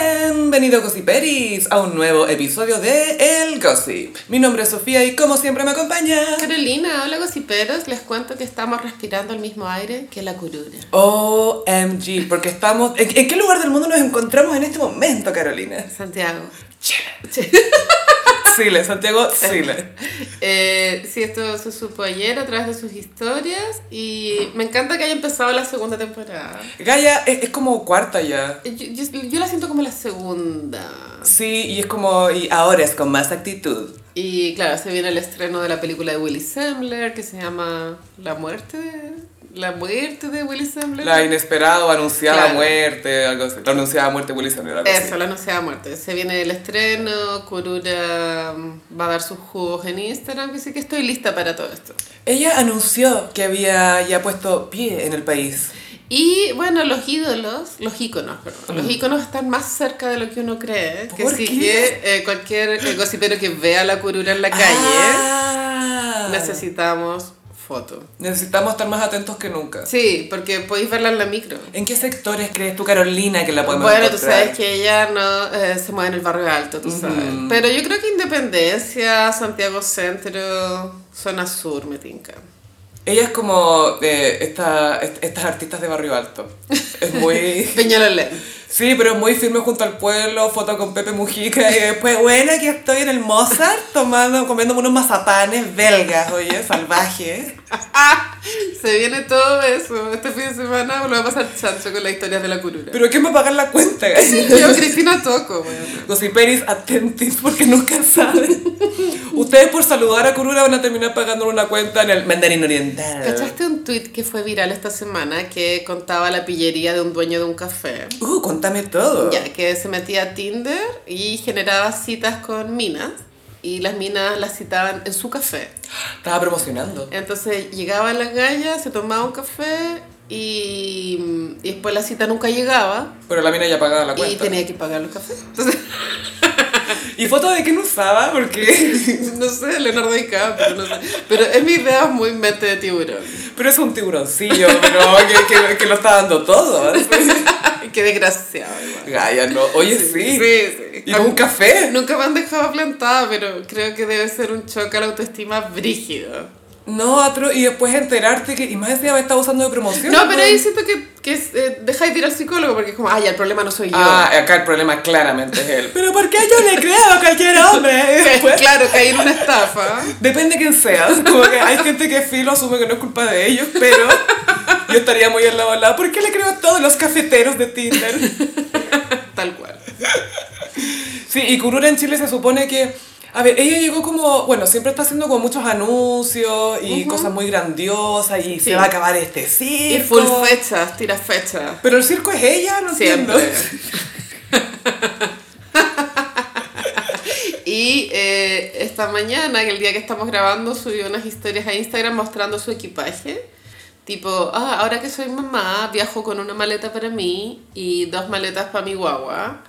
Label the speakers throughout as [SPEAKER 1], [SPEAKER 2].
[SPEAKER 1] Bienvenido Gossiperis a un nuevo episodio de El Gossip. Mi nombre es Sofía y como siempre me acompaña...
[SPEAKER 2] Carolina, hola gossiperos, les cuento que estamos respirando el mismo aire que la curura.
[SPEAKER 1] OMG, porque estamos... ¿En, en qué lugar del mundo nos encontramos en este momento, Carolina?
[SPEAKER 2] Santiago.
[SPEAKER 1] Chile. Chile, Santiago, Chile.
[SPEAKER 2] Eh, sí, esto se supo ayer a través de sus historias y me encanta que haya empezado la segunda temporada.
[SPEAKER 1] Gaia es, es como cuarta ya.
[SPEAKER 2] Yo, yo- yo la siento como la segunda.
[SPEAKER 1] Sí, y es como... Y ahora es con más actitud.
[SPEAKER 2] Y claro, se viene el estreno de la película de Willy Sembler que se llama La muerte de... La muerte de Willy Sembler.
[SPEAKER 1] La inesperada o anunciada
[SPEAKER 2] Claro.
[SPEAKER 1] muerte, algo así. La anunciada muerte de Willy Samuel, algo así.
[SPEAKER 2] Eso, la anunciada muerte. Eh, Se viene el estreno, Kurura mm, va a dar sus jugos en Instagram, así que estoy lista para todo esto.
[SPEAKER 1] Ella anunció que había ya puesto pie en el país.
[SPEAKER 2] Y bueno, los ídolos, los íconos, perdón, los íconos están más cerca de lo que uno cree. Que
[SPEAKER 1] Mm. ¿Por
[SPEAKER 2] sí
[SPEAKER 1] qué?
[SPEAKER 2] que eh, cualquier eh, gossipero que vea la Kurura en la calle,
[SPEAKER 1] Ah.
[SPEAKER 2] necesitamos foto.
[SPEAKER 1] Necesitamos estar más atentos que nunca.
[SPEAKER 2] Sí, porque podéis verla en la micro.
[SPEAKER 1] ¿En qué sectores crees tú, Carolina, que la podemos
[SPEAKER 2] Bueno, tú
[SPEAKER 1] encontrar?
[SPEAKER 2] sabes que ella no eh, se mueve en el barrio alto, tú sabes. Pero yo creo que Independencia, Santiago Centro, zona sur, me tinca.
[SPEAKER 1] Ella es como eh, esta- est- estas artistas de barrio alto. Es muy...
[SPEAKER 2] Peñalolén.
[SPEAKER 1] Sí, pero es muy firme junto al pueblo, foto con Pepe Mujica y después, bueno, aquí estoy en el Mozart tomando, comiéndome unos mazapanes belgas, oye, salvaje.
[SPEAKER 2] se viene todo eso. Este fin de semana lo va a pasar chancho con las historias de la curura.
[SPEAKER 1] ¿Pero quién va a pagar la cuenta?
[SPEAKER 2] Yo, Cristina Toco, weón.
[SPEAKER 1] Gossiperis, atentis, porque nunca saben. Ustedes por saludar a Kurura van a terminar pagando una cuenta en el Mandarín Oriental.
[SPEAKER 2] ¿Cachaste un tweet que fue viral esta semana que contaba la pillería de un dueño de un café?
[SPEAKER 1] Uh, contame todo.
[SPEAKER 2] Ya, que se metía a Tinder y generaba citas con minas. Y las minas las citaban en su café.
[SPEAKER 1] Estaba promocionando.
[SPEAKER 2] Entonces llegaba la galla, se tomaba un café y, y después la cita nunca llegaba
[SPEAKER 1] Pero la mina ya pagaba la cuenta.
[SPEAKER 2] y
[SPEAKER 1] Y,
[SPEAKER 2] tenía que pagar los cafés. Entonces,
[SPEAKER 1] fotos de que no usaba, porque...
[SPEAKER 2] no sé, Leonardo DiCaprio, no sé. Pero es mi idea muy mente de tiburón.
[SPEAKER 1] Pero es un tiburoncillo, pero que, que- que lo está dando todo.
[SPEAKER 2] Qué desgraciado. igual.
[SPEAKER 1] Gaya, no. Oye, sí.
[SPEAKER 2] Sí, sí.
[SPEAKER 1] Y un café.
[SPEAKER 2] Nunca me han dejado plantada, pero creo que debe ser un choque a la autoestima brígido.
[SPEAKER 1] No, atro, y después enterarte que... Y más encima me está usando de promoción.
[SPEAKER 2] No, pero ahí siento que, que eh, dejáis de ir al psicólogo porque es como, ay, el problema no soy yo.
[SPEAKER 1] Ah, acá el problema claramente es él. Pero ¿por qué yo le creo a cualquier hombre? Pues, Y después-
[SPEAKER 2] claro, caí en una estafa.
[SPEAKER 1] Depende quién sea. Como que hay gente que filo asume que no es culpa de ellos, pero yo estaría muy al lado al lado. ¿Por qué le creo a todos los cafeteros de Tinder?
[SPEAKER 2] Tal cual.
[SPEAKER 1] Sí, y Kurura en Chile se supone que. A ver, ella llegó como, bueno, siempre está haciendo como muchos anuncios y cosas muy grandiosas y
[SPEAKER 2] Sí.
[SPEAKER 1] se va a acabar este
[SPEAKER 2] Y
[SPEAKER 1] circo.
[SPEAKER 2] full fechas, tira fechas.
[SPEAKER 1] Pero el circo es ella, no
[SPEAKER 2] Siempre.
[SPEAKER 1] entiendo.
[SPEAKER 2] Y eh, esta mañana, el día que estamos grabando, subió unas historias a Instagram mostrando su equipaje. Tipo, ah, ahora que soy mamá, viajo con una maleta para mí y dos maletas para mi guagua.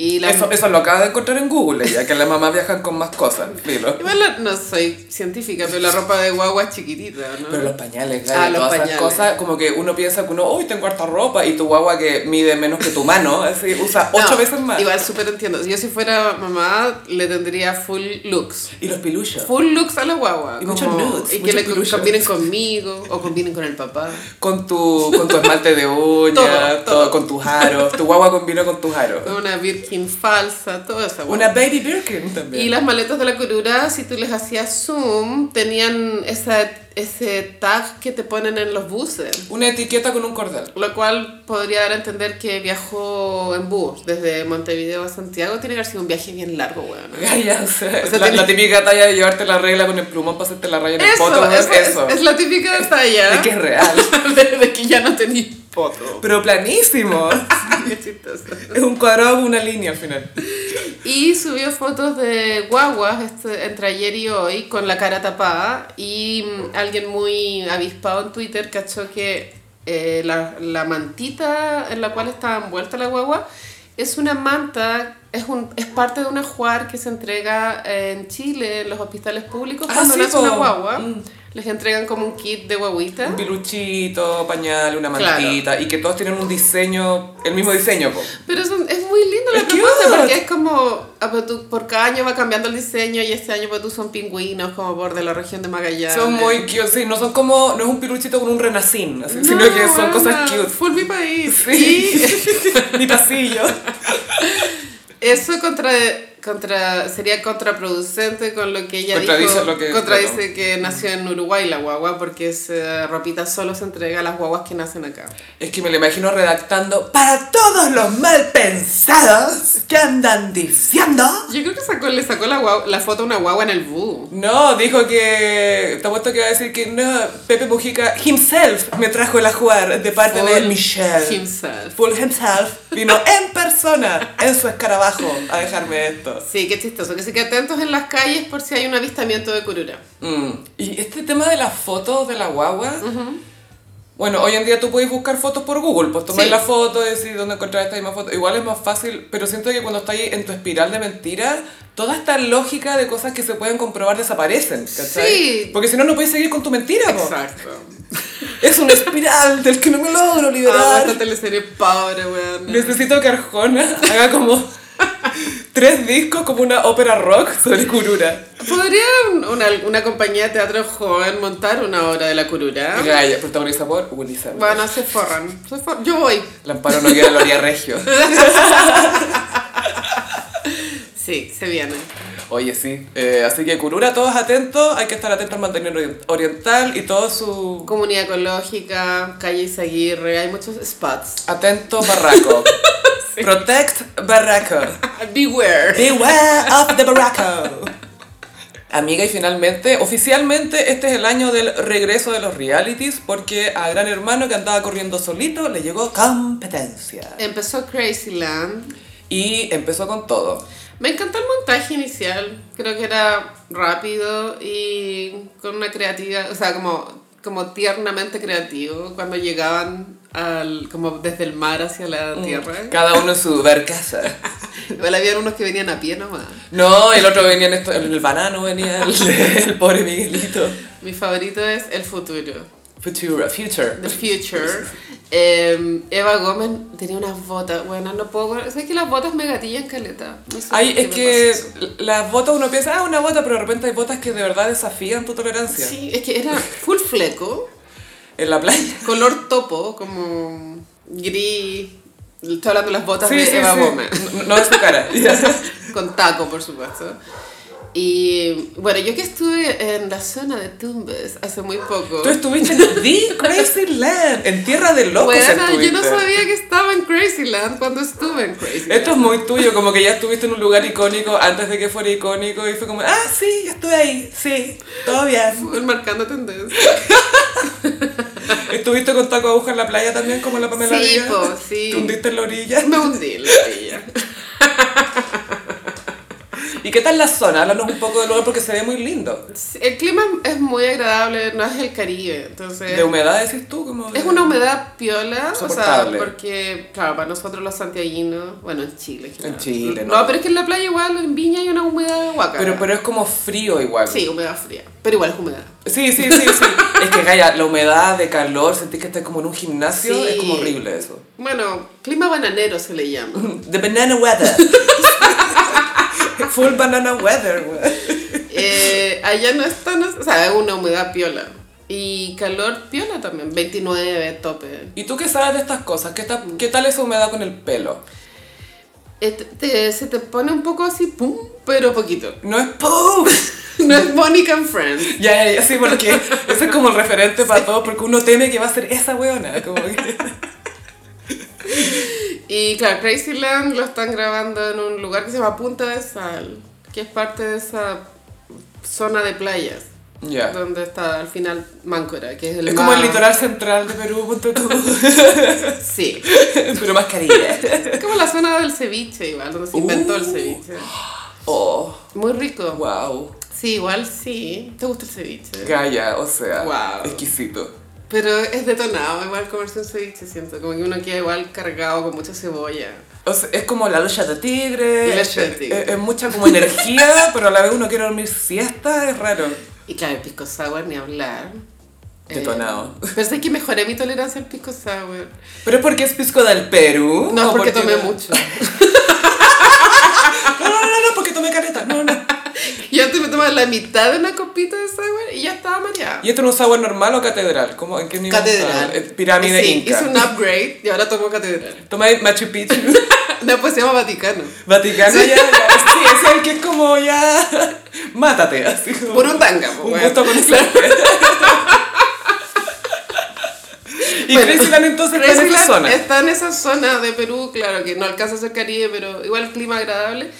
[SPEAKER 2] Y la
[SPEAKER 1] Eso, eso lo acaba de encontrar en Google, ella, que las mamás viajan con más cosas, filo.
[SPEAKER 2] Igual la- no soy científica, pero la ropa de guagua es chiquitita, ¿no?
[SPEAKER 1] Pero los pañales,
[SPEAKER 2] Ah,
[SPEAKER 1] claro,
[SPEAKER 2] los
[SPEAKER 1] todas esas
[SPEAKER 2] pañales.
[SPEAKER 1] cosas, como que uno piensa que uno, uy, tengo harta ropa, y tu guagua que mide menos que tu mano, así, usa
[SPEAKER 2] No,
[SPEAKER 1] ocho veces más.
[SPEAKER 2] Igual súper entiendo. Yo si fuera mamá, le tendría full looks.
[SPEAKER 1] Y los piluchos.
[SPEAKER 2] Full looks a la guagua.
[SPEAKER 1] Y muchos nudes,
[SPEAKER 2] Y que
[SPEAKER 1] muchos
[SPEAKER 2] le
[SPEAKER 1] peluches.
[SPEAKER 2] combinen conmigo o combinen con el papá.
[SPEAKER 1] Con tu, con tu esmalte de uña,
[SPEAKER 2] Todo,
[SPEAKER 1] todo, con tus aros. Tu guagua combinó con tus aros.
[SPEAKER 2] Una Birkin falsa, todo eso.
[SPEAKER 1] Una baby Birkin también.
[SPEAKER 2] Y las maletas de la curura, si tú les hacías zoom, tenían esa, ese tag que te ponen en los buses.
[SPEAKER 1] Una etiqueta con un cordel.
[SPEAKER 2] Lo cual podría dar a entender que viajó en bus desde Montevideo a Santiago. Tiene que haber sido un viaje bien largo, weón.
[SPEAKER 1] Gaya, o sea,
[SPEAKER 2] O sea,
[SPEAKER 1] la,
[SPEAKER 2] tenés-
[SPEAKER 1] la típica talla de llevarte la regla con el plumón para hacerte la raya en el
[SPEAKER 2] Eso,
[SPEAKER 1] poto,
[SPEAKER 2] eso,
[SPEAKER 1] es
[SPEAKER 2] es,
[SPEAKER 1] eso.
[SPEAKER 2] es la típica talla.
[SPEAKER 1] Es que es real.
[SPEAKER 2] de, de que ya no tenéis foto.
[SPEAKER 1] Pero planísimo.
[SPEAKER 2] Qué chistoso.
[SPEAKER 1] es un cuadrado con una línea al final.
[SPEAKER 2] Y subió fotos de guaguas este, entre ayer y hoy con la cara tapada y mm, alguien muy avispado en Twitter cachó que eh, la, la mantita en la cual estaba envuelta la guagua es una manta, es, un, es parte de un ajuar que se entrega en eh, Chile, en los hospitales públicos,
[SPEAKER 1] Ah,
[SPEAKER 2] cuando
[SPEAKER 1] sí,
[SPEAKER 2] nace
[SPEAKER 1] po.
[SPEAKER 2] una guagua.
[SPEAKER 1] Mm.
[SPEAKER 2] les entregan como un kit de guaguita.
[SPEAKER 1] Un piluchito, pañal, una mantita. Y que todos tienen un diseño, el mismo diseño. po.
[SPEAKER 2] Pero es, un- es muy lindo la
[SPEAKER 1] Es
[SPEAKER 2] propuesta
[SPEAKER 1] cute.
[SPEAKER 2] porque es como, ah, pues tú, por cada año va cambiando el diseño y este año pues tú son pingüinos como por de la región de Magallanes.
[SPEAKER 1] Son muy cute, sí, no son como, no es un piluchito con un renacín, así,
[SPEAKER 2] No,
[SPEAKER 1] sino que son
[SPEAKER 2] buena,
[SPEAKER 1] cosas cute.
[SPEAKER 2] Full mi país. Y
[SPEAKER 1] Ni pasillo.
[SPEAKER 2] eso contra, contra, sería contraproducente con lo que ella
[SPEAKER 1] Contradice
[SPEAKER 2] dijo.
[SPEAKER 1] lo que-
[SPEAKER 2] contradice
[SPEAKER 1] claro.
[SPEAKER 2] que nació en Uruguay la guagua porque esa ropita solo se entrega a las guaguas que nacen acá.
[SPEAKER 1] Es que me lo imagino redactando para todos los mal pensados que andan diciendo.
[SPEAKER 2] Yo creo que sacó, le sacó la, guau- la foto a una guagua en el bus.
[SPEAKER 1] No, dijo que. Te apuesto que va a decir que no, Pepe Mujica himself me trajo la jugar de parte de
[SPEAKER 2] Full
[SPEAKER 1] Michelle.
[SPEAKER 2] Himself.
[SPEAKER 1] Full himself vino en persona, en su escarabajo, a dejarme esto.
[SPEAKER 2] Sí, qué chistoso. Que se que atentos en las calles por si hay un avistamiento de curura.
[SPEAKER 1] Mm. Y este tema de las fotos de la guagua. Bueno, hoy en día tú puedes buscar fotos por Google, pues tomar
[SPEAKER 2] Sí.
[SPEAKER 1] la foto, decir dónde encontrar esta misma foto. Igual es más fácil, pero siento que cuando estás ahí en tu espiral de mentiras, toda esta lógica de cosas que se pueden comprobar desaparecen, ¿cachai?
[SPEAKER 2] Sí.
[SPEAKER 1] Porque si no, no puedes seguir con tu mentira, po.
[SPEAKER 2] Exacto.
[SPEAKER 1] Es una espiral del que no me logro
[SPEAKER 2] Ah, esta
[SPEAKER 1] liberar.
[SPEAKER 2] teleserie pobre, weón.
[SPEAKER 1] Necesito que Arjona haga como tres discos como una ópera rock sobre Kurura.
[SPEAKER 2] ¿Podría un- una, una compañía de teatro joven montar una obra de la curura?
[SPEAKER 1] Gaya, protagonista por Willy
[SPEAKER 2] Ah. Bueno, se forran. Se for- Yo voy.
[SPEAKER 1] Lamparo no quiere Loria Regio.
[SPEAKER 2] Sí, se viene.
[SPEAKER 1] Oye, sí. Eh, así que Kurura, todos atentos. Hay que estar atentos al mantenimiento ori- oriental y todo su...
[SPEAKER 2] Comunidad ecológica, calle Izaguirre, hay muchos spots.
[SPEAKER 1] Atento barraco. Protect barraco.
[SPEAKER 2] Beware.
[SPEAKER 1] Beware of the barraco. Amiga, y finalmente, oficialmente este es el año del regreso de los realities porque a Gran Hermano que andaba corriendo solito le llegó competencia.
[SPEAKER 2] Empezó Crazyland.
[SPEAKER 1] Y empezó con todo.
[SPEAKER 2] Me encantó el montaje inicial. Creo que era rápido y con una creativa, o sea, como, como tiernamente creativo cuando llegaban al, como desde el mar hacia la
[SPEAKER 1] Mm.
[SPEAKER 2] Mm. tierra.
[SPEAKER 1] Cada uno en su barcaza.
[SPEAKER 2] Igual había unos que venían a pie nomás.
[SPEAKER 1] No, el otro venía en, esto, en el banano, venía el, el pobre Miguelito.
[SPEAKER 2] Mi favorito es El Futuro,
[SPEAKER 1] Futura, future.
[SPEAKER 2] The Future. Eh, Eva Gómez tenía unas botas, bueno, no puedo... O sea, es que las botas me gatillan caleta. No sé
[SPEAKER 1] Hay,
[SPEAKER 2] por
[SPEAKER 1] es
[SPEAKER 2] qué me
[SPEAKER 1] que
[SPEAKER 2] pasa eso.
[SPEAKER 1] las botas uno piensa, ah, una bota, pero de repente hay botas que de verdad desafían tu tolerancia.
[SPEAKER 2] Sí, es que era full fleco.
[SPEAKER 1] En la playa.
[SPEAKER 2] color topo, como gris. Estoy hablando de las botas
[SPEAKER 1] Sí,
[SPEAKER 2] de
[SPEAKER 1] sí,
[SPEAKER 2] Eva
[SPEAKER 1] sí.
[SPEAKER 2] Gómez.
[SPEAKER 1] No, no es tu cara.
[SPEAKER 2] Con taco, por supuesto. Y bueno, yo que estuve en la zona de Tumbes hace muy poco.
[SPEAKER 1] Tú estuviste en The Crazy Land, en Tierra de Locos
[SPEAKER 2] Bueno, yo
[SPEAKER 1] estuviste.
[SPEAKER 2] no sabía que estaba en Crazyland cuando estuve en Crazyland.
[SPEAKER 1] Esto es muy tuyo, como que ya estuviste en un lugar icónico antes de que fuera icónico y fue como, ah, sí, yo estuve ahí, sí, todo bien.
[SPEAKER 2] Fue marcando tendencia.
[SPEAKER 1] Estuviste con taco aguja en la playa también, como la Pamela
[SPEAKER 2] Sí,
[SPEAKER 1] Vega?
[SPEAKER 2] po, sí.
[SPEAKER 1] Te hundiste en la orilla.
[SPEAKER 2] Me hundí en la orilla.
[SPEAKER 1] ¿Y qué tal la zona? Háblanos un poco del lugar porque se ve muy lindo.
[SPEAKER 2] Sí, El clima es muy agradable, no es el Caribe, entonces...
[SPEAKER 1] De humedad decís tú, como...
[SPEAKER 2] Es una humedad piola, o sea,
[SPEAKER 1] Soportable.
[SPEAKER 2] porque, claro, para nosotros los santiaguinos, bueno, en Chile. claro.
[SPEAKER 1] En Chile,
[SPEAKER 2] No,
[SPEAKER 1] no.
[SPEAKER 2] pero es que en la playa igual, en Viña hay una humedad guaca.
[SPEAKER 1] Pero, pero es como frío igual.
[SPEAKER 2] Sí, humedad fría, pero igual es humedad.
[SPEAKER 1] Sí, sí, sí, sí. es que, Gaya, la humedad, de calor, sentís que estás como en un gimnasio,
[SPEAKER 2] Sí.
[SPEAKER 1] es como horrible eso.
[SPEAKER 2] Bueno, clima bananero se le llama.
[SPEAKER 1] The banana weather. Full banana weather, güey.
[SPEAKER 2] Eh, allá no es tan, o sea, es una humedad piola. Y calor piola también, 29, tope.
[SPEAKER 1] ¿Y tú qué sabes de estas cosas? ¿Qué, ta- ¿Qué tal esa humedad con el pelo?
[SPEAKER 2] Eh, te- te- se te pone un poco así, pum, pero poquito.
[SPEAKER 1] No es ¡pum!
[SPEAKER 2] No es Bonnie and Friends.
[SPEAKER 1] Ya, ya, ya, sí, porque ese es como el referente para todos, porque uno teme que va a ser esa weona. Como que...
[SPEAKER 2] Y claro, Crazyland lo están grabando en un lugar que se llama Punta de Sal, que es parte de esa zona de playas,
[SPEAKER 1] Ya.
[SPEAKER 2] donde está al final Máncora, que es el
[SPEAKER 1] Es como el
[SPEAKER 2] mar.
[SPEAKER 1] litoral central de Perú, punto com.
[SPEAKER 2] Sí,
[SPEAKER 1] pero más caribe.
[SPEAKER 2] es como la zona del ceviche igual, donde se inventó el
[SPEAKER 1] Uh.
[SPEAKER 2] ceviche.
[SPEAKER 1] Oh,
[SPEAKER 2] Muy rico.
[SPEAKER 1] wow.
[SPEAKER 2] Sí, igual sí. ¿Te gusta el ceviche?
[SPEAKER 1] Gaya, o sea,
[SPEAKER 2] Wow.
[SPEAKER 1] exquisito.
[SPEAKER 2] Pero es detonado igual comerse un ceviche, siento, como que uno queda igual cargado con mucha cebolla.
[SPEAKER 1] O sea, es como la lucha de tigre.
[SPEAKER 2] La lucha de tigre.
[SPEAKER 1] Es, es mucha como energía, pero a la vez uno quiere dormir siesta, es raro.
[SPEAKER 2] Y claro, el pisco sour ni hablar.
[SPEAKER 1] Detonado.
[SPEAKER 2] Eh, pero es que mejoré mi tolerancia al pisco sour.
[SPEAKER 1] Pero es porque es pisco del Perú.
[SPEAKER 2] No,
[SPEAKER 1] ¿O
[SPEAKER 2] porque tomé mucho.
[SPEAKER 1] Ah, No, no, no, no, porque tomé careta. No, no.
[SPEAKER 2] Yo antes me tomaba la mitad de una copita de sour y ya estaba mareada.
[SPEAKER 1] ¿Y esto era un sour normal o catedral? ¿Cómo, ¿En qué nivel?
[SPEAKER 2] Catedral.
[SPEAKER 1] Ah, eh, pirámide
[SPEAKER 2] sí,
[SPEAKER 1] inca.
[SPEAKER 2] hice un upgrade y ahora tomo catedral.
[SPEAKER 1] Tomáis Machu Picchu.
[SPEAKER 2] No, pues se llama Vaticano.
[SPEAKER 1] Vaticano ya, ya. Sí, es el que es como ya. Mátate, así como.
[SPEAKER 2] Por un tanga,
[SPEAKER 1] Un
[SPEAKER 2] pues. weón.
[SPEAKER 1] gusto con Y
[SPEAKER 2] Bueno,
[SPEAKER 1] Crazyland entonces está en esa
[SPEAKER 2] Crazyland
[SPEAKER 1] zona.
[SPEAKER 2] Está en esa zona de Perú, claro, que no alcanza a ser Caribe, pero igual el clima agradable.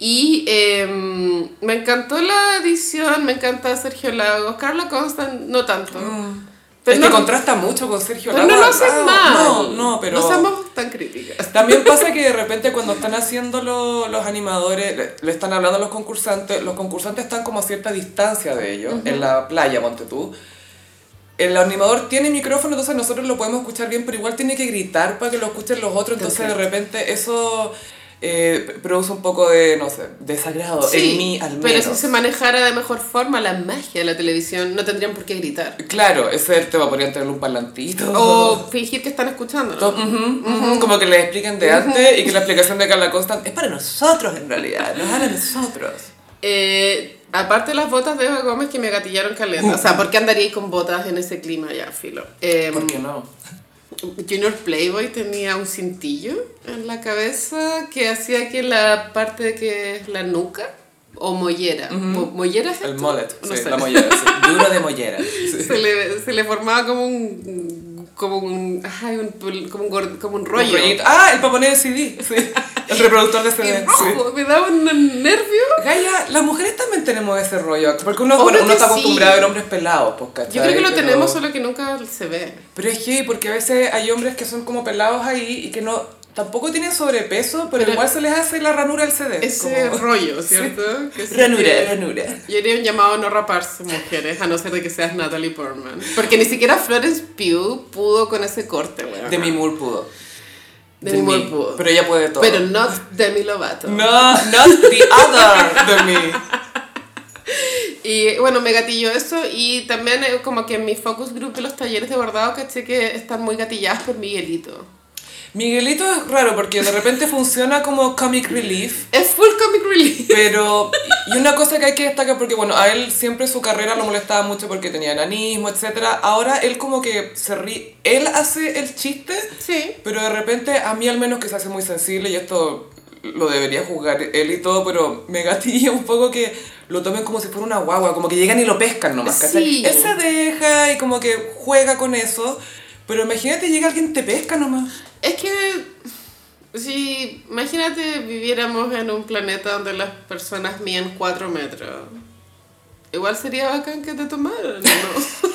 [SPEAKER 2] Y em, me encantó la edición, me encanta Sergio Lagos, Carla Constant no tanto.
[SPEAKER 1] Es que
[SPEAKER 2] no-
[SPEAKER 1] contrasta mucho con Sergio
[SPEAKER 2] pero no
[SPEAKER 1] Lagos.
[SPEAKER 2] lo hacen mal.
[SPEAKER 1] No, no, pero.
[SPEAKER 2] No seamos tan críticas.
[SPEAKER 1] También pasa que de repente cuando están haciendo lo- los animadores, le, le están hablando a los concursantes, los concursantes están como a cierta distancia de ellos, en la playa, ponte tú. El animador tiene micrófono, entonces nosotros lo podemos escuchar bien, pero igual tiene que gritar para que lo escuchen los otros, entonces de repente eso eh, produce un poco de, no sé, desagrado en mí al menos.
[SPEAKER 2] pero si se manejara de mejor forma la magia de la televisión, no tendrían por qué gritar.
[SPEAKER 1] Claro, ese tema podría tener un parlantito.
[SPEAKER 2] O fingir que están escuchando.
[SPEAKER 1] To- ujú, ujú, Como que les expliquen de antes y que la explicación de Carla Constant es para nosotros en realidad, nos habla a nosotros.
[SPEAKER 2] Eh, aparte de las botas de Eva Gómez que me gatillaron caleta. O sea, ¿por qué andaríais con botas en ese clima ya, filo? Eh,
[SPEAKER 1] ¿Por qué no?
[SPEAKER 2] Junior Playboy tenía un cintillo en la cabeza que hacía que la parte de que es la nuca o mollera. mo- ¿Mollera es
[SPEAKER 1] El
[SPEAKER 2] esto?
[SPEAKER 1] mullet,
[SPEAKER 2] No
[SPEAKER 1] sí,
[SPEAKER 2] sé.
[SPEAKER 1] la mollera, sí, duro de mollera. sí.
[SPEAKER 2] se, le, se le formaba como un. como un. ay, un pul- como un, gor- como un rollo.
[SPEAKER 1] Un rollito. Ah, el paponé de CD, sí. El reproductor de CD.
[SPEAKER 2] Y
[SPEAKER 1] sí.
[SPEAKER 2] rojo, me daba un nervio.
[SPEAKER 1] Gaia, las mujeres también tenemos ese rollo. Porque uno,
[SPEAKER 2] Obvio
[SPEAKER 1] bueno, uno
[SPEAKER 2] que
[SPEAKER 1] está
[SPEAKER 2] sí.
[SPEAKER 1] acostumbrado a ver hombres pelados, pues, ¿cachai?
[SPEAKER 2] Yo creo que lo
[SPEAKER 1] Pero-
[SPEAKER 2] tenemos, solo que nunca se ve.
[SPEAKER 1] Pero es que, porque a veces hay hombres que son como pelados ahí y que no. tampoco tienen sobrepeso, pero,
[SPEAKER 2] Pero-
[SPEAKER 1] igual se les hace la ranura al CD.
[SPEAKER 2] Ese
[SPEAKER 1] como-
[SPEAKER 2] rollo, ¿cierto? Que se
[SPEAKER 1] Ranura,
[SPEAKER 2] tiene-
[SPEAKER 1] ranura.
[SPEAKER 2] Yo haría un llamado a no raparse, mujeres, a no ser de que seas Natalie Portman. Porque ni siquiera Florence Pugh pudo con ese corte, weón.
[SPEAKER 1] Demi Moore pudo.
[SPEAKER 2] Demi Moore pudo.
[SPEAKER 1] Pero ella puede todo.
[SPEAKER 2] Pero no Demi Lovato.
[SPEAKER 1] no, not the other Demi.
[SPEAKER 2] Y bueno, me gatilló eso. Y también eh, como que en mi focus group de los talleres de bordado caché que están muy gatilladas por Miguelito.
[SPEAKER 1] Miguelito es raro porque de repente funciona como comic relief.
[SPEAKER 2] Es full comic relief.
[SPEAKER 1] Pero, y una cosa que hay que destacar, porque bueno, a él siempre su carrera lo molestaba mucho porque tenía enanismo, etc. Ahora él como que se ríe, él hace el chiste,
[SPEAKER 2] Sí.
[SPEAKER 1] pero de repente a mí al menos que se hace muy sensible y esto lo debería juzgar él y todo, pero me gatilla un poco que lo tomen como si fuera una guagua, como que llegan y lo pescan nomás, ¿cachai?
[SPEAKER 2] Sí.
[SPEAKER 1] Él se deja y como que juega con eso, pero imagínate llega alguien y te pesca nomás.
[SPEAKER 2] Es que si imagínate viviéramos en un planeta donde las personas miden 4 metros. Igual sería bacán que te tomaran, ¿no?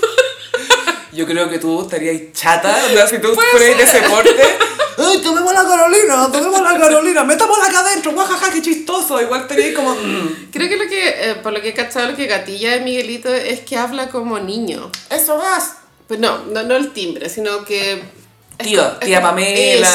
[SPEAKER 1] Yo creo que tú estarías chata, o sea, si tú fueras de ese corte. ¡Ay, tomemos la Carolina! ¡Tomemos la Carolina! ¡Metámosla acá adentro! ¡Guajaja, qué chistoso! Igual estarías como... mm.
[SPEAKER 2] Creo que lo que, eh, por lo que he cachado, lo que gatilla de Miguelito es que habla como niño.
[SPEAKER 1] ¡Eso vas!
[SPEAKER 2] Pues no, no, no el timbre, sino que
[SPEAKER 1] Tío, tía Pamela.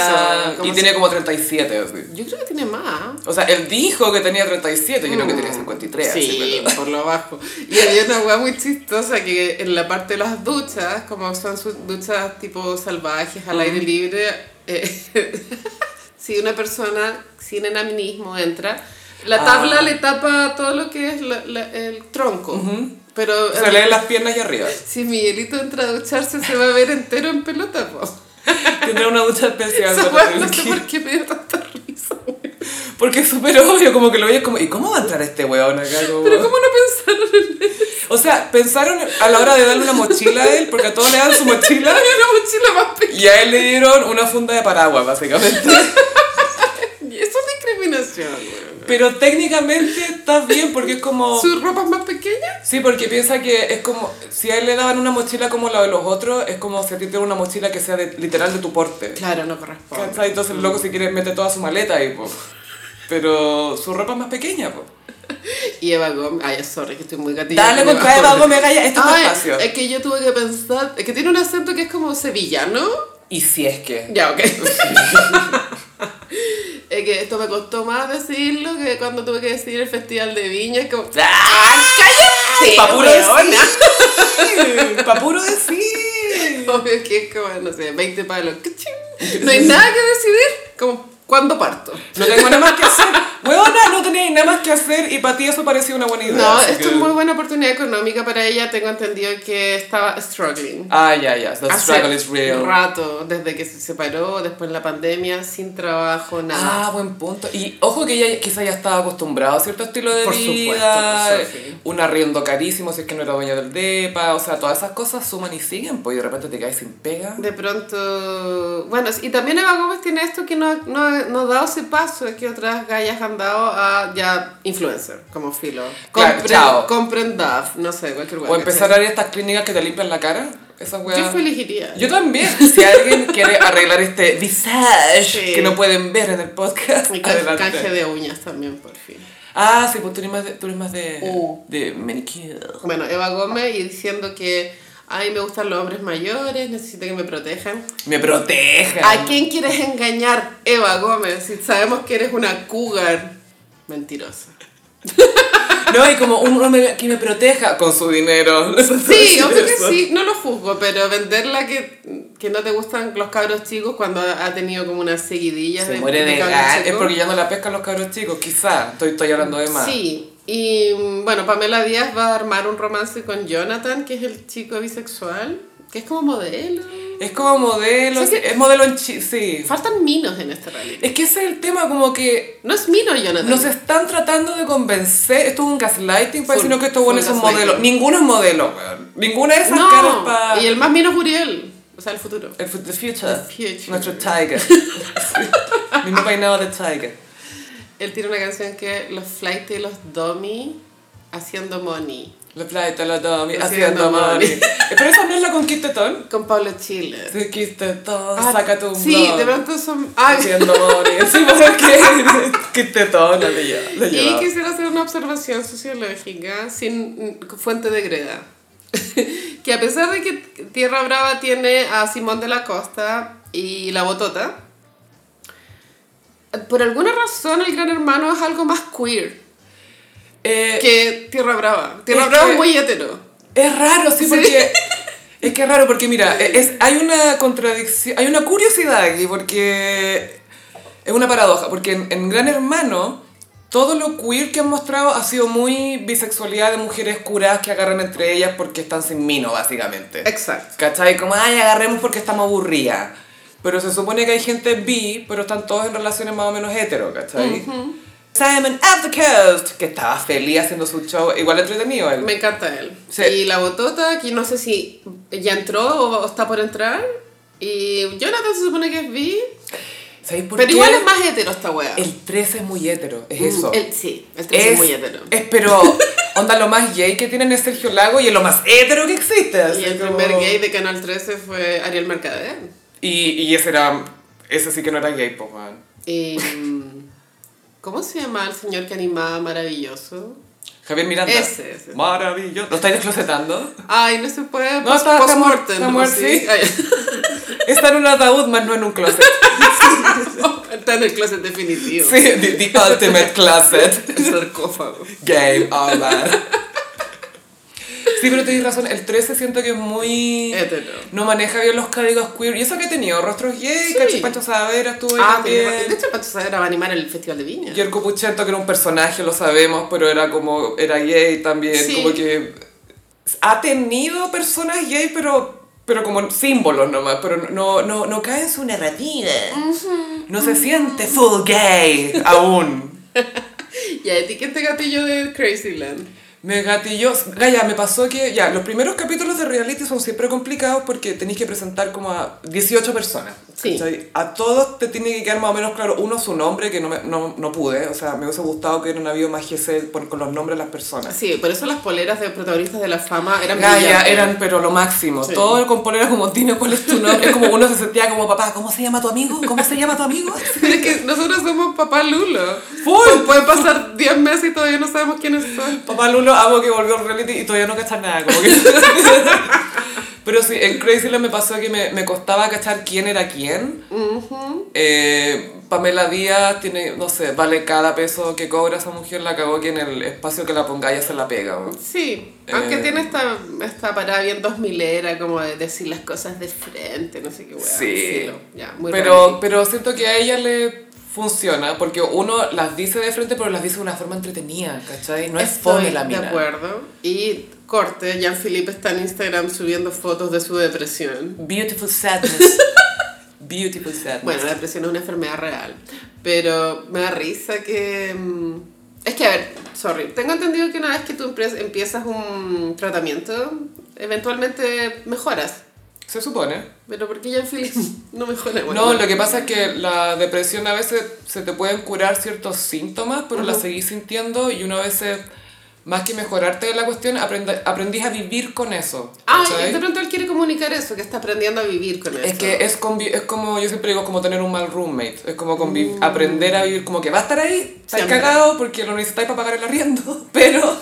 [SPEAKER 2] Eso, como
[SPEAKER 1] y
[SPEAKER 2] si-
[SPEAKER 1] tiene como 37, así.
[SPEAKER 2] yo creo que tiene más.
[SPEAKER 1] O sea, él dijo que tenía 37, yo creo que tenía 53. así,
[SPEAKER 2] Mm. Sí,
[SPEAKER 1] pero-
[SPEAKER 2] por lo bajo. Y había una weá muy chistosa que en la parte de las duchas, como son sus duchas tipo salvajes, al
[SPEAKER 1] Mm.
[SPEAKER 2] aire libre, eh, si una persona sin enanismo entra, la
[SPEAKER 1] Ah.
[SPEAKER 2] tabla le tapa todo lo que es la- la- el tronco. Pero
[SPEAKER 1] Se leen las piernas y arriba.
[SPEAKER 2] si Miguelito entra a ducharse, se va a ver entero en pelota, po.
[SPEAKER 1] Tendrá una ducha especial.
[SPEAKER 2] Esa
[SPEAKER 1] para
[SPEAKER 2] weá no
[SPEAKER 1] tener
[SPEAKER 2] sé
[SPEAKER 1] que-
[SPEAKER 2] por qué me dio tanta risa. weón.
[SPEAKER 1] Porque es súper obvio, como que lo veías como... ¿Y cómo va a entrar este weón acá? Como-
[SPEAKER 2] Pero ¿cómo no pensaron en
[SPEAKER 1] O sea, pensaron a la hora de darle una mochila a él, porque a todos le dan su mochila...
[SPEAKER 2] Había una mochila más pequeña.
[SPEAKER 1] Y a él le dieron una funda de paraguas, básicamente.
[SPEAKER 2] Y Eso es discriminación, weón.
[SPEAKER 1] Pero técnicamente está bien porque es como...
[SPEAKER 2] ¿Su ropa es más pequeña?
[SPEAKER 1] Sí, porque piensa que es como... Si a él le daban una mochila como la de los otros, es como si a ti te dieran una mochila que sea de- literal de tu porte.
[SPEAKER 2] Claro, no corresponde.
[SPEAKER 1] ¿Cachai? Entonces el loco si quiere mete toda su maleta ahí, po. Pero su ropa es más pequeña, po.
[SPEAKER 2] Y Eva Gómez. Ay, sorry, que estoy muy gatilla.
[SPEAKER 1] Dale
[SPEAKER 2] con
[SPEAKER 1] con Eva Gómez Gaya, este es tu
[SPEAKER 2] Ay,
[SPEAKER 1] espacio.
[SPEAKER 2] Es que yo tuve que pensar. Es que tiene un acento que es como sevillano.
[SPEAKER 1] Y si es que...
[SPEAKER 2] Ya, ok. es que esto me costó más decirlo que cuando tuve que decir el festival de viña. Es como.
[SPEAKER 1] ¡Ah, cállate!
[SPEAKER 2] Sí,
[SPEAKER 1] Pa' puro
[SPEAKER 2] weona.
[SPEAKER 1] decir. Pa' puro decir.
[SPEAKER 2] Obvio que es como, no sé, 20 palos. ¡Cachín! No hay nada que decidir. Como, ¿cuándo parto?
[SPEAKER 1] No tengo nada más que hacer. Huevona, no tenía nada más que hacer y para ti eso parecía una buena idea.
[SPEAKER 2] No,
[SPEAKER 1] así
[SPEAKER 2] esto
[SPEAKER 1] que-
[SPEAKER 2] es muy buena oportunidad económica para ella. Tengo entendido que estaba struggling.
[SPEAKER 1] Ah, ya, ya. The
[SPEAKER 2] Hace
[SPEAKER 1] struggle is real.
[SPEAKER 2] rato, desde que se separó, después la pandemia, sin trabajo, nada.
[SPEAKER 1] Ah, buen punto. Y ojo que ella quizá ya estaba acostumbrada a cierto estilo de
[SPEAKER 2] Por
[SPEAKER 1] vida,
[SPEAKER 2] supuesto, por supuesto.
[SPEAKER 1] un arriendo carísimo si es que no era dueña del DEPA, o sea, todas esas cosas suman y siguen, pues y de repente te caes sin pega.
[SPEAKER 2] De pronto, bueno, y también Eva Gómez tiene esto que no, no, no ha dado ese paso que otras gallas han dado a ya influencer, como filo.
[SPEAKER 1] Claro,
[SPEAKER 2] Compren-
[SPEAKER 1] chao.
[SPEAKER 2] compren DAF, no sé, cualquier
[SPEAKER 1] O
[SPEAKER 2] lugar.
[SPEAKER 1] empezar a ir a estas clínicas que te limpian la cara, esas weas.
[SPEAKER 2] Yo elegiría.
[SPEAKER 1] Yo también. Si alguien quiere arreglar este visage
[SPEAKER 2] Sí.
[SPEAKER 1] que no pueden ver en el podcast,
[SPEAKER 2] Y canje,
[SPEAKER 1] adelante.
[SPEAKER 2] canje de uñas también, por fin.
[SPEAKER 1] Ah, sí, pues tú eres más de, tú eres más de,
[SPEAKER 2] Uh.
[SPEAKER 1] de manicure.
[SPEAKER 2] Bueno, Eva Gómez y diciendo que, ay, me gustan los hombres mayores, necesito que me protejan.
[SPEAKER 1] Me protege.
[SPEAKER 2] ¿A quién quieres engañar, Eva Gómez? Si sabemos que eres una cougar mentirosa.
[SPEAKER 1] No, y como un hombre que me proteja con su dinero.
[SPEAKER 2] Sí, obvio que
[SPEAKER 1] Eso.
[SPEAKER 2] sí, no lo juzgo, pero venderla que, que no te gustan los cabros chicos cuando ha ha tenido como unas seguidillas
[SPEAKER 1] Se muere de
[SPEAKER 2] cabros
[SPEAKER 1] gas.
[SPEAKER 2] chicos.
[SPEAKER 1] Es porque ya no la pescan los cabros chicos, quizá. Estoy, estoy hablando de más.
[SPEAKER 2] Sí, y mm, bueno, Pamela Díaz va a armar un romance con Jonathan, que es el chico bisexual, que es como modelo.
[SPEAKER 1] Es como modelo.
[SPEAKER 2] Sí, sí.
[SPEAKER 1] Es modelo en chi- Sí.
[SPEAKER 2] Faltan minos en este reality.
[SPEAKER 1] Es que ese es el tema, como que
[SPEAKER 2] No es mino Jonathan.
[SPEAKER 1] nos están tratando de convencer. Esto es un gaslighting,
[SPEAKER 2] Full,
[SPEAKER 1] para decirnos que estos buenos
[SPEAKER 2] full
[SPEAKER 1] son modelos.
[SPEAKER 2] gaslighting.
[SPEAKER 1] Ninguno es modelo, weón. Ninguna de esas caras
[SPEAKER 2] no,
[SPEAKER 1] para.
[SPEAKER 2] y el más mino es Uriel, o sea, el futuro.
[SPEAKER 1] El fu- the future.
[SPEAKER 2] The future.
[SPEAKER 1] Nuestro Tiger. Sí. Mismo peinado de Tiger.
[SPEAKER 2] Él tiene una canción que los flight y los dummy haciendo money.
[SPEAKER 1] Le plata la domi,
[SPEAKER 2] Haciendo
[SPEAKER 1] haciendo
[SPEAKER 2] money.
[SPEAKER 1] money. Pero esa no es la conquistetón.
[SPEAKER 2] Con Pablo Chile.
[SPEAKER 1] Te quiste todo,
[SPEAKER 2] Ah,
[SPEAKER 1] saca tu
[SPEAKER 2] Sí,
[SPEAKER 1] blog.
[SPEAKER 2] de pronto son. Ah,
[SPEAKER 1] Haciendo money. Sí, ¿por qué? Quiste todo, no le lleva. le
[SPEAKER 2] y
[SPEAKER 1] lleva.
[SPEAKER 2] quisiera hacer una observación sociológica sin mm, fuente de greda. que a pesar de que Tierra Brava tiene a Simón de la Costa y la Botota, por alguna razón el Gran Hermano es algo más queer
[SPEAKER 1] Eh,
[SPEAKER 2] que Tierra Brava. Tierra
[SPEAKER 1] Es
[SPEAKER 2] Brava
[SPEAKER 1] que-
[SPEAKER 2] es muy hetero.
[SPEAKER 1] es raro, sí, porque... Es que es raro, porque mira, e-, es, hay una contradicción, hay una curiosidad aquí, porque es una paradoja, porque en, en Gran Hermano todo lo queer que han mostrado ha sido muy bisexualidad de mujeres curadas que agarran entre ellas porque están sin mino, básicamente.
[SPEAKER 2] Exacto.
[SPEAKER 1] ¿Cachai? Como, ay, agarremos porque estamos aburridas. Pero se supone que hay gente bi, pero están todos en relaciones más o menos hetero, ¿cachai? Simon at the Coast, que estaba feliz haciendo su show, igual entretenido él.
[SPEAKER 2] Me encanta él.
[SPEAKER 1] Sí.
[SPEAKER 2] Y la botota, que no sé si ya entró o está por entrar. Y Jonathan se supone que es bi.
[SPEAKER 1] ¿Sabéis por
[SPEAKER 2] Pero
[SPEAKER 1] qué?
[SPEAKER 2] igual es más hetero esta wea.
[SPEAKER 1] El 13 es muy hetero, es eso.
[SPEAKER 2] Mm, El- sí, el tres es, muy hetero.
[SPEAKER 1] es, pero, onda, lo más gay que tienen es Sergio Lago y es lo más hetero que existe. así
[SPEAKER 2] y el
[SPEAKER 1] como-
[SPEAKER 2] primer gay de Canal 13 fue Ariel Mercader.
[SPEAKER 1] Y, y ese era, ese sí que no era gay, pues, man.
[SPEAKER 2] Y, mm, ¿Cómo se llama el señor que animaba maravilloso?
[SPEAKER 1] Javier Miranda.
[SPEAKER 2] Ese, ese.
[SPEAKER 1] Maravilloso. ¿Lo estáis desclosetando?
[SPEAKER 2] Ay, no se puede.
[SPEAKER 1] No, está- está muerto,
[SPEAKER 2] post-mortem,
[SPEAKER 1] está
[SPEAKER 2] ¿no?
[SPEAKER 1] muerto, sí.
[SPEAKER 2] Ay,
[SPEAKER 1] Está en un ataúd, más no en un closet.
[SPEAKER 2] está en el closet definitivo.
[SPEAKER 1] Sí, the, the ultimate closet.
[SPEAKER 2] El sarcófago.
[SPEAKER 1] Game over. Sí, pero tenéis razón, el 13 siento que es muy...
[SPEAKER 2] Hetero.
[SPEAKER 1] No maneja bien los códigos queer. Y eso que he tenido, rostros gay,
[SPEAKER 2] Sí.
[SPEAKER 1] Cachipacho Saavedra estuvo ahí
[SPEAKER 2] Ah, de
[SPEAKER 1] también.
[SPEAKER 2] hecho, Pacho Saavedra va a animar el Festival de Viña.
[SPEAKER 1] Y el Cupuchento, que era un personaje, lo sabemos, pero era como... Era gay también,
[SPEAKER 2] Sí.
[SPEAKER 1] como que... Ha tenido personas gay, pero... Pero como símbolos nomás, pero no, no, no cae en su narrativa. No se siente full gay aún.
[SPEAKER 2] Y a ti que este gatillo de Crazyland.
[SPEAKER 1] Me gatillo, Gaya, me pasó que ya, los primeros capítulos de reality son siempre complicados porque tenéis que presentar como a 18 personas.
[SPEAKER 2] Sí.
[SPEAKER 1] ¿cachai? A todos te tiene que quedar más o menos claro, uno su nombre, que no, me- no, no pude, o sea, me hubiese gustado que no habido más GC por- con los nombres de las personas.
[SPEAKER 2] Sí, por eso las poleras de protagonistas de la fama eran
[SPEAKER 1] Gaya,
[SPEAKER 2] brillantes.
[SPEAKER 1] eran pero lo máximo.
[SPEAKER 2] Sí.
[SPEAKER 1] Todo el componer como, dime cuál es tu nombre. Es como uno se sentía como, papá, ¿cómo se llama tu amigo? ¿Cómo se llama tu amigo?
[SPEAKER 2] Pero es que nosotros somos papá Lulo.
[SPEAKER 1] Full.
[SPEAKER 2] Pueden pasar 10 meses y todavía no sabemos quiénes son.
[SPEAKER 1] Papá Lulo, amo que volvió al reality y todavía no cachas nada. Como que... Pero sí, en Crazyland me pasó que me, me costaba cachar quién era quién. Eh, Pamela Díaz tiene, no sé, vale cada peso que cobra esa mujer, la cagó que en el espacio que la ponga ya se la pega. weón.
[SPEAKER 2] Sí, aunque
[SPEAKER 1] Eh.
[SPEAKER 2] tiene esta, esta parada bien dos milera, como de decir las cosas de frente, no sé qué weá.
[SPEAKER 1] Sí.
[SPEAKER 2] lo- ya, muy
[SPEAKER 1] Pero,
[SPEAKER 2] reality.
[SPEAKER 1] pero siento que a ella le funciona, porque uno las dice de frente, pero las dice de una forma entretenida, ¿cachai? No es fome la mina.
[SPEAKER 2] De acuerdo. Y corte, Jean-Philippe está en Instagram subiendo fotos de su depresión.
[SPEAKER 1] Beautiful sadness. Beautiful sadness.
[SPEAKER 2] Bueno, la depresión es una enfermedad real, pero me da risa que... mm, Es que, a ver, sorry, tengo entendido que una vez que tú empie- empiezas un tratamiento, eventualmente mejoras.
[SPEAKER 1] Se supone.
[SPEAKER 2] Pero ¿por qué Jean-Philippe no mejora?
[SPEAKER 1] No, lo que pasa es que la depresión a veces se te pueden curar ciertos síntomas, pero la seguís sintiendo y una vez más que mejorarte de la cuestión, aprende- aprendís a vivir con eso.
[SPEAKER 2] Ah,
[SPEAKER 1] ¿cachai?
[SPEAKER 2] de pronto él quiere comunicar eso, que está aprendiendo a vivir con eso.
[SPEAKER 1] Es que es, convi- es como, yo siempre digo, es como tener un mal roommate. Es como convi- aprender a vivir, como que va a estar ahí, estáis
[SPEAKER 2] Siempre.
[SPEAKER 1] cagado porque lo necesitáis para pagar el arriendo, pero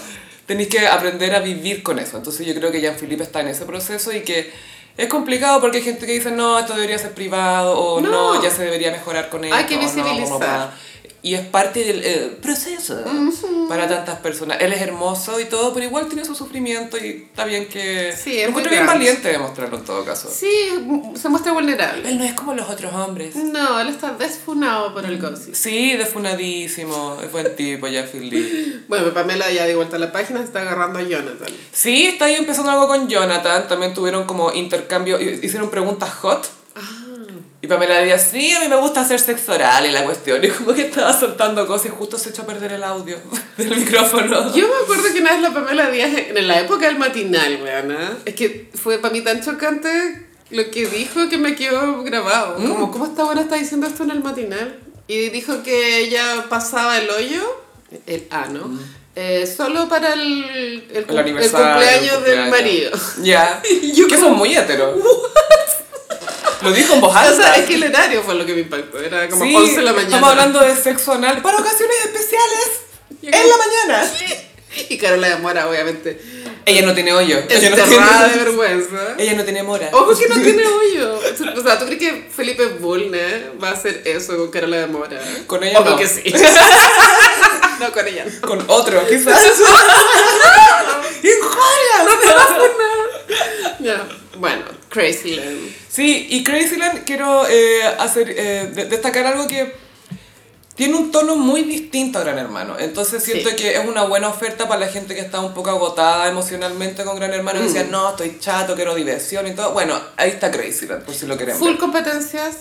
[SPEAKER 1] tenéis que aprender a vivir con eso. Entonces yo creo que Jean-Philippe está en ese proceso y que es complicado porque hay gente que dice, no, esto debería ser privado, o no,
[SPEAKER 2] No.
[SPEAKER 1] ya se debería mejorar con esto.
[SPEAKER 2] Hay que
[SPEAKER 1] o no, como
[SPEAKER 2] visibilizar.
[SPEAKER 1] para- y es parte del eh, proceso para tantas personas. Él es hermoso y todo, pero igual tiene su sufrimiento y está bien que...
[SPEAKER 2] Sí, es
[SPEAKER 1] Lo
[SPEAKER 2] muy
[SPEAKER 1] encuentro bien
[SPEAKER 2] grande.
[SPEAKER 1] valiente de mostrarlo en todo caso.
[SPEAKER 2] Sí, se muestra vulnerable.
[SPEAKER 1] Él no es como los otros hombres.
[SPEAKER 2] No, él está desfunado por el gossip.
[SPEAKER 1] Sí, defunadísimo, es buen tipo, ya Lee.
[SPEAKER 2] Bueno, Pamela ya de vuelta a la página se está agarrando a Jonathan.
[SPEAKER 1] Sí, está ahí empezando algo con Jonathan, también tuvieron como intercambio, hi- hicieron preguntas hot.
[SPEAKER 2] Ah.
[SPEAKER 1] Y Pamela decía, sí, a mí me gusta hacer sexo oral y la cuestión. Y como que estaba soltando cosas y justo se echó a perder el audio del micrófono.
[SPEAKER 2] Yo me acuerdo que una vez la Pamela Díaz, en la época del matinal, weana, es que fue para mí tan chocante lo que dijo que me quedó grabado.
[SPEAKER 1] Mm.
[SPEAKER 2] Como, ¿cómo esta buena está diciendo esto en el matinal? Y dijo que ella pasaba el hoyo, el ano,
[SPEAKER 1] Mm.
[SPEAKER 2] eh, solo para el, el cum- el cumpleaños
[SPEAKER 1] el
[SPEAKER 2] del
[SPEAKER 1] cumpleaños.
[SPEAKER 2] marido.
[SPEAKER 1] Ya.
[SPEAKER 2] yo
[SPEAKER 1] que son muy heteros. Lo dijo en voz alta.
[SPEAKER 2] O sea, es que el horario fue lo que me impactó, era como
[SPEAKER 1] Sí,
[SPEAKER 2] 11 de la mañana.
[SPEAKER 1] Estamos hablando de sexo anal para ocasiones especiales en la mañana.
[SPEAKER 2] Y Carola de Mora, obviamente,
[SPEAKER 1] Ella no tiene hoyo. Ella no
[SPEAKER 2] enterrada de
[SPEAKER 1] tiene,
[SPEAKER 2] vergüenza.
[SPEAKER 1] ella no tiene mora.
[SPEAKER 2] Ojo que no tiene hoyo. O sea, ¿tú crees que Felipe Bulne va a hacer eso con Carola de Mora?
[SPEAKER 1] Con ella
[SPEAKER 2] Obvio
[SPEAKER 1] no.
[SPEAKER 2] que sí. no, con ella no.
[SPEAKER 1] Con otro, quizás. ¡Injurias!
[SPEAKER 2] Ya. Bueno, Crazy Land.
[SPEAKER 1] Sí, y Crazyland quiero eh, hacer, eh, de- destacar algo que tiene un tono muy distinto a Gran Hermano. Entonces siento
[SPEAKER 2] Sí.
[SPEAKER 1] que es una buena oferta para la gente que está un poco agotada emocionalmente con Gran Hermano. Que
[SPEAKER 2] Mm.
[SPEAKER 1] decía, no, estoy chato, quiero diversión y todo. Bueno, ahí está Crazyland, por si lo queremos.
[SPEAKER 2] Full
[SPEAKER 1] ver.
[SPEAKER 2] competencias.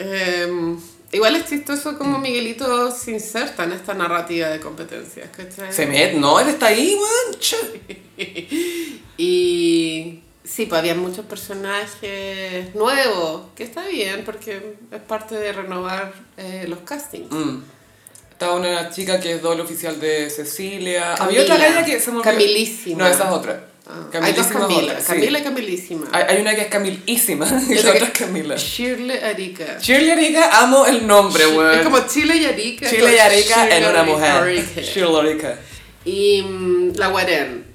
[SPEAKER 2] Eh, igual es chistoso como Miguelito se inserta en esta narrativa de competencias, ¿cachai?
[SPEAKER 1] Se met, no, él está ahí, weón. che.
[SPEAKER 2] Y sí, pues había muchos personajes nuevos, que está bien porque es parte de renovar eh, los castings.
[SPEAKER 1] Mm. Estaba una chica que es doble oficial de Cecilia. Había
[SPEAKER 2] Camila.
[SPEAKER 1] otra galla que se me olvidó.
[SPEAKER 2] Camilísima.
[SPEAKER 1] No, esa es otra.
[SPEAKER 2] Ah, Hay
[SPEAKER 1] Camilísima es
[SPEAKER 2] dos Camila,
[SPEAKER 1] otra, sí.
[SPEAKER 2] Camila y Camilísima.
[SPEAKER 1] Hay, hay una que es Camilísima y
[SPEAKER 2] Yo
[SPEAKER 1] la
[SPEAKER 2] que-
[SPEAKER 1] otra es Camila.
[SPEAKER 2] Shirley Arica.
[SPEAKER 1] Shirley Arica, amo el nombre, weón.
[SPEAKER 2] Es como Chile y Arica.
[SPEAKER 1] Shirley Arica
[SPEAKER 2] Shirley
[SPEAKER 1] en una mujer.
[SPEAKER 2] Arica.
[SPEAKER 1] Shirley Arica.
[SPEAKER 2] Y mm, la Guarén.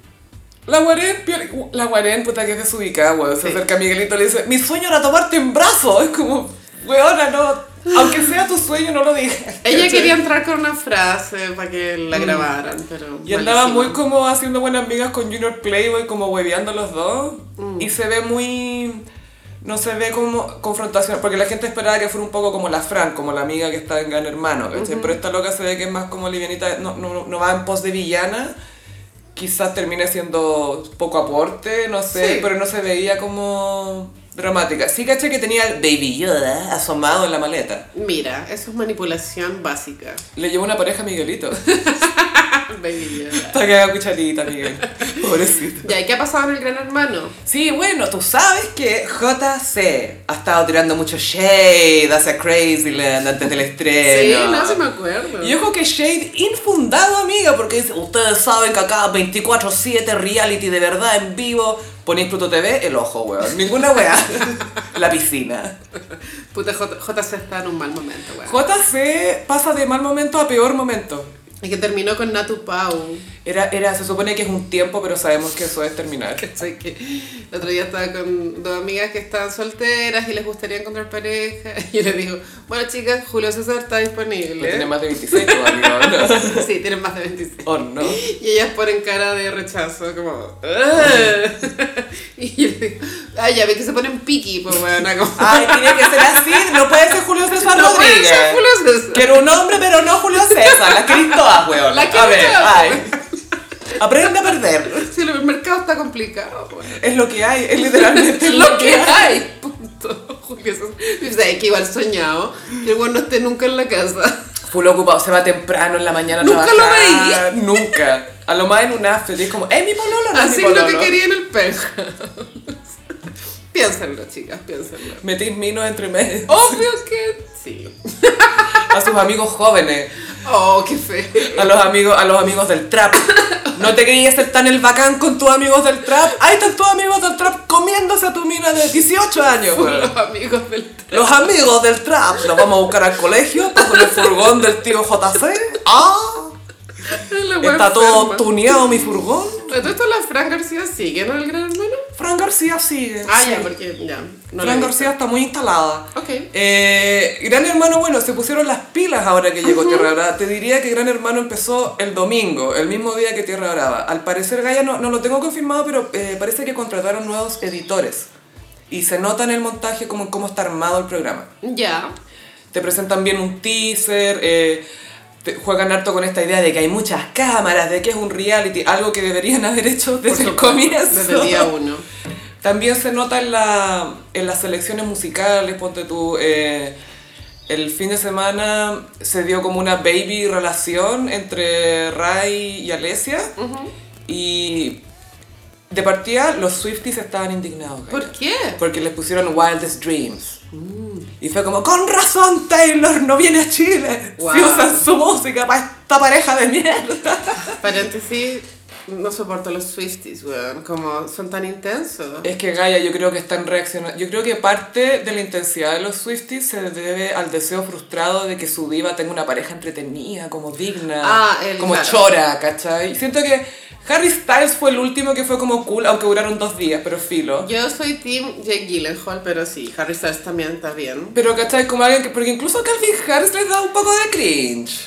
[SPEAKER 1] La Guarén, piola- la Guarén, puta que es desubicada, weón. Se
[SPEAKER 2] Sí.
[SPEAKER 1] acerca a Miguelito y le dice, mi sueño era tomarte en brazos. Es como, weona, no, aunque sea tu sueño, no lo digas.
[SPEAKER 2] Ella
[SPEAKER 1] ¿Cachai?
[SPEAKER 2] quería entrar con una frase para que la grabaran, pero.
[SPEAKER 1] Mm. Y andaba
[SPEAKER 2] malísimo.
[SPEAKER 1] muy como haciendo buenas amigas con Junior Playboy, como hueveando los dos. Y se ve muy... No se ve como confrontación, porque la gente esperaba que fuera un poco como la Fran, como la amiga que está en Gran Hermano, ¿cachai? Pero esta loca se ve que es más como livianita, no, no, no va en pos de villana. Quizás termine siendo poco aporte, no sé,
[SPEAKER 2] Sí.
[SPEAKER 1] pero no se veía como dramática. Sí, caché que tenía al Baby Yoda asomado en la maleta.
[SPEAKER 2] Mira, eso es manipulación básica.
[SPEAKER 1] Le llevó una pareja a Miguelito. Ah,
[SPEAKER 2] Baby Yoda.
[SPEAKER 1] Está que haga cucharita, Miguel. Pobrecito.
[SPEAKER 2] Ya, ¿y qué ha pasado en el Gran Hermano?
[SPEAKER 1] Sí, bueno, tú sabes que JC ha estado tirando mucho shade hacia Crazyland antes del
[SPEAKER 2] Sí,
[SPEAKER 1] estreno.
[SPEAKER 2] no se me acuerdo.
[SPEAKER 1] Y ojo que shade infundado, amiga, porque dice, ustedes saben que acá 24-7 reality de verdad en vivo. Ponéis Pluto TV, el ojo, weón. Ninguna weá. La piscina.
[SPEAKER 2] Puta, J- JC está en un mal momento, weón.
[SPEAKER 1] JC pasa de mal momento a peor momento.
[SPEAKER 2] Es que terminó con Natu Pau.
[SPEAKER 1] Era, era, se supone que es un tiempo, pero sabemos que eso es terminar.
[SPEAKER 2] ¿Cachai? Que el otro día estaba con dos amigas que estaban solteras y les gustaría encontrar pareja. Y yo les digo, bueno chicas, Julio César está
[SPEAKER 1] No
[SPEAKER 2] disponible.
[SPEAKER 1] tiene más de 26 todavía, ¿no?
[SPEAKER 2] sí, tienen más de 26.
[SPEAKER 1] ¿O no?
[SPEAKER 2] Y ellas ponen cara de rechazo, como... "Ugh". y yo les digo, ay, ya ve que se ponen piqui, pues bueno, como...
[SPEAKER 1] Ay, tiene que ser así, no puede ser Julio César
[SPEAKER 2] "No puede
[SPEAKER 1] Rodríguez.
[SPEAKER 2] ser Julio César".
[SPEAKER 1] Quiero un hombre, pero no Julio César. La querís todas, weón.
[SPEAKER 2] La
[SPEAKER 1] a
[SPEAKER 2] quiero
[SPEAKER 1] ver,
[SPEAKER 2] todas.
[SPEAKER 1] ay. Aprende a perder.
[SPEAKER 2] Si el mercado está complicado, pues.
[SPEAKER 1] Es lo que hay, es literalmente
[SPEAKER 2] Es lo que hay. Punto. Julio César. Y, o sea, es que igual soñado que el weón no esté nunca en la casa.
[SPEAKER 1] Fullo ocupado, se va temprano en la mañana a
[SPEAKER 2] Nunca lo
[SPEAKER 1] trabajar. Nunca. A lo más en un after, y es como, es mi pololo, no es mi
[SPEAKER 2] Así es lo que
[SPEAKER 1] pololo.
[SPEAKER 2] quería en el perro. piénsenlo, chicas, piénsenlo.
[SPEAKER 1] Metís minos entre medio
[SPEAKER 2] Obvio que sí.
[SPEAKER 1] a sus amigos jóvenes,
[SPEAKER 2] Oh, qué feo.
[SPEAKER 1] a los amigos, a los amigos del trap. No te querías ser tan el bacán con tus amigos del trap. Ahí están tus amigos del trap comiéndose a tu mina de 18 años. weón.
[SPEAKER 2] Los amigos del
[SPEAKER 1] Los amigos del trap los vamos a buscar al colegio con el furgón del tío JC. Ah,
[SPEAKER 2] la wea
[SPEAKER 1] está todo
[SPEAKER 2] enferma.
[SPEAKER 1] tuneado mi furgón.
[SPEAKER 2] ¿A todo esto la Fran García sigue, ¿no? El gran hermano.
[SPEAKER 1] Fran García sigue.
[SPEAKER 2] Ah,
[SPEAKER 1] sí.
[SPEAKER 2] ya, porque ya. No la he
[SPEAKER 1] Fran
[SPEAKER 2] visto.
[SPEAKER 1] García está muy instalada.
[SPEAKER 2] Ok.
[SPEAKER 1] Eh, Gran Hermano, bueno, se pusieron las pilas ahora que llegó Tierra Brava. Te diría que Gran Hermano empezó el domingo, el mismo día que Tierra Brava. Al parecer, Gaia, no, no lo tengo confirmado, pero eh, parece que contrataron nuevos editores. Y se nota en el montaje como cómo está armado el programa.
[SPEAKER 2] Ya.
[SPEAKER 1] Te presentan bien un teaser, eh, te- juegan harto con esta idea de que hay muchas cámaras, de que es un reality, algo que deberían haber hecho desde el
[SPEAKER 2] supuesto,
[SPEAKER 1] comienzo.
[SPEAKER 2] Desde el día uno.
[SPEAKER 1] También se nota en, la, en las selecciones musicales, ponte tú, eh, el fin de semana se dio como una baby relación entre Ray y Alesia y de partida los Swifties estaban indignados. Gaia,
[SPEAKER 2] ¿Por qué? Mm.
[SPEAKER 1] Porque les pusieron Wildest Dreams. Y fue como, con razón Taylor no viene a Chile. Si
[SPEAKER 2] Wow.
[SPEAKER 1] usan su música para esta pareja de mierda.
[SPEAKER 2] Paréntesis, no soporto los Swifties, weón. Como son tan intensos.
[SPEAKER 1] Es que Gaia, yo creo que están reaccionando. Yo creo que parte de la intensidad de los Swifties se debe al deseo frustrado de que su diva tenga una pareja entretenida, como digna,
[SPEAKER 2] Ah, el-
[SPEAKER 1] como
[SPEAKER 2] claro.
[SPEAKER 1] chora, ¿cachai? Siento que Harry Styles fue el último que fue como cool, aunque duraron dos días, pero filo.
[SPEAKER 2] Yo soy Team Jake Gyllenhaal, pero sí, Harry Styles también está bien.
[SPEAKER 1] Pero, ¿cachai? Como alguien que. Porque incluso a Calvin Harris les da un poco de cringe.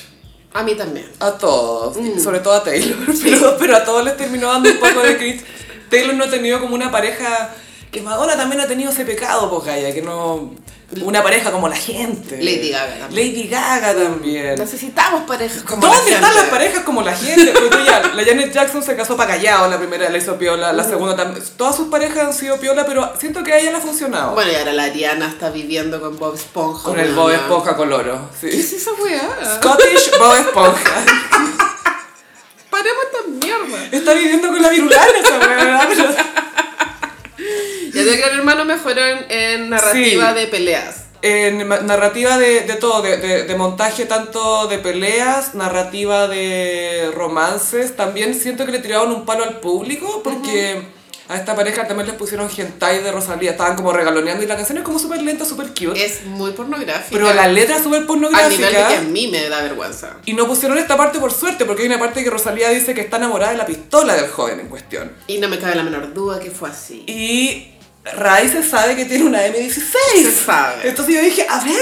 [SPEAKER 2] A mí también.
[SPEAKER 1] A todos,
[SPEAKER 2] Mm.
[SPEAKER 1] sobre todo a Taylor, pero, pero a todos les terminó dando un poco de cringe. Taylor no ha tenido como una pareja, que Madonna también ha tenido ese pecado, pues Gaia, que no... Una pareja como la gente.
[SPEAKER 2] Lady Gaga también.
[SPEAKER 1] Lady Gaga también.
[SPEAKER 2] Necesitamos parejas como
[SPEAKER 1] ¿Dónde
[SPEAKER 2] la
[SPEAKER 1] están
[SPEAKER 2] gente.
[SPEAKER 1] las parejas como la gente? Pues, tú ya, la Janet Jackson se casó para callado, la primera la hizo piola,
[SPEAKER 2] Mm.
[SPEAKER 1] la segunda también. Todas sus parejas han sido piola, pero siento que a ella le ha funcionado.
[SPEAKER 2] Bueno, y ahora la Ariana está viviendo con Bob Esponja.
[SPEAKER 1] Con el
[SPEAKER 2] weona.
[SPEAKER 1] Bob Esponja coloro.
[SPEAKER 2] ¿Qué
[SPEAKER 1] Sí.
[SPEAKER 2] es esa weá?
[SPEAKER 1] Scottish Bob Esponja.
[SPEAKER 2] Paremos esta mierda.
[SPEAKER 1] Está viviendo con la virulana esa wea, ¿verdad? Pero-
[SPEAKER 2] Ya de Gran Hermano mejoró en, en narrativa
[SPEAKER 1] Sí.
[SPEAKER 2] de peleas.
[SPEAKER 1] En ma- narrativa de, de todo, de, de- de montaje tanto de peleas, narrativa de romances. También siento que le tiraron un palo al público porque a esta pareja también les pusieron hentai de Rosalía. Estaban como regaloneando y la canción es como súper lenta, súper cute.
[SPEAKER 2] Es muy pornográfica.
[SPEAKER 1] pero la letra es súper
[SPEAKER 2] Al nivel de que a
[SPEAKER 1] pornográfica.
[SPEAKER 2] mí me da vergüenza.
[SPEAKER 1] Y no pusieron esta parte por suerte porque hay una parte que Rosalía dice que está enamorada de la pistola del joven en cuestión.
[SPEAKER 2] Y no me cabe la menor duda que fue así.
[SPEAKER 1] Y Rai se sabe que tiene una M16.
[SPEAKER 2] Se sabe.
[SPEAKER 1] Entonces yo dije, a ver,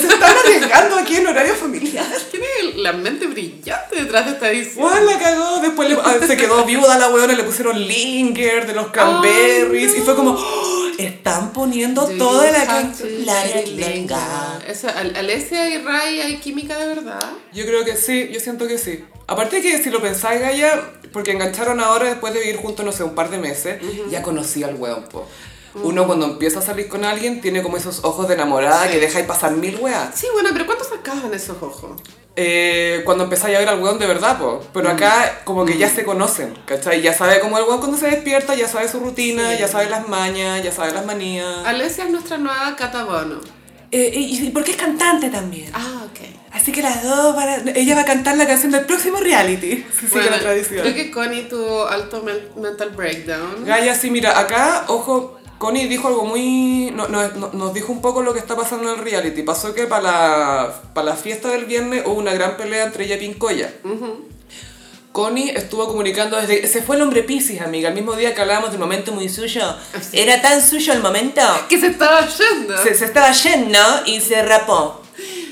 [SPEAKER 1] se están arriesgando aquí en horario familiar.
[SPEAKER 2] Tiene la mente brillante detrás de esta edición.
[SPEAKER 1] Juan la cagó, después le- ah, se quedó viuda la weona, le pusieron linger de los cranberries
[SPEAKER 2] Ay, no.
[SPEAKER 1] y fue como, ¡oh! están poniendo
[SPEAKER 2] Do
[SPEAKER 1] toda
[SPEAKER 2] you
[SPEAKER 1] la
[SPEAKER 2] have
[SPEAKER 1] can-
[SPEAKER 2] to
[SPEAKER 1] la
[SPEAKER 2] let it
[SPEAKER 1] lenga.
[SPEAKER 2] linger? Eso, Al- Alesia y Ray hay química de verdad.
[SPEAKER 1] Yo creo que sí, yo siento que sí. Aparte que si lo pensáis, Gaya, porque engancharon ahora después de vivir juntos, no sé, un par de meses, ya conocí al weón, po.
[SPEAKER 2] Mm.
[SPEAKER 1] Uno cuando empieza a salir con alguien tiene como esos ojos de enamorada
[SPEAKER 2] Sí.
[SPEAKER 1] que dejáis pasar mil weas.
[SPEAKER 2] Sí, bueno, pero ¿cuánto sacaban esos ojos?
[SPEAKER 1] Eh, cuando empezáis a ver al weón de verdad, po. pero acá como que ya se conocen, ¿cachai? Ya sabe cómo el weón cuando se despierta, ya sabe su rutina,
[SPEAKER 2] Sí.
[SPEAKER 1] ya sabe las mañas, ya sabe las manías.
[SPEAKER 2] Alesia es nuestra nueva catabono.
[SPEAKER 1] Ah, eh, y, porque es cantante también.
[SPEAKER 2] Ah, ok.
[SPEAKER 1] Así que las dos van a- ella va a cantar la canción del próximo reality. Sí,
[SPEAKER 2] Bueno,
[SPEAKER 1] la tradición.
[SPEAKER 2] Creo que Connie tuvo alto men- mental breakdown.
[SPEAKER 1] Gaya, sí, mira, acá, ojo, Connie dijo algo muy... no- no- no- nos dijo un poco lo que está pasando en el reality. Pasó que para la, para la fiesta del viernes hubo una gran pelea entre ella y Pincoya. Connie estuvo comunicando desde... Se fue el hombre Pisces, amiga, el mismo día que hablábamos de un momento muy suyo.
[SPEAKER 2] Ah,
[SPEAKER 1] Era tan suyo el momento.
[SPEAKER 2] Que se estaba yendo.
[SPEAKER 1] Se, se estaba yendo y se rapó.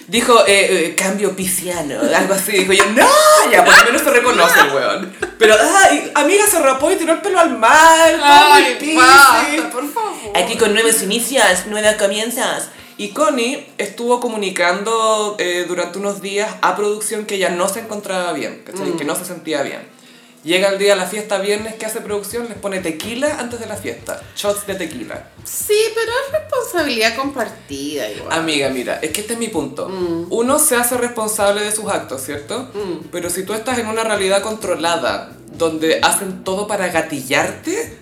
[SPEAKER 1] Dijo, eh, eh, cambio pisciano, algo así. Dijo yo, no, ya, por lo menos se reconoce el weón. Pero, ay, amiga, se rapó y tiró el pelo al mar.
[SPEAKER 2] Ay,
[SPEAKER 1] pobre
[SPEAKER 2] basta,
[SPEAKER 1] Piscis.
[SPEAKER 2] por favor.
[SPEAKER 1] Aquí con nuevos inicios, nuevas comienzas. Y Connie estuvo comunicando eh, durante unos días a producción que ella no se encontraba bien, ¿cachai? que no se sentía bien. Llega el día de la fiesta viernes, que hace producción? Les pone tequila antes de la fiesta, shots de tequila.
[SPEAKER 2] Sí, pero es responsabilidad compartida igual.
[SPEAKER 1] Amiga, mira, es que este es mi punto. Uno se hace responsable de sus actos, ¿cierto? Pero si tú estás en una realidad controlada, donde hacen todo para gatillarte,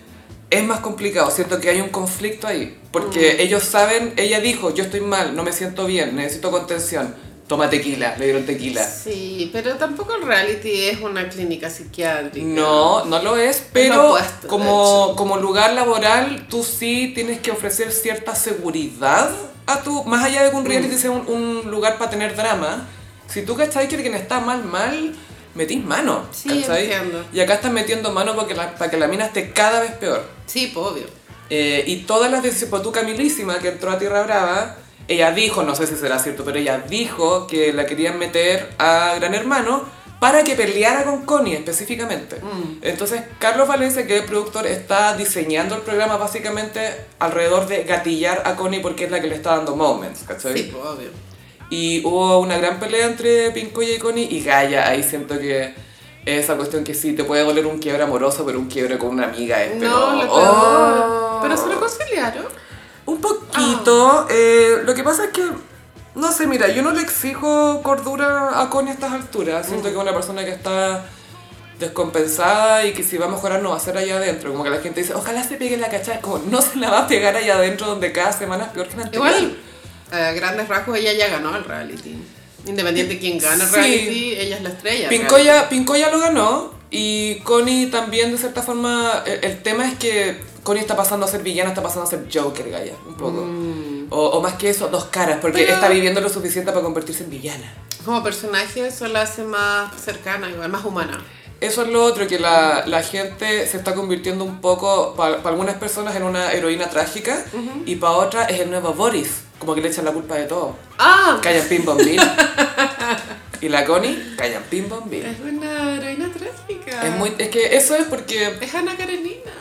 [SPEAKER 1] es más complicado. Siento que hay un conflicto ahí. Porque ellos saben, ella dijo, yo estoy mal, no me siento bien, necesito contención. Toma tequila, le dieron tequila.
[SPEAKER 2] Sí, pero tampoco el reality es una clínica psiquiátrica.
[SPEAKER 1] No, no lo es, pero
[SPEAKER 2] lo opuesto, de
[SPEAKER 1] como, como lugar laboral tú sí tienes que ofrecer cierta seguridad a tu, más allá de que un
[SPEAKER 2] Mm.
[SPEAKER 1] reality sea un, un lugar para tener drama, si tú cachai que quien está mal, mal, metís mano,
[SPEAKER 2] Sí,
[SPEAKER 1] ¿cachai?
[SPEAKER 2] entiendo.
[SPEAKER 1] Y acá estás metiendo mano para que la, para que la mina esté cada vez peor.
[SPEAKER 2] Sí, pues, obvio.
[SPEAKER 1] Eh, y todas las decisiones, por tu Camilísima que entró a Tierra Brava, ella dijo, no sé si será cierto, pero ella dijo que la querían meter a Gran Hermano para que peleara con Connie específicamente.
[SPEAKER 2] Mm.
[SPEAKER 1] Entonces, Carlos Valencia, que es el productor, está diseñando el programa básicamente alrededor de gatillar a Connie porque es la que le está dando moments, ¿cachai?
[SPEAKER 2] Sí, pues, obvio.
[SPEAKER 1] Y hubo una gran pelea entre Pincoya y Connie y Gaia. Ahí siento que esa cuestión que sí, te puede doler un quiebre amoroso, pero un quiebre con una amiga es pero...
[SPEAKER 2] No, lo
[SPEAKER 1] ¡Oh!
[SPEAKER 2] peor. Pero se lo conciliaron.
[SPEAKER 1] Un
[SPEAKER 2] Ah.
[SPEAKER 1] poquito. eh, lo que pasa es que, no sé, mira, yo no le exijo cordura a Connie a estas alturas. Siento que es una persona que está descompensada y que si va a mejorar no va a ser allá adentro. Como que la gente dice, ojalá se pegue la cachada. Como no se la va a pegar allá adentro donde cada semana es peor que la anterior.
[SPEAKER 2] Igual, a grandes rasgos, ella ya ganó el reality. Independiente de quién gana el
[SPEAKER 1] Sí.
[SPEAKER 2] reality, ella es la estrella. del reality.
[SPEAKER 1] Pincoya, Pincoya lo ganó y Connie también de cierta forma, el, el tema es que Connie está pasando a ser villana, está pasando a ser Joker, Gaia, un poco. O, o más que eso, dos caras, porque
[SPEAKER 2] Mm. Pero-
[SPEAKER 1] está viviendo lo suficiente para convertirse en villana.
[SPEAKER 2] Como personaje, eso la hace más cercana, igual, más humana.
[SPEAKER 1] Eso es lo otro, que la, la gente se está convirtiendo un poco, para algunas personas, en una heroína trágica y para otras es el nuevo Boris, como que le echan la culpa de todo.
[SPEAKER 2] ¡Ah!
[SPEAKER 1] Callan pin bombil. y la Connie, callan pin bombil.
[SPEAKER 2] Es una heroína trágica.
[SPEAKER 1] Es, muy, es que eso es porque
[SPEAKER 2] Es Ana Karenina.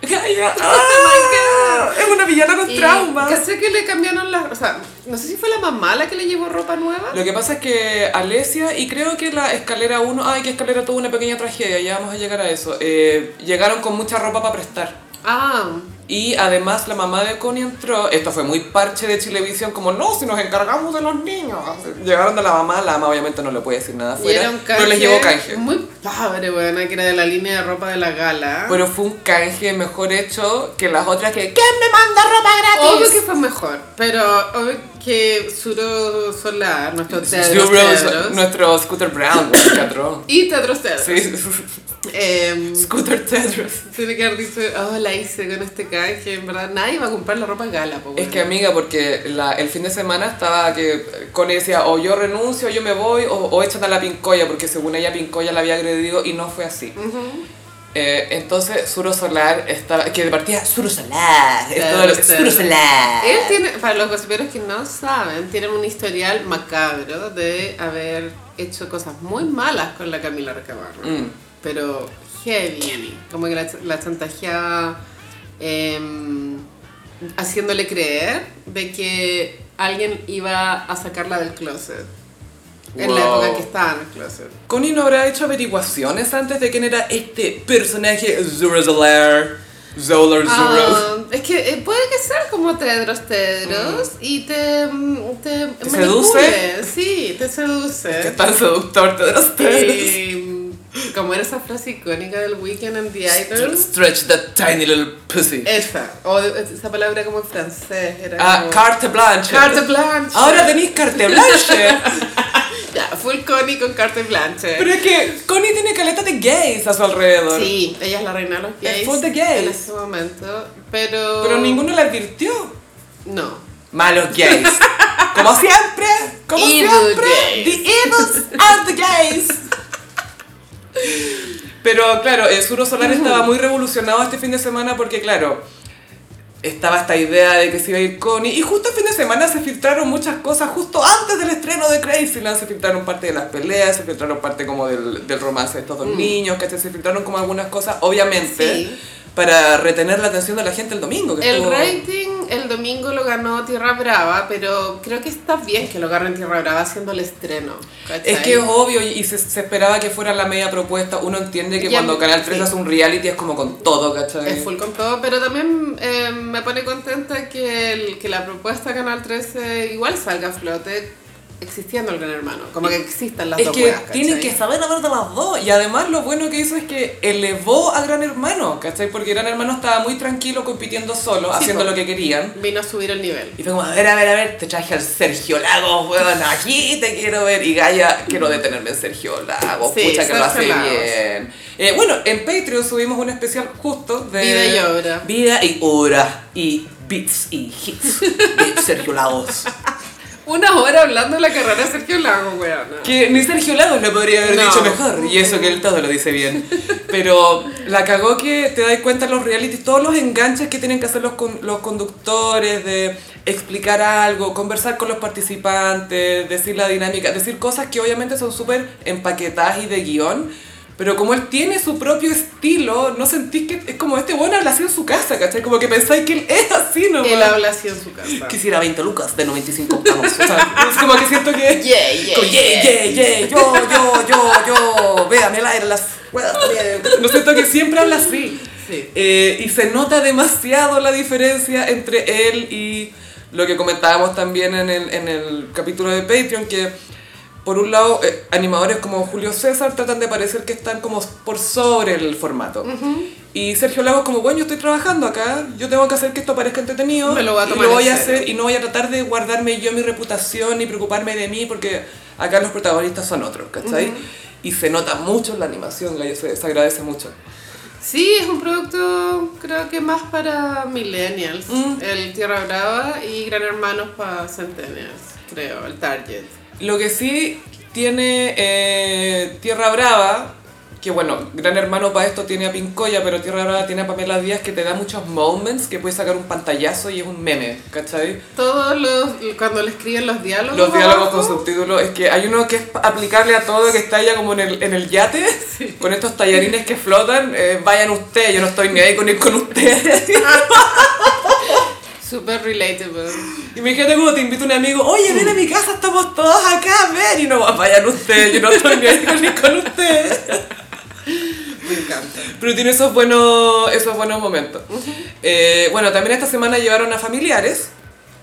[SPEAKER 1] Gaia, ¡ah! Es una villana con
[SPEAKER 2] Y
[SPEAKER 1] trauma.
[SPEAKER 2] Que sé que le cambiaron las. O sea, no sé si fue la mamá la que le llevó ropa nueva.
[SPEAKER 1] Lo que pasa es que Alesia y creo que la escalera 1, ay, que escalera tuvo una pequeña tragedia, ya vamos a llegar a eso. Eh, llegaron con mucha ropa para prestar.
[SPEAKER 2] Ah,
[SPEAKER 1] Y además la mamá de Connie entró, esto fue muy parche de Chilevisión, como no, si nos encargamos de los niños. Llegaron de la mamá, la mamá obviamente no le puede decir nada
[SPEAKER 2] y era
[SPEAKER 1] afuera,
[SPEAKER 2] un canje.
[SPEAKER 1] pero les llevó canje.
[SPEAKER 2] Muy padre, buena, que era de la línea de ropa de la gala.
[SPEAKER 1] Pero fue un canje mejor hecho que las otras que, ¿quién me manda ropa gratis?
[SPEAKER 2] Obvio que fue mejor, pero obvio que Suro Solar, nuestro teatro.
[SPEAKER 1] Yo, bro, nuestro Scooter Brown, catrón.
[SPEAKER 2] y Teatro Cedros.
[SPEAKER 1] Sí,
[SPEAKER 2] Em,
[SPEAKER 1] Scooter Tedros.
[SPEAKER 2] tiene que haber dicho, oh, la hice con este canje. En verdad, nadie va a comprar la ropa gala. po,
[SPEAKER 1] Es
[SPEAKER 2] weona.
[SPEAKER 1] que amiga, porque la- el fin de semana estaba que Connie decía o yo renuncio, o yo me voy, o, o echan a la pincoya, porque según ella pincoya la había agredido y no fue así. Eh, entonces Suro Solar estaba, que de partida Suro Solar, es
[SPEAKER 2] Claro,
[SPEAKER 1] todo lo-
[SPEAKER 2] claro. ¿Eh?
[SPEAKER 1] Suro Solar.
[SPEAKER 2] Él tiene, para los gossiperos que no saben, tienen un historial macabro de haber hecho cosas muy malas con la Camila Recabarro.
[SPEAKER 1] Mm.
[SPEAKER 2] Pero heavy, como que la, la chantajeaba em, haciéndole creer de que alguien iba a sacarla del closet. En la
[SPEAKER 1] Wow.
[SPEAKER 2] época en que estaba en el closet.
[SPEAKER 1] Connie no habrá hecho averiguaciones antes de quién era este personaje Suro Solar, Solar Suro.
[SPEAKER 2] Ah, es que eh, puede que sea como Tedros Tedros y te, mm, te,
[SPEAKER 1] ¿Te
[SPEAKER 2] manipule. Sí, te seduce.
[SPEAKER 1] Que es tan seductor de los tres.
[SPEAKER 2] Y, como era esa frase icónica del Weekend and the Idol.
[SPEAKER 1] Stretch that tiny little pussy.
[SPEAKER 2] Esa, o de- esa palabra como en francés. Era
[SPEAKER 1] Ah,
[SPEAKER 2] como-
[SPEAKER 1] carte blanche.
[SPEAKER 2] Carte blanche.
[SPEAKER 1] Ahora tenéis carte blanche.
[SPEAKER 2] Ya, full Connie con Carter Blanchett.
[SPEAKER 1] Pero es que Connie tiene caleta de gays a su alrededor.
[SPEAKER 2] Sí, ella es la reina de los gays.
[SPEAKER 1] full de gays.
[SPEAKER 2] En ese momento. Pero.
[SPEAKER 1] Pero ninguno la advirtió.
[SPEAKER 2] No.
[SPEAKER 1] Malos gays. Como siempre, como
[SPEAKER 2] Evil
[SPEAKER 1] siempre.
[SPEAKER 2] gays.
[SPEAKER 1] The evils are the gays. Pero claro, el Suro Solar estaba muy revolucionado este fin de semana porque claro, estaba esta idea de que se iba a ir Connie y justo el fin de semana se filtraron muchas cosas, justo antes del estreno de Crazyland se filtraron parte de las peleas, se filtraron parte como del, del romance de estos dos niños, que se filtraron como algunas cosas, obviamente,
[SPEAKER 2] Sí.
[SPEAKER 1] para retener la atención de la gente el domingo. Que
[SPEAKER 2] El
[SPEAKER 1] estuvo-
[SPEAKER 2] rating el domingo lo ganó Tierra Brava, pero creo que está bien que lo agarren Tierra Brava haciendo el estreno. ¿cachai?
[SPEAKER 1] Es que es obvio y y se, se esperaba que fuera la media propuesta. Uno entiende que
[SPEAKER 2] Ya,
[SPEAKER 1] cuando Canal 3
[SPEAKER 2] sí.
[SPEAKER 1] hace un reality es como con todo, ¿cachai?
[SPEAKER 2] Es full con todo, pero también eh, me pone contenta que, el- que la propuesta de Canal 13 igual salga a flote existiendo el Gran Hermano. Como que existan las
[SPEAKER 1] Es
[SPEAKER 2] dos
[SPEAKER 1] que
[SPEAKER 2] weas, ¿cachai?
[SPEAKER 1] tienen que saber hablar de las dos. Y además lo bueno que hizo es que elevó a Gran Hermano, ¿cachai? Porque Gran Hermano estaba muy tranquilo compitiendo solo,
[SPEAKER 2] Sí,
[SPEAKER 1] haciendo
[SPEAKER 2] po.
[SPEAKER 1] lo que querían.
[SPEAKER 2] Vino a subir el nivel.
[SPEAKER 1] Y fue como, a ver, a ver, a ver, te traje al Sergio Lagos, weón, aquí te quiero ver. Y Gaia, quiero detenerme en Sergio Lagos,
[SPEAKER 2] Sí,
[SPEAKER 1] pucha que lo hace
[SPEAKER 2] Sergio Lagos.
[SPEAKER 1] bien. Eh, bueno, en Patreon subimos un especial justo de...
[SPEAKER 2] Vida y obra.
[SPEAKER 1] Vida y obra, y beats y hits de Sergio Lagos.
[SPEAKER 2] Una hora hablando de la carrera de Sergio Lago, weona.
[SPEAKER 1] Que ni Sergio Lagos lo podría haber
[SPEAKER 2] No.
[SPEAKER 1] dicho mejor, y eso que él todo lo dice bien. Pero la cagó que te das cuenta en los realities, todos los enganches que tienen que hacer los, con- los conductores, de explicar algo, conversar con los participantes, decir la dinámica, decir cosas que obviamente son súper empaquetadas y de guión. Pero como él tiene su propio estilo, no sentís que es como este bueno habla así en su casa, ¿cachai? Como que pensáis que él es así, ¿no?
[SPEAKER 2] Él habla así en su casa.
[SPEAKER 1] Quisiera 20 lucas de 95 octavos. O sea, es como que siento que...
[SPEAKER 2] Yeah, yeah,
[SPEAKER 1] Como, yeah, yeah, yeah, yo, yo, yo, yo, véame el aire, las ruedas, No siento que siempre habla así.
[SPEAKER 2] Sí.
[SPEAKER 1] Eh, y se nota demasiado la diferencia entre él y lo que comentábamos también en el, en el capítulo de Patreon, que por un lado eh, animadores como Julio César tratan de parecer que están como por sobre el formato. Y Sergio Lagos como, bueno, yo estoy trabajando acá, yo tengo que hacer que esto parezca entretenido,
[SPEAKER 2] Me lo voy a
[SPEAKER 1] y
[SPEAKER 2] tomar en
[SPEAKER 1] voy a
[SPEAKER 2] serio.
[SPEAKER 1] hacer y no voy a tratar de guardarme yo mi reputación ni preocuparme de mí porque acá los protagonistas son otros, ¿cachai? Y se nota mucho en la animación, gallo, se, se agradece mucho.
[SPEAKER 2] Sí, es un producto creo que más para millennials.
[SPEAKER 1] Mm.
[SPEAKER 2] El Tierra Brava y Gran Hermanos para centennials, creo, el target.
[SPEAKER 1] Lo que sí tiene eh, Tierra Brava, que bueno, Gran Hermano para esto tiene a Pincoya, pero Tierra Brava tiene a Pamela Díaz que te da muchos moments que puedes sacar un pantallazo y es un meme, ¿cachai?
[SPEAKER 2] Todos los, cuando le escriben los diálogos.
[SPEAKER 1] Los diálogos
[SPEAKER 2] abajo,
[SPEAKER 1] con subtítulos, es que hay uno que es aplicable a todo, que está allá como en el, en el yate, con estos tallarines que flotan, eh, vayan ustedes, yo no estoy ni ahí con ir con ustedes.
[SPEAKER 2] Súper relatable.
[SPEAKER 1] Y me dijiste como te invita un amigo, oye, ven a mi casa, estamos todos acá, ven, y no vayan ustedes, yo no estoy ni ahí con ir con ustedes.
[SPEAKER 2] Me encanta.
[SPEAKER 1] Pero tiene esos buenos, esos buenos momentos. Eh, bueno, también esta semana llevaron a familiares,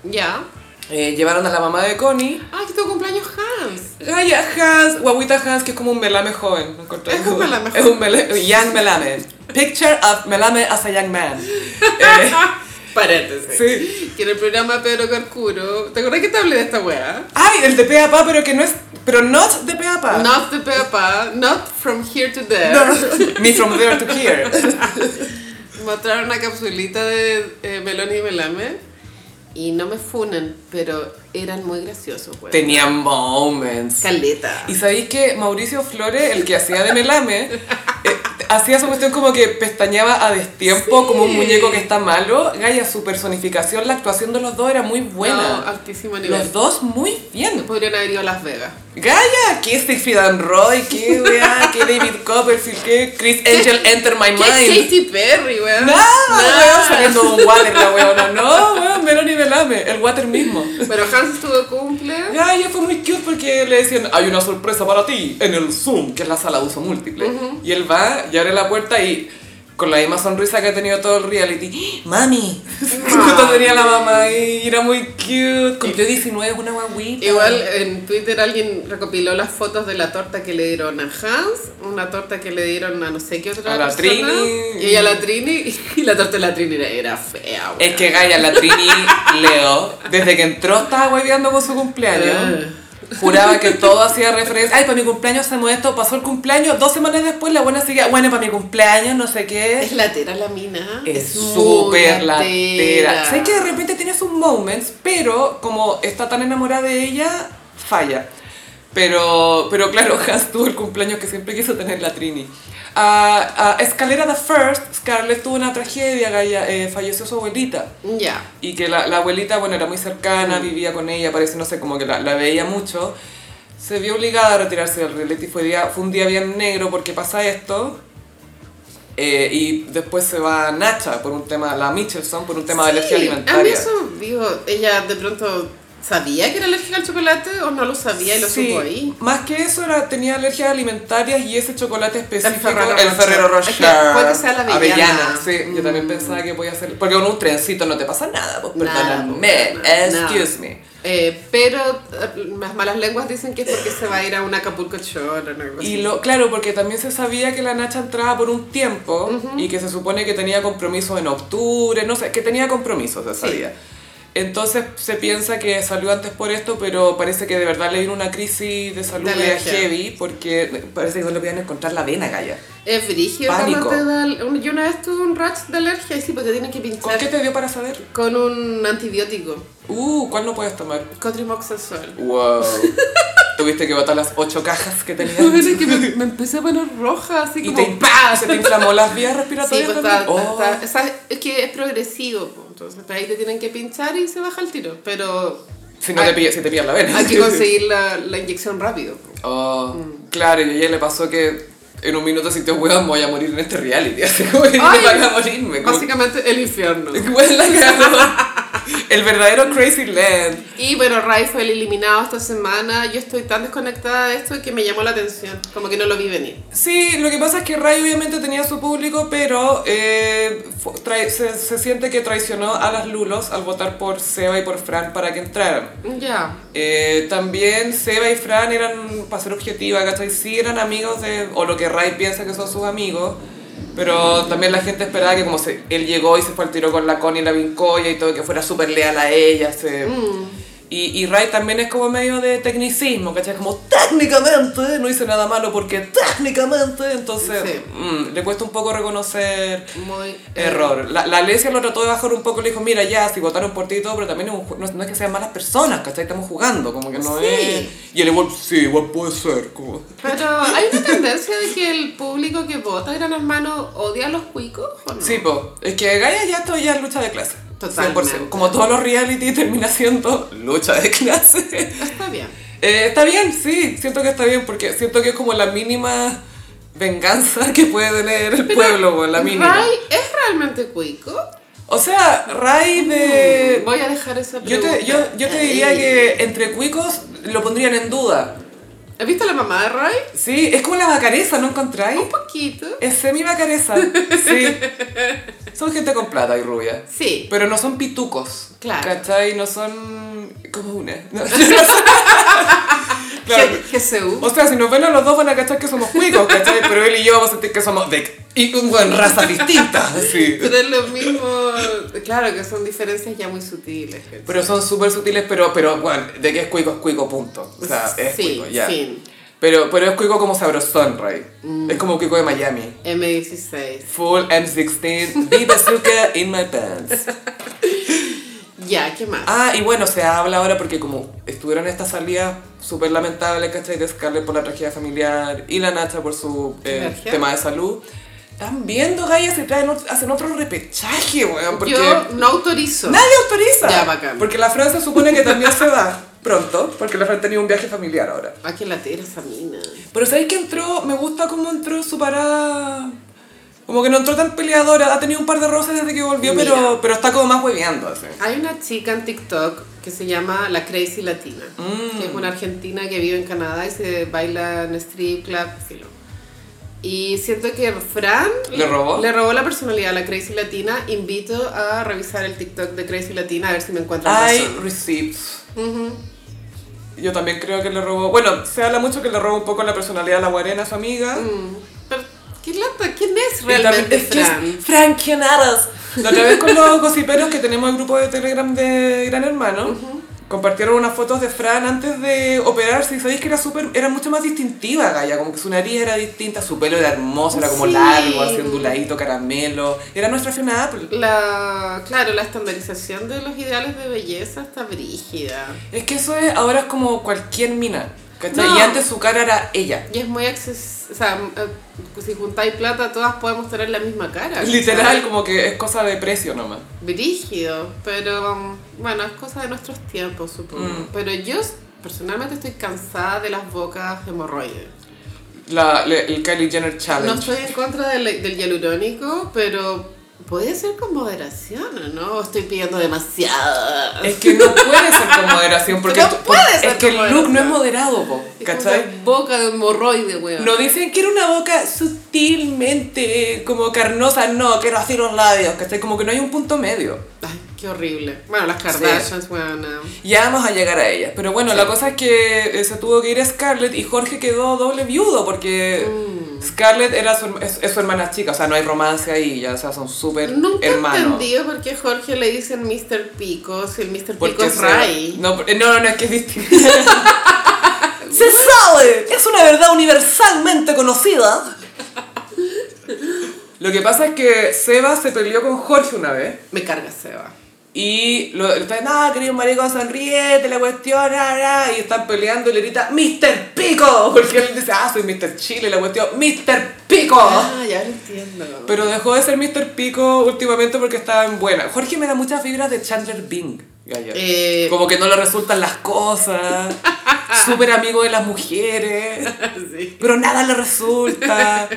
[SPEAKER 2] Ya.
[SPEAKER 1] eh, llevaron a la mamá de Connie,
[SPEAKER 2] Ah, que tu cumpleaños Hans.
[SPEAKER 1] Gaia Hans, Guaguita Hans, que es como un melame joven. ¿no encontré?
[SPEAKER 2] Es un melame
[SPEAKER 1] Es un mele- un young melame. Picture of melame as a young man. Eh,
[SPEAKER 2] Paréntesis.
[SPEAKER 1] Sí.
[SPEAKER 2] Que en el programa de Pedro Carcuro. ¿Te acuerdas que te hablé de esta wea?
[SPEAKER 1] ay, el de Peapa, pero que no es, pero not de Peapa.
[SPEAKER 2] Not the Peppa, not from here to there.
[SPEAKER 1] No, me from there to here.
[SPEAKER 2] Mostraron una capsulita de eh, Meloni y Melame y no me funen, pero eran muy graciosos, güey.
[SPEAKER 1] Tenía moments.
[SPEAKER 2] caleta.
[SPEAKER 1] Y sabéis que Mauricio Flores, el que hacía de Melame, eh, hacía su cuestión como que pestañeaba a destiempo,
[SPEAKER 2] Sí.
[SPEAKER 1] como un muñeco que está malo. Gaya, su personificación, la actuación de los dos era muy
[SPEAKER 2] No,
[SPEAKER 1] buena.
[SPEAKER 2] altísimo nivel.
[SPEAKER 1] los dos muy bien.
[SPEAKER 2] Podrían haber ido a Las Vegas.
[SPEAKER 1] Gaya, ¿qué Siegfried and Roy? ¿Qué weá? ¿Qué David Copperfield? ¿Qué Chris Angel Enter My
[SPEAKER 2] ¿Qué
[SPEAKER 1] Mind?
[SPEAKER 2] Katy Perry, güey?
[SPEAKER 1] Nada, weón, saliendo un water la weona. No, weón, Melanie Melame, el water mismo.
[SPEAKER 2] Pero Hans estuvo de cumple.
[SPEAKER 1] Gaia fue muy cute porque le decían, hay una sorpresa para ti en el Zoom, que es la sala de uso múltiple. Y él va y abre la puerta y con la misma sonrisa que ha tenido todo el reality, "¡Ah, ¡Mami! Justo tenía la mamá ahí y era muy cute. Cumplió 19, una guaguita.
[SPEAKER 2] Igual en Twitter alguien recopiló las fotos de la torta que le dieron a Hans, una torta que le dieron a no sé qué otra
[SPEAKER 1] A la
[SPEAKER 2] persona,
[SPEAKER 1] Trini.
[SPEAKER 2] Y a la Trini. Y la torta de la Trini era, era fea, güey.
[SPEAKER 1] Es que Gaia, la Trini, Leo, desde que entró estaba hueveando con su cumpleaños.
[SPEAKER 2] Ah.
[SPEAKER 1] Juraba que todo hacía referencia. Ay, para mi cumpleaños hacemos esto. Pasó el cumpleaños, dos semanas después la buena sigue. Bueno, para mi cumpleaños, no sé
[SPEAKER 2] Es
[SPEAKER 1] qué.
[SPEAKER 2] latera la mina.
[SPEAKER 1] Es
[SPEAKER 2] muy
[SPEAKER 1] súper latera. Sé que de repente tiene sus moments, pero como está tan enamorada de ella, falla. Pero, pero claro, Hans tuvo el cumpleaños que siempre quiso tener la Trini. A, a Escalera the First, Scarlett tuvo una tragedia, Gaia, eh, falleció su abuelita.
[SPEAKER 2] Ya.
[SPEAKER 1] Y que la, la abuelita, bueno, era muy cercana, vivía con ella, parece, no sé, como que la, la veía mucho. Se vio obligada a retirarse del reality, fue, día, fue un día bien negro porque pasa esto. Eh, y después se va Nacha por un tema, la Michelson, por un tema de alergia
[SPEAKER 2] Sí, A mí
[SPEAKER 1] alimentaria.
[SPEAKER 2] eso, digo, ella de pronto sabía que era alérgica al chocolate o no lo sabía y lo
[SPEAKER 1] Sí,
[SPEAKER 2] supo ahí.
[SPEAKER 1] Más que eso, era, tenía alergias alimentarias y ese chocolate específico, el
[SPEAKER 2] El Ferrero
[SPEAKER 1] Ferrero,
[SPEAKER 2] Rocher.
[SPEAKER 1] Rocher.
[SPEAKER 2] Es que puede que sea la avellana.
[SPEAKER 1] sí, yo también
[SPEAKER 2] Mm.
[SPEAKER 1] pensaba que podía ser. Porque con un trencito no te pasa nada, pues
[SPEAKER 2] Nada,
[SPEAKER 1] perdóname.
[SPEAKER 2] nada,
[SPEAKER 1] excuse
[SPEAKER 2] nada.
[SPEAKER 1] me.
[SPEAKER 2] Eh, pero eh, las malas lenguas dicen que es porque se va a ir a un Acapulco Shore o algo así.
[SPEAKER 1] Y lo, claro, porque también se sabía que la Nacha entraba por un tiempo y que se supone que tenía compromisos en octubre, no sé, que tenía compromisos, se
[SPEAKER 2] Sí.
[SPEAKER 1] sabía. Entonces se piensa que salió antes por esto, pero parece que de verdad le vino una crisis de salud
[SPEAKER 2] De
[SPEAKER 1] media
[SPEAKER 2] alergia.
[SPEAKER 1] heavy porque parece que no le podían encontrar la vena, Gaya.
[SPEAKER 2] Es brígido
[SPEAKER 1] Pánico.
[SPEAKER 2] cuando te da... un- Yo una vez tuve un rash de alergia y sí, pues te tienen que
[SPEAKER 1] ¿Con
[SPEAKER 2] pinchar
[SPEAKER 1] qué te dio para saber?
[SPEAKER 2] con un antibiótico,
[SPEAKER 1] Uh, ¿cuál no puedes tomar?
[SPEAKER 2] cotrimoxazol.
[SPEAKER 1] Wow. Tuviste que botar las ocho cajas que tenías.
[SPEAKER 2] Bueno, es que me, me empecé a poner roja, así
[SPEAKER 1] Y
[SPEAKER 2] como...
[SPEAKER 1] te, ¡pah! se te inflamó las vías
[SPEAKER 2] Sí,
[SPEAKER 1] respiratorias.
[SPEAKER 2] pues
[SPEAKER 1] también.
[SPEAKER 2] está-
[SPEAKER 1] Oh.
[SPEAKER 2] está- está- es que es progresivo, pues, entonces ahí te tienen que pinchar y se baja el tiro, pero
[SPEAKER 1] Oh. si no te
[SPEAKER 2] hay-
[SPEAKER 1] pillas, si te pillas la vena.
[SPEAKER 2] hay que conseguir la, la inyección rápido.
[SPEAKER 1] Oh,
[SPEAKER 2] Mm.
[SPEAKER 1] claro, y a ella le pasó que en un minuto sintió, weón, me voy a morir en este reality. Así como que
[SPEAKER 2] Ay,
[SPEAKER 1] van a morirme. como-
[SPEAKER 2] Básicamente el infierno.
[SPEAKER 1] Weón, la cagó. El verdadero Crazy Land.
[SPEAKER 2] Y bueno, Rai fue el eliminado esta semana, yo estoy tan desconectada de esto que me llamó la atención, como que no lo vi venir.
[SPEAKER 1] Sí, lo que pasa es que Ray obviamente tenía su público, pero eh, fu- trai- se, se siente que traicionó a las Lulos al votar por Seba y por Fran para que entraran.
[SPEAKER 2] Ya.
[SPEAKER 1] Eh, también Seba y Fran eran, para ser objetiva, ¿cachai? Sí eran amigos de, o lo que Ray piensa que son sus amigos, pero también la gente esperaba que como se- él llegó y se fue al tiro con la Connie y la Vincoya y todo, que fuera súper leal a ella, se-
[SPEAKER 2] Mm.
[SPEAKER 1] Y, y Ray también es como medio de tecnicismo, ¿cachai? Como técnicamente no hice nada malo porque técnicamente, entonces
[SPEAKER 2] Sí.
[SPEAKER 1] mm, le cuesta un poco reconocer
[SPEAKER 2] Muy
[SPEAKER 1] Error. La, la Alesia lo trató de bajar un poco, le dijo, mira, ya, si votaron por ti y todo, pero también es un ju- no, no es que sean malas personas, ¿cachai? Estamos jugando, como que no
[SPEAKER 2] Sí.
[SPEAKER 1] es... Y él igual, sí, igual puede ser, como...
[SPEAKER 2] Pero hay una tendencia de que el público que vota Gran Hermano odia a los cuicos, ¿o no?
[SPEAKER 1] Sí, po. Es que Gaia ya esto ya es lucha de clase.
[SPEAKER 2] Totalmente.
[SPEAKER 1] 100%. Como todos los reality termina siendo lucha de clase.
[SPEAKER 2] Está bien.
[SPEAKER 1] Eh, está bien, sí, siento que está bien, porque siento que es como la mínima venganza que puede tener el pueblo, po, la mínima.
[SPEAKER 2] Ray es realmente cuico.
[SPEAKER 1] O sea, Rai de...
[SPEAKER 2] Voy a dejar esa
[SPEAKER 1] Eh, Yo
[SPEAKER 2] pregunta.
[SPEAKER 1] te, yo, yo te diría
[SPEAKER 2] Ahí.
[SPEAKER 1] que entre cuicos lo pondrían en duda.
[SPEAKER 2] ¿Has visto la mamá de Ray?
[SPEAKER 1] Sí, es como la vacareza, ¿no encontráis?
[SPEAKER 2] Un poquito.
[SPEAKER 1] Es semi-vacareza. Sí. Son gente con plata y rubia.
[SPEAKER 2] Sí.
[SPEAKER 1] Pero no son pitucos.
[SPEAKER 2] Claro.
[SPEAKER 1] ¿Cachai? No son como una. No. claro.
[SPEAKER 2] G- GCU.
[SPEAKER 1] O sea, si nos ven a los dos van a cachar que somos cuicos, ¿cachai? Pero él y yo vamos a sentir que somos de y con razas distintas. Sí.
[SPEAKER 2] Pero es lo mismo. Claro que son diferencias ya muy sutiles.
[SPEAKER 1] Pero son súper sutiles, pero, pero bueno, de que es cuico, es cuico, punto. O sea, es
[SPEAKER 2] Sí,
[SPEAKER 1] cuico, ya.
[SPEAKER 2] fin.
[SPEAKER 1] Pero, pero es cuico como sabrosón, Ray.
[SPEAKER 2] Mm.
[SPEAKER 1] Es como cuico de Miami.
[SPEAKER 2] M16.
[SPEAKER 1] Full M16, be bazooka in my pants.
[SPEAKER 2] Ya, ¿qué más?
[SPEAKER 1] Ah, y bueno, se habla ahora porque como estuvieron estas salidas súper lamentables, ¿cachai? De Scarlett por la tragedia familiar y la Nacha por su eh,
[SPEAKER 2] Alergia.
[SPEAKER 1] tema de salud. Están viendo, Gaia, se traen, ot- hacen otro repechaje, weón, porque...
[SPEAKER 2] Yo no autorizo.
[SPEAKER 1] Nadie autoriza.
[SPEAKER 2] Ya, bacán.
[SPEAKER 1] Porque la Fran se supone que también se va pronto, porque la Fran tenía un viaje familiar ahora.
[SPEAKER 2] ¿A qué la tira esa mina?
[SPEAKER 1] Pero ¿sabéis que entró? Me gusta cómo entró su parada. Como que no entró tan peleadora. Ha tenido un par de roces desde que volvió,
[SPEAKER 2] Mira.
[SPEAKER 1] pero, pero está como más hueveando. Así.
[SPEAKER 2] Hay una chica en TikTok que se llama La Crazy Latina,
[SPEAKER 1] Mm.
[SPEAKER 2] que es una argentina que vive en Canadá y se baila en strip club. así lo. Y siento que Fran
[SPEAKER 1] ¿Le robó?
[SPEAKER 2] le robó la personalidad a la Crazy Latina. Invito a revisar el TikTok de Crazy Latina a ver si me encuentran
[SPEAKER 1] Hay
[SPEAKER 2] razón.
[SPEAKER 1] receipts. Yo también creo que le robó. Bueno, se habla mucho que le robó un poco la personalidad a la guarena, a su amiga.
[SPEAKER 2] Mm. Pero, ¿qué lata? ¿Quién es
[SPEAKER 1] Realmente
[SPEAKER 2] realmente
[SPEAKER 1] es que es
[SPEAKER 2] Fran?
[SPEAKER 1] Fran, ¿quién eres? La otra vez con los gossiperos que tenemos el grupo de Telegram de Gran Hermano, Compartieron unas fotos de Fran antes de operarse y sabéis que era súper, era mucho más distintiva Gaya, como que su nariz era distinta, su pelo era hermoso, era como
[SPEAKER 2] Sí.
[SPEAKER 1] largo, así onduladito, caramelo. Era nuestra Fiona Apple.
[SPEAKER 2] La, claro, la estandarización de los ideales de belleza está brígida.
[SPEAKER 1] Es que eso es, ahora es como cualquier mina. ¿cachai?
[SPEAKER 2] No.
[SPEAKER 1] Y antes su cara era ella.
[SPEAKER 2] Y es muy accesible. O sea, eh, si juntáis plata, todas podemos tener la misma cara.
[SPEAKER 1] Literal, como que es cosa de precio nomás.
[SPEAKER 2] Brígido. Pero um, bueno, es cosa de nuestros tiempos, supongo.
[SPEAKER 1] Mm.
[SPEAKER 2] Pero yo s- personalmente estoy cansada de las bocas hemorroides.
[SPEAKER 1] La, le- el Kylie Jenner
[SPEAKER 2] No
[SPEAKER 1] Challenge.
[SPEAKER 2] estoy en contra del, del hialurónico, pero puede ser con moderación, ¿o ¿no? O Estoy pidiendo demasiado.
[SPEAKER 1] Es que no puede ser con moderación, porque
[SPEAKER 2] No
[SPEAKER 1] tú-
[SPEAKER 2] puede ser
[SPEAKER 1] es que
[SPEAKER 2] con
[SPEAKER 1] el look no es
[SPEAKER 2] moderación.
[SPEAKER 1] moderado, po,
[SPEAKER 2] Es como
[SPEAKER 1] ¿cachai?
[SPEAKER 2] esa boca de hemorroide, weón.
[SPEAKER 1] No dicen quiero una boca sutilmente como carnosa, no, quiero así los labios, ¿cachai? Como que no hay un punto medio.
[SPEAKER 2] Ay, qué horrible. Bueno, las Kardashians, weón. no.
[SPEAKER 1] Ya vamos a llegar a ella. Pero bueno, la cosa es que eh, se tuvo que ir Scarlett y Jorge quedó doble viudo porque
[SPEAKER 2] Mm.
[SPEAKER 1] Scarlett era su, herma- es, es su hermana chica, o sea, no hay romance ahí, ya, o sea, son súper
[SPEAKER 2] Nunca he
[SPEAKER 1] hermanos.
[SPEAKER 2] entendido por qué Jorge le dicen Mr. Pico si el Mr. Pico
[SPEAKER 1] Porque
[SPEAKER 2] es
[SPEAKER 1] se-
[SPEAKER 2] Ray.
[SPEAKER 1] No, por- no, no, es que es distinto. ¡Se sabe! Es una verdad universalmente conocida. Lo que pasa es que Seba se peleó con Jorge una vez.
[SPEAKER 2] Me carga Seba.
[SPEAKER 1] Y lo, le están, ah, querido maricón, sonríete, la cuestión, ra, ra", y están peleando y le grita, Mr. Pico, porque él dice, ah, soy Mr. Chile, la cuestión, Mr. Pico.
[SPEAKER 2] Ah, ya lo entiendo.
[SPEAKER 1] Oh. Pero dejó de ser Mr. Pico últimamente porque estaba en buena. Jorge me da muchas vibras de Chandler Bing. Gaya.
[SPEAKER 2] Eh.
[SPEAKER 1] Como que no le resultan las cosas, súper amigo de las mujeres,
[SPEAKER 2] Sí.
[SPEAKER 1] pero nada le resulta.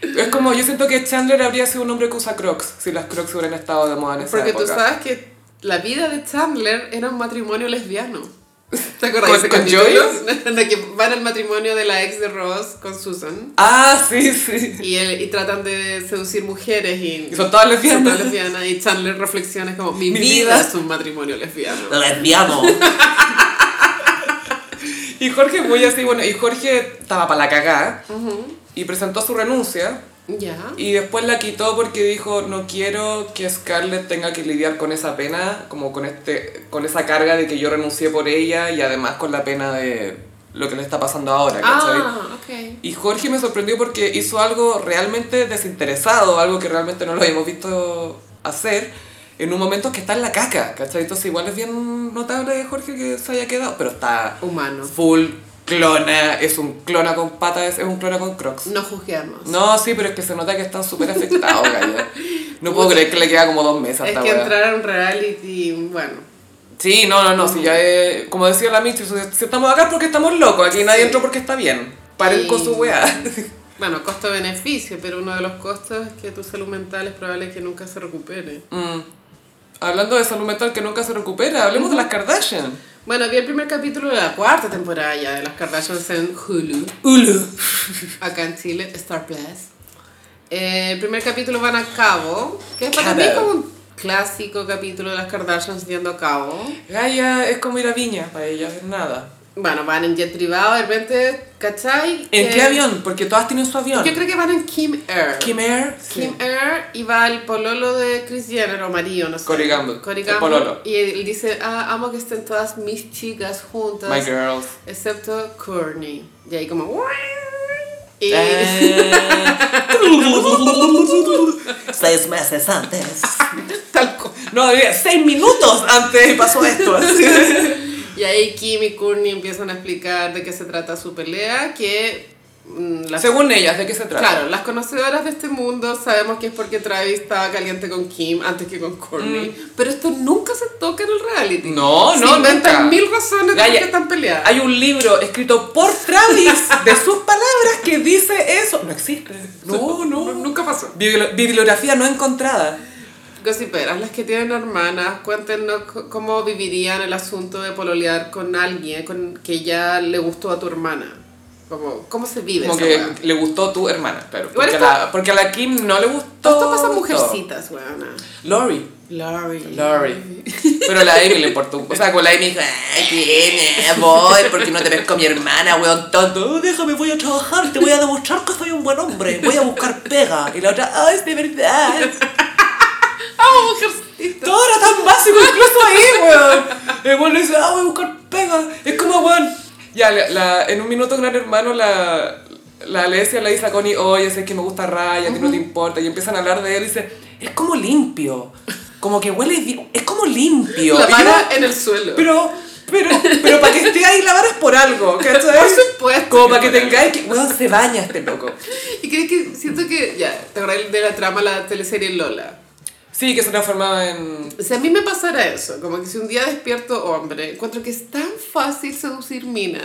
[SPEAKER 1] Es como, yo siento que Chandler habría sido un hombre que usa crocs, si las crocs hubieran estado de moda en esa
[SPEAKER 2] Porque
[SPEAKER 1] época.
[SPEAKER 2] tú sabes que la vida de Chandler era un matrimonio lesbiano. ¿Te acuerdas
[SPEAKER 1] ¿Con-
[SPEAKER 2] de ese
[SPEAKER 1] con
[SPEAKER 2] capítulo?
[SPEAKER 1] Joyce?
[SPEAKER 2] En el que van al matrimonio de la ex de Ross con Susan.
[SPEAKER 1] Ah, sí, sí.
[SPEAKER 2] Y, él- y tratan de seducir mujeres y...
[SPEAKER 1] Y son todas
[SPEAKER 2] son
[SPEAKER 1] lesbianas.
[SPEAKER 2] todas lesbianas. Y Chandler reflexiona como, mi,
[SPEAKER 1] Mi
[SPEAKER 2] vida
[SPEAKER 1] vida".
[SPEAKER 2] es un matrimonio lesbiano.
[SPEAKER 1] Lesbiano. y Jorge muy así, bueno, y Jorge estaba para la cagada y presentó su renuncia
[SPEAKER 2] Ya.
[SPEAKER 1] y después la quitó porque dijo, no quiero que Scarlett tenga que lidiar con esa pena, como con, este, con esa carga de que yo renuncié por ella y además con la pena de lo que le está pasando ahora, ¿cachai?
[SPEAKER 2] Ah, ok.
[SPEAKER 1] Y Jorge me sorprendió porque hizo algo realmente desinteresado, algo que realmente no lo habíamos visto hacer en un momento que está en la caca, ¿cachai? Entonces igual es bien notable de Jorge que se haya quedado, pero está
[SPEAKER 2] Humano.
[SPEAKER 1] full clona, es un clona con patas, es un clona con crocs.
[SPEAKER 2] No juzguemos.
[SPEAKER 1] No, sí, pero es que se nota que están súper afectados, gallo. No puedo creer que le queda como dos meses a
[SPEAKER 2] es
[SPEAKER 1] esta
[SPEAKER 2] que
[SPEAKER 1] wea.
[SPEAKER 2] entrar a un reality, bueno.
[SPEAKER 1] Sí, no, no, no, si
[SPEAKER 2] Mm.
[SPEAKER 1] ya es, como decía la Mitch, si estamos acá es porque estamos locos, aquí nadie
[SPEAKER 2] Sí.
[SPEAKER 1] entró porque está bien. Paren con su
[SPEAKER 2] Y-
[SPEAKER 1] weá.
[SPEAKER 2] Bueno, costo-beneficio, pero uno de los costos es que tu salud mental es probable que nunca se recupere.
[SPEAKER 1] Mm. Hablando de salud mental que nunca se recupera, hablemos de las Kardashian.
[SPEAKER 2] Bueno, vi el primer capítulo de la cuarta temporada ya de las Kardashians en Hulu,
[SPEAKER 1] Ulu.
[SPEAKER 2] acá en Chile, Star Plus. Eh, el primer capítulo van a Cabo, que es para mí
[SPEAKER 1] Cabo.
[SPEAKER 2] como un clásico capítulo de las Kardashians yendo a Cabo.
[SPEAKER 1] Gaia es como ir a Viña para ellas, es nada.
[SPEAKER 2] Bueno, van en jet privado, de repente, ¿cachai?
[SPEAKER 1] ¿En
[SPEAKER 2] Que-
[SPEAKER 1] qué avión? Porque todas tienen su avión.
[SPEAKER 2] Yo creo que van en Kim Air.
[SPEAKER 1] Kim Air.
[SPEAKER 2] Kim Air y va el pololo de Chris Jenner o Mario, no sé.
[SPEAKER 1] Cory Gamble,
[SPEAKER 2] Cory
[SPEAKER 1] el
[SPEAKER 2] Gamble.
[SPEAKER 1] pololo.
[SPEAKER 2] Y él dice, ah, amo que estén todas mis chicas juntas.
[SPEAKER 1] My girls.
[SPEAKER 2] Excepto Courtney. Y ahí como... "Uah". Y
[SPEAKER 1] Eh.
[SPEAKER 3] seis meses antes.
[SPEAKER 1] Tal co- no, diría, seis minutos antes pasó esto. así.
[SPEAKER 2] Y ahí Kim y Courtney empiezan a explicar de qué se trata su pelea, que mm, las-
[SPEAKER 1] Según ellas, ¿de qué se trata?
[SPEAKER 2] Claro, las conocedoras de este mundo sabemos que es porque Travis estaba caliente con Kim antes que con Courtney. Pero esto nunca se toca en el reality.
[SPEAKER 1] Mm. No, no,
[SPEAKER 2] Se inventan
[SPEAKER 1] nunca.
[SPEAKER 2] mil razones de por
[SPEAKER 1] Gaya,
[SPEAKER 2] qué están peleadas.
[SPEAKER 1] Hay un libro escrito por Travis de sus palabras que dice eso. No existe. No, no.
[SPEAKER 2] Nunca pasó.
[SPEAKER 1] Bibli- Bibliografía no encontrada.
[SPEAKER 2] Gossiperas, las que tienen hermanas, cuéntenos c- cómo vivirían el asunto de pololear con alguien con que ya le gustó a tu hermana. Como, ¿Cómo se vive
[SPEAKER 1] Como
[SPEAKER 2] esa
[SPEAKER 1] que
[SPEAKER 2] weá?
[SPEAKER 1] le gustó tu hermana, claro.
[SPEAKER 2] Igual
[SPEAKER 1] Porque, a
[SPEAKER 2] está-
[SPEAKER 1] la, porque a la Kim no le gustó.
[SPEAKER 2] Esto pasa en
[SPEAKER 1] gustó.
[SPEAKER 2] mujercitas, weona.
[SPEAKER 1] Lori.
[SPEAKER 2] Larry.
[SPEAKER 1] Lori. Pero la Amy le importó. O sea, con la Amy dijo, ay, ¿quién es? Voy, porque no te ves con mi hermana, weón "Oh, tonto.
[SPEAKER 3] No, déjame, voy a trabajar, te voy a demostrar que soy un buen hombre. Voy a buscar pega.
[SPEAKER 1] Y la otra, ay, es de verdad.
[SPEAKER 2] ¡Ah, mujercitas!
[SPEAKER 1] Todo era tan básico, incluso ahí, weón. El weón le dice, ah, voy a buscar pega. Es como, weón. Ya, la- la- en un minuto, gran hermano, la, la Alesia le dice a Connie, oye, sé que me gusta Raya, a ti no te importa. Y empiezan a hablar de él y dice, es como limpio. Como que huele bien. Es como limpio.
[SPEAKER 2] La
[SPEAKER 1] Y yo,
[SPEAKER 2] vara en el suelo.
[SPEAKER 1] pero, pero, pero para que esté ahí la vara es por algo, ¿cachai?
[SPEAKER 2] Por supuesto
[SPEAKER 1] Como para
[SPEAKER 2] que
[SPEAKER 1] que
[SPEAKER 2] por
[SPEAKER 1] tengáis que. Weón, se baña este loco.
[SPEAKER 2] Y crees que siento que, ya, te acordás de la trama la teleserie Lola.
[SPEAKER 1] Sí, que se transformaba en.
[SPEAKER 2] Si a mí me pasara eso, como que si un día despierto hombre, encuentro que es tan fácil seducir mina.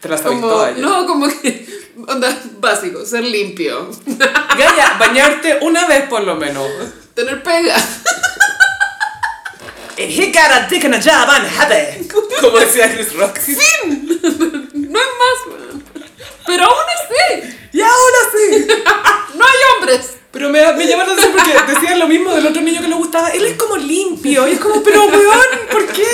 [SPEAKER 1] Te la sabéis
[SPEAKER 2] Como,
[SPEAKER 1] toda ya.
[SPEAKER 2] no, como que, onda, básico, ser limpio,
[SPEAKER 1] Gaya, bañarte una vez por lo menos.
[SPEAKER 2] tener pega.
[SPEAKER 3] If he got a dick and a job, I'm happy.
[SPEAKER 1] Como decía Chris Rock.
[SPEAKER 2] No es más, weón. pero aún así,
[SPEAKER 1] Y ahora sí.
[SPEAKER 2] no hay hombres.
[SPEAKER 1] Pero me, me llama la atención porque decían lo mismo del otro niño que le gustaba. Él es como limpio. Y es como, pero weón, ¿por qué?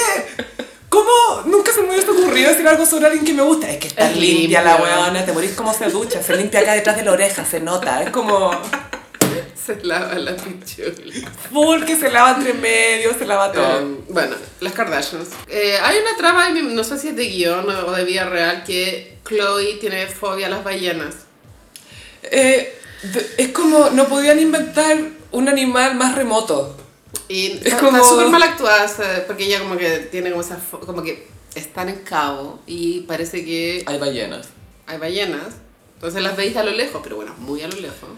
[SPEAKER 1] ¿Cómo? Nunca se me hubiese ocurrido decir algo sobre alguien que me gusta. Es que estás
[SPEAKER 2] Es
[SPEAKER 1] limpia
[SPEAKER 2] limpio.
[SPEAKER 1] la weona, te morís como se ducha, se limpia acá detrás de la oreja, se nota. Es como,
[SPEAKER 2] Se lava la pichula.
[SPEAKER 1] full que se lava entre medio, se lava todo.
[SPEAKER 2] Eh, bueno, las Kardashians. Eh, hay una trama, no sé si es de guión o de vida real, que Chloe tiene fobia a las ballenas.
[SPEAKER 1] Eh, de- es como, no podían inventar un animal más remoto.
[SPEAKER 2] Y es
[SPEAKER 1] como-
[SPEAKER 2] está súper mal actuada, o sea, porque ella como que tiene como esa... fo- como que están en cabo y parece que
[SPEAKER 1] Hay ballenas.
[SPEAKER 2] hay ballenas. Entonces las veis a lo lejos, pero bueno, muy a lo lejos.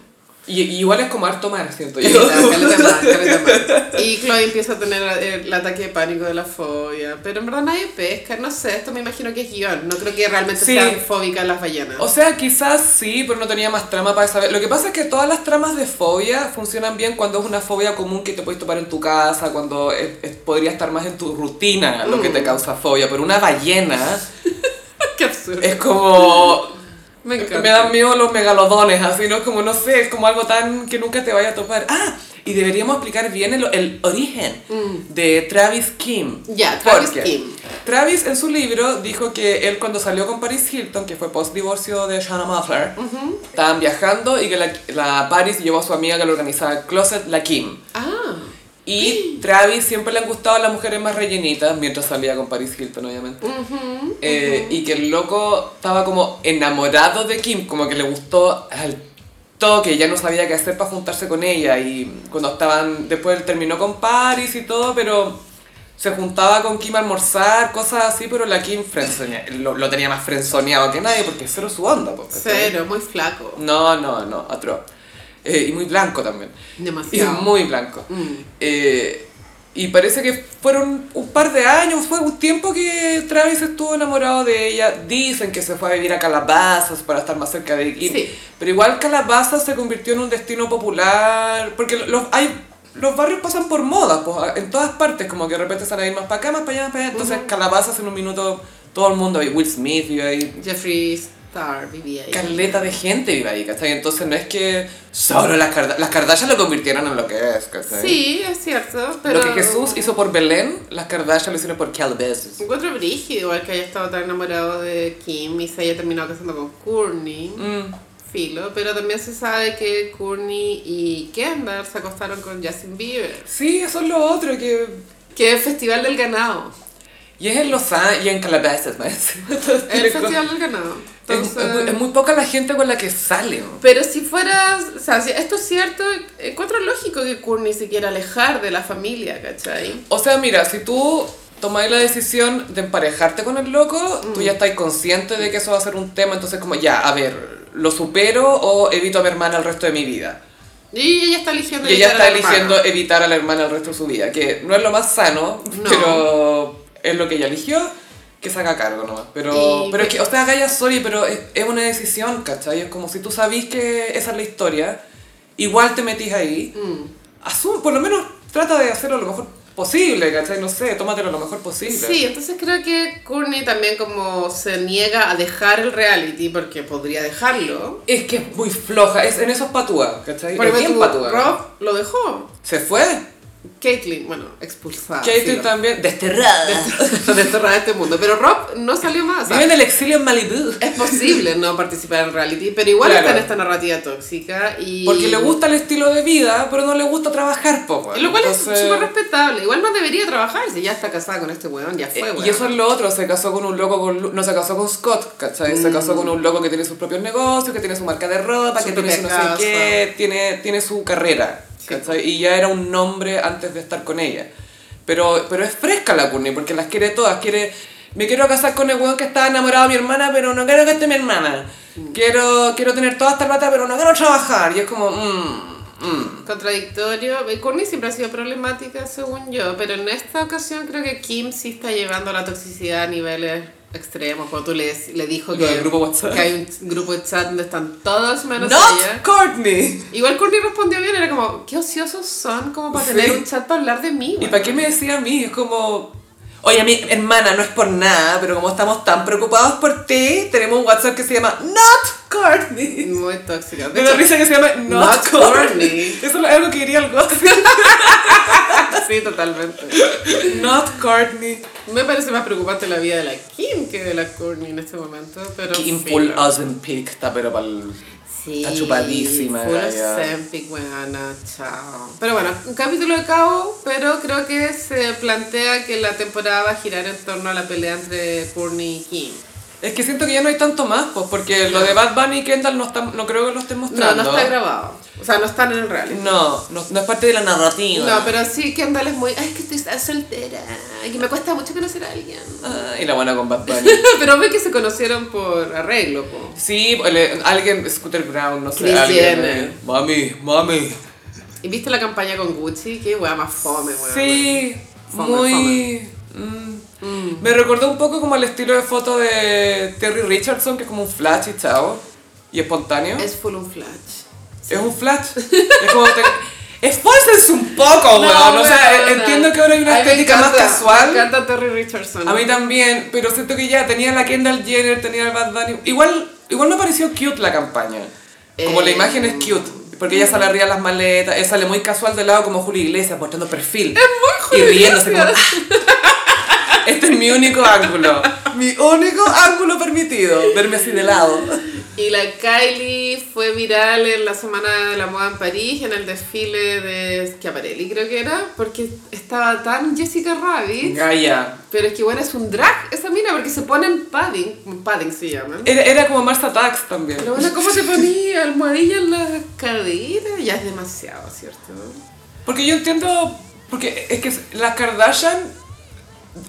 [SPEAKER 1] Y, y igual es como harto mar, siento yo.
[SPEAKER 2] Caleta, caleta más, caleta más. Y Chloe empieza a tener eh, el ataque de pánico de la fobia. Pero en verdad nadie pesca, no sé, esto me imagino que es guión. No creo que realmente
[SPEAKER 1] Sí.
[SPEAKER 2] sean fóbicas las ballenas.
[SPEAKER 1] O sea, quizás sí, pero no tenía más trama para saber. Lo que pasa es que todas las tramas de fobia funcionan bien cuando es una fobia común que te puedes topar en tu casa, cuando es- es- podría estar más en tu rutina lo
[SPEAKER 2] Mm.
[SPEAKER 1] que te causa fobia. Pero una ballena
[SPEAKER 2] Qué absurdo.
[SPEAKER 1] es como...
[SPEAKER 2] me encanta.
[SPEAKER 1] Me dan miedo los megalodones, así, ¿no? Como, no sé, es como algo tan que nunca te vaya a topar. Ah, y deberíamos explicar bien el, el origen de Travis Kim.
[SPEAKER 2] Mm. Ya, Travis
[SPEAKER 1] Porque
[SPEAKER 2] Kim.
[SPEAKER 1] Travis en su libro dijo que él cuando salió con Paris Hilton, que fue post-divorcio de Shanna Muffler, estaban viajando y que la, la Paris llevó a su amiga que lo organizaba el closet, la Kim.
[SPEAKER 2] Ah,
[SPEAKER 1] Y Travis siempre le han gustado las mujeres más rellenitas, mientras salía con Paris Hilton, obviamente. Eh, Y que el loco estaba como enamorado de Kim, como que le gustó al toque, ya no sabía qué hacer para juntarse con ella. Y cuando estaban, después él terminó con Paris y todo, pero se juntaba con Kim a almorzar, cosas así, pero la Kim friendzonea- lo, lo tenía más frenzoneado que nadie, porque cero su onda. po, ¿cachai?
[SPEAKER 2] cero, muy flaco.
[SPEAKER 1] No, no, no, atroz. Eh, y muy blanco también. Y
[SPEAKER 2] Demasiado.
[SPEAKER 1] muy blanco.
[SPEAKER 2] Mm.
[SPEAKER 1] Eh, y parece que fueron un par de años, fue un tiempo que Travis estuvo enamorado de ella. Dicen que se fue a vivir a Calabazas para estar más cerca de Kim.
[SPEAKER 2] Sí.
[SPEAKER 1] Pero igual Calabazas se convirtió en un destino popular, porque los, hay, los barrios pasan por moda, pues, en todas partes, como que de repente se van a ir más para acá, más para allá, más para allá. Entonces Calabazas en un minuto, todo el mundo, y Will Smith vive ahí,
[SPEAKER 2] Jeffree Star vivía ahí.
[SPEAKER 1] caleta de gente vive ahí, ¿cachai? Entonces no es que solo las, Karda- las Kardashian lo convirtieron en lo que es, ¿cachai?
[SPEAKER 2] Sí, es cierto, pero...
[SPEAKER 1] Lo que Jesús hizo por Belén, las Kardashian lo hicieron por Calabasas.
[SPEAKER 2] Encuentro brígido igual que haya estado tan enamorado de Kim y se haya terminado casando con Courtney.
[SPEAKER 1] Mm.
[SPEAKER 2] Filo, pero también se sabe que Courtney y Kendall se acostaron con Justin Bieber.
[SPEAKER 1] Sí, eso es lo otro que...
[SPEAKER 2] Que es Festival del Ganado.
[SPEAKER 1] Y es en Los Ángeles y en Calabasas, más encima. Entonces,
[SPEAKER 2] El
[SPEAKER 1] tiene
[SPEAKER 2] Festival del Ganado.
[SPEAKER 1] co- es-
[SPEAKER 2] Entonces-
[SPEAKER 1] es muy- es muy poca la gente con la que salen.
[SPEAKER 2] Pero si fueras, o sea, si esto es cierto, encuentro lógico que Courtney se quiera alejar de la familia, ¿cachai?
[SPEAKER 1] O sea, mira, si tú tomáis la decisión de emparejarte con el loco, tú ya estás consciente de que eso va a ser un tema, entonces como ya, a ver, ¿lo supero o evito a mi hermana el resto de mi vida?
[SPEAKER 2] Y ella está eligiendo
[SPEAKER 1] Y ella
[SPEAKER 2] evitar
[SPEAKER 1] está
[SPEAKER 2] a la hermana.
[SPEAKER 1] eligiendo evitar a la hermana el resto de su vida, que no es lo más sano,
[SPEAKER 2] No.
[SPEAKER 1] pero es lo que ella eligió, que se haga cargo nomás. Pero,
[SPEAKER 2] Y-
[SPEAKER 1] pero es que, o sea, Gaia, sorry, pero es, es una decisión, ¿cachai? Es como si tú sabís que esa es la historia, igual te metís ahí,
[SPEAKER 2] Mm.
[SPEAKER 1] asum por lo menos trata de hacerlo lo mejor posible, ¿cachai? No sé, tómatelo lo mejor posible.
[SPEAKER 2] Sí, entonces creo que Courtney también como se niega a dejar el reality porque podría dejarlo.
[SPEAKER 1] Es que es muy floja, es, en eso es patúa, ¿cachai?
[SPEAKER 2] Porque
[SPEAKER 1] es bien
[SPEAKER 2] tu-
[SPEAKER 1] patúa.
[SPEAKER 2] Rob lo dejó.
[SPEAKER 1] Se fue.
[SPEAKER 2] Caitlyn, bueno, expulsada.
[SPEAKER 1] Katie
[SPEAKER 2] filo.
[SPEAKER 1] también.
[SPEAKER 3] Desterrada.
[SPEAKER 2] Desterrada de este mundo. Pero Rob no salió más. o sea,
[SPEAKER 1] Vive en el exilio en Malibu.
[SPEAKER 2] es posible no participar en reality, pero igual
[SPEAKER 1] Claro.
[SPEAKER 2] está en esta narrativa tóxica y...
[SPEAKER 1] Porque le gusta el estilo de vida, pero no le gusta trabajar, po, weón.
[SPEAKER 2] Lo cual es
[SPEAKER 1] Entonces-
[SPEAKER 2] súper respetable. Igual no debería trabajar si ya está casada con este weón, ya fue,
[SPEAKER 1] Eh,
[SPEAKER 2] weón.
[SPEAKER 1] Y eso es lo otro, se casó con un loco, con lu- no se casó con Scott, ¿cachai? Se casó con un loco que tiene sus propios negocios, que tiene su marca de ropa,
[SPEAKER 2] Su
[SPEAKER 1] que tiene su no
[SPEAKER 2] propia
[SPEAKER 1] sé qué, tiene, tiene su carrera,
[SPEAKER 2] Sí.
[SPEAKER 1] ¿cachai? Y ya era un nombre antes de estar con ella. Pero, pero es fresca la Courtney, porque las quiere todas, quiere... Me quiero casar con el weón que está enamorado de mi hermana, pero no quiero que esté mi hermana.
[SPEAKER 2] Mm.
[SPEAKER 1] Quiero, quiero tener toda esta plata, pero no quiero trabajar. Y es como... mm, mm.
[SPEAKER 2] Contradictorio. Eh, Courtney siempre ha sido problemática, según yo, pero en esta ocasión creo que Kim sí está llevando la toxicidad a niveles extremos. Cuando tú les, le dijo
[SPEAKER 1] Lo
[SPEAKER 2] que,
[SPEAKER 1] del grupo WhatsApp.
[SPEAKER 2] que hay un grupo de chat donde están todos menos ella.
[SPEAKER 1] ¡Not Courtney!
[SPEAKER 2] Igual Courtney respondió bien, era como, qué ociosos son como para
[SPEAKER 1] Sí.
[SPEAKER 2] tener un chat para hablar de mí.
[SPEAKER 1] ¿Y
[SPEAKER 2] weón".
[SPEAKER 1] para qué me decía a mí? Es como, oye, mi hermana, no es por nada, pero como estamos tan preocupados por ti, tenemos un WhatsApp que se llama Not Courtney.
[SPEAKER 2] Muy tóxica. De
[SPEAKER 1] Me da
[SPEAKER 2] hecho,
[SPEAKER 1] risa que se llama Not,
[SPEAKER 2] Not
[SPEAKER 1] Courtney.
[SPEAKER 2] Courtney.
[SPEAKER 1] Eso es algo que diría el gossip.
[SPEAKER 2] sí, totalmente.
[SPEAKER 1] Not Courtney.
[SPEAKER 2] Me parece más preocupante la vida de la Kim que de la Courtney en este momento, pero...
[SPEAKER 1] Kim
[SPEAKER 2] filo.
[SPEAKER 1] full Austin Peak está pero para el...
[SPEAKER 2] Sí,
[SPEAKER 1] Está chupadísima,
[SPEAKER 2] Full
[SPEAKER 1] ya.
[SPEAKER 2] Ozempic, weona, chao. Pero bueno, un capítulo de cabo, pero creo que se plantea que la temporada va a girar en torno a la pelea entre Courtney y Kim.
[SPEAKER 1] Es que siento que ya no hay tanto más, pues, porque lo de Bad Bunny y Kendall no, está, no creo que lo estén
[SPEAKER 2] No,
[SPEAKER 1] mostrando.
[SPEAKER 2] no está grabado. O sea, no están en el reality.
[SPEAKER 1] No, no, no es parte de la narrativa.
[SPEAKER 2] No, pero sí, Kendall es muy, ay, es que estoy tan soltera, y que me cuesta mucho conocer a alguien.
[SPEAKER 1] Ah, y la buena con Bad Bunny.
[SPEAKER 2] pero ve que se conocieron por arreglo, po.
[SPEAKER 1] Sí, le- alguien, Scooter Brown, no sé,
[SPEAKER 2] Chris
[SPEAKER 1] alguien.
[SPEAKER 2] Jenner.
[SPEAKER 1] eh, Mami, mami.
[SPEAKER 2] ¿Y viste la campaña con Gucci? Qué weá más fome, weón.
[SPEAKER 1] Sí,
[SPEAKER 2] Fome,
[SPEAKER 1] muy... mm, Me recordó un poco como el estilo de foto de Terry Richardson, que es como un flash y chao, y espontáneo. Es,
[SPEAKER 2] Es full un flash.
[SPEAKER 1] un flash. es como... te- esfuércense un poco, weón. o sea, e,
[SPEAKER 2] weona.
[SPEAKER 1] entiendo que ahora hay una
[SPEAKER 2] Ay, me
[SPEAKER 1] estética más
[SPEAKER 2] encanta,
[SPEAKER 1] casual.
[SPEAKER 2] Me encanta Terry Richardson.
[SPEAKER 1] A mí también, pero siento que ya tenía la Kendall Jenner, tenía el Bad Bunny. Igual, igual me pareció cute la campaña. Como la
[SPEAKER 2] Eh.
[SPEAKER 1] imagen es cute. Porque ella sale arriba de las maletas, ella sale muy casual de lado como Julio Iglesias, mostrando perfil.
[SPEAKER 2] muy
[SPEAKER 1] Y
[SPEAKER 2] Julio
[SPEAKER 1] riéndose como,
[SPEAKER 2] Iglesias.
[SPEAKER 1] "Ah". Este es mi único ángulo. Mi único ángulo permitido. Verme así de lado.
[SPEAKER 2] Y la Kylie fue viral en la Semana de la Moda en París, en el desfile de Schiaparelli, creo que era, porque estaba tan Jessica Rabbit.
[SPEAKER 1] Gaia.
[SPEAKER 2] Pero es que bueno, es un drag esa mina, porque se ponen padding, padding se llaman.
[SPEAKER 1] Era, era como Mars Attacks también.
[SPEAKER 2] Pero bueno, ¿cómo se ponía almohadilla en las caderas? Ya es demasiado, ¿cierto?
[SPEAKER 1] Porque yo entiendo, porque es que las Kardashian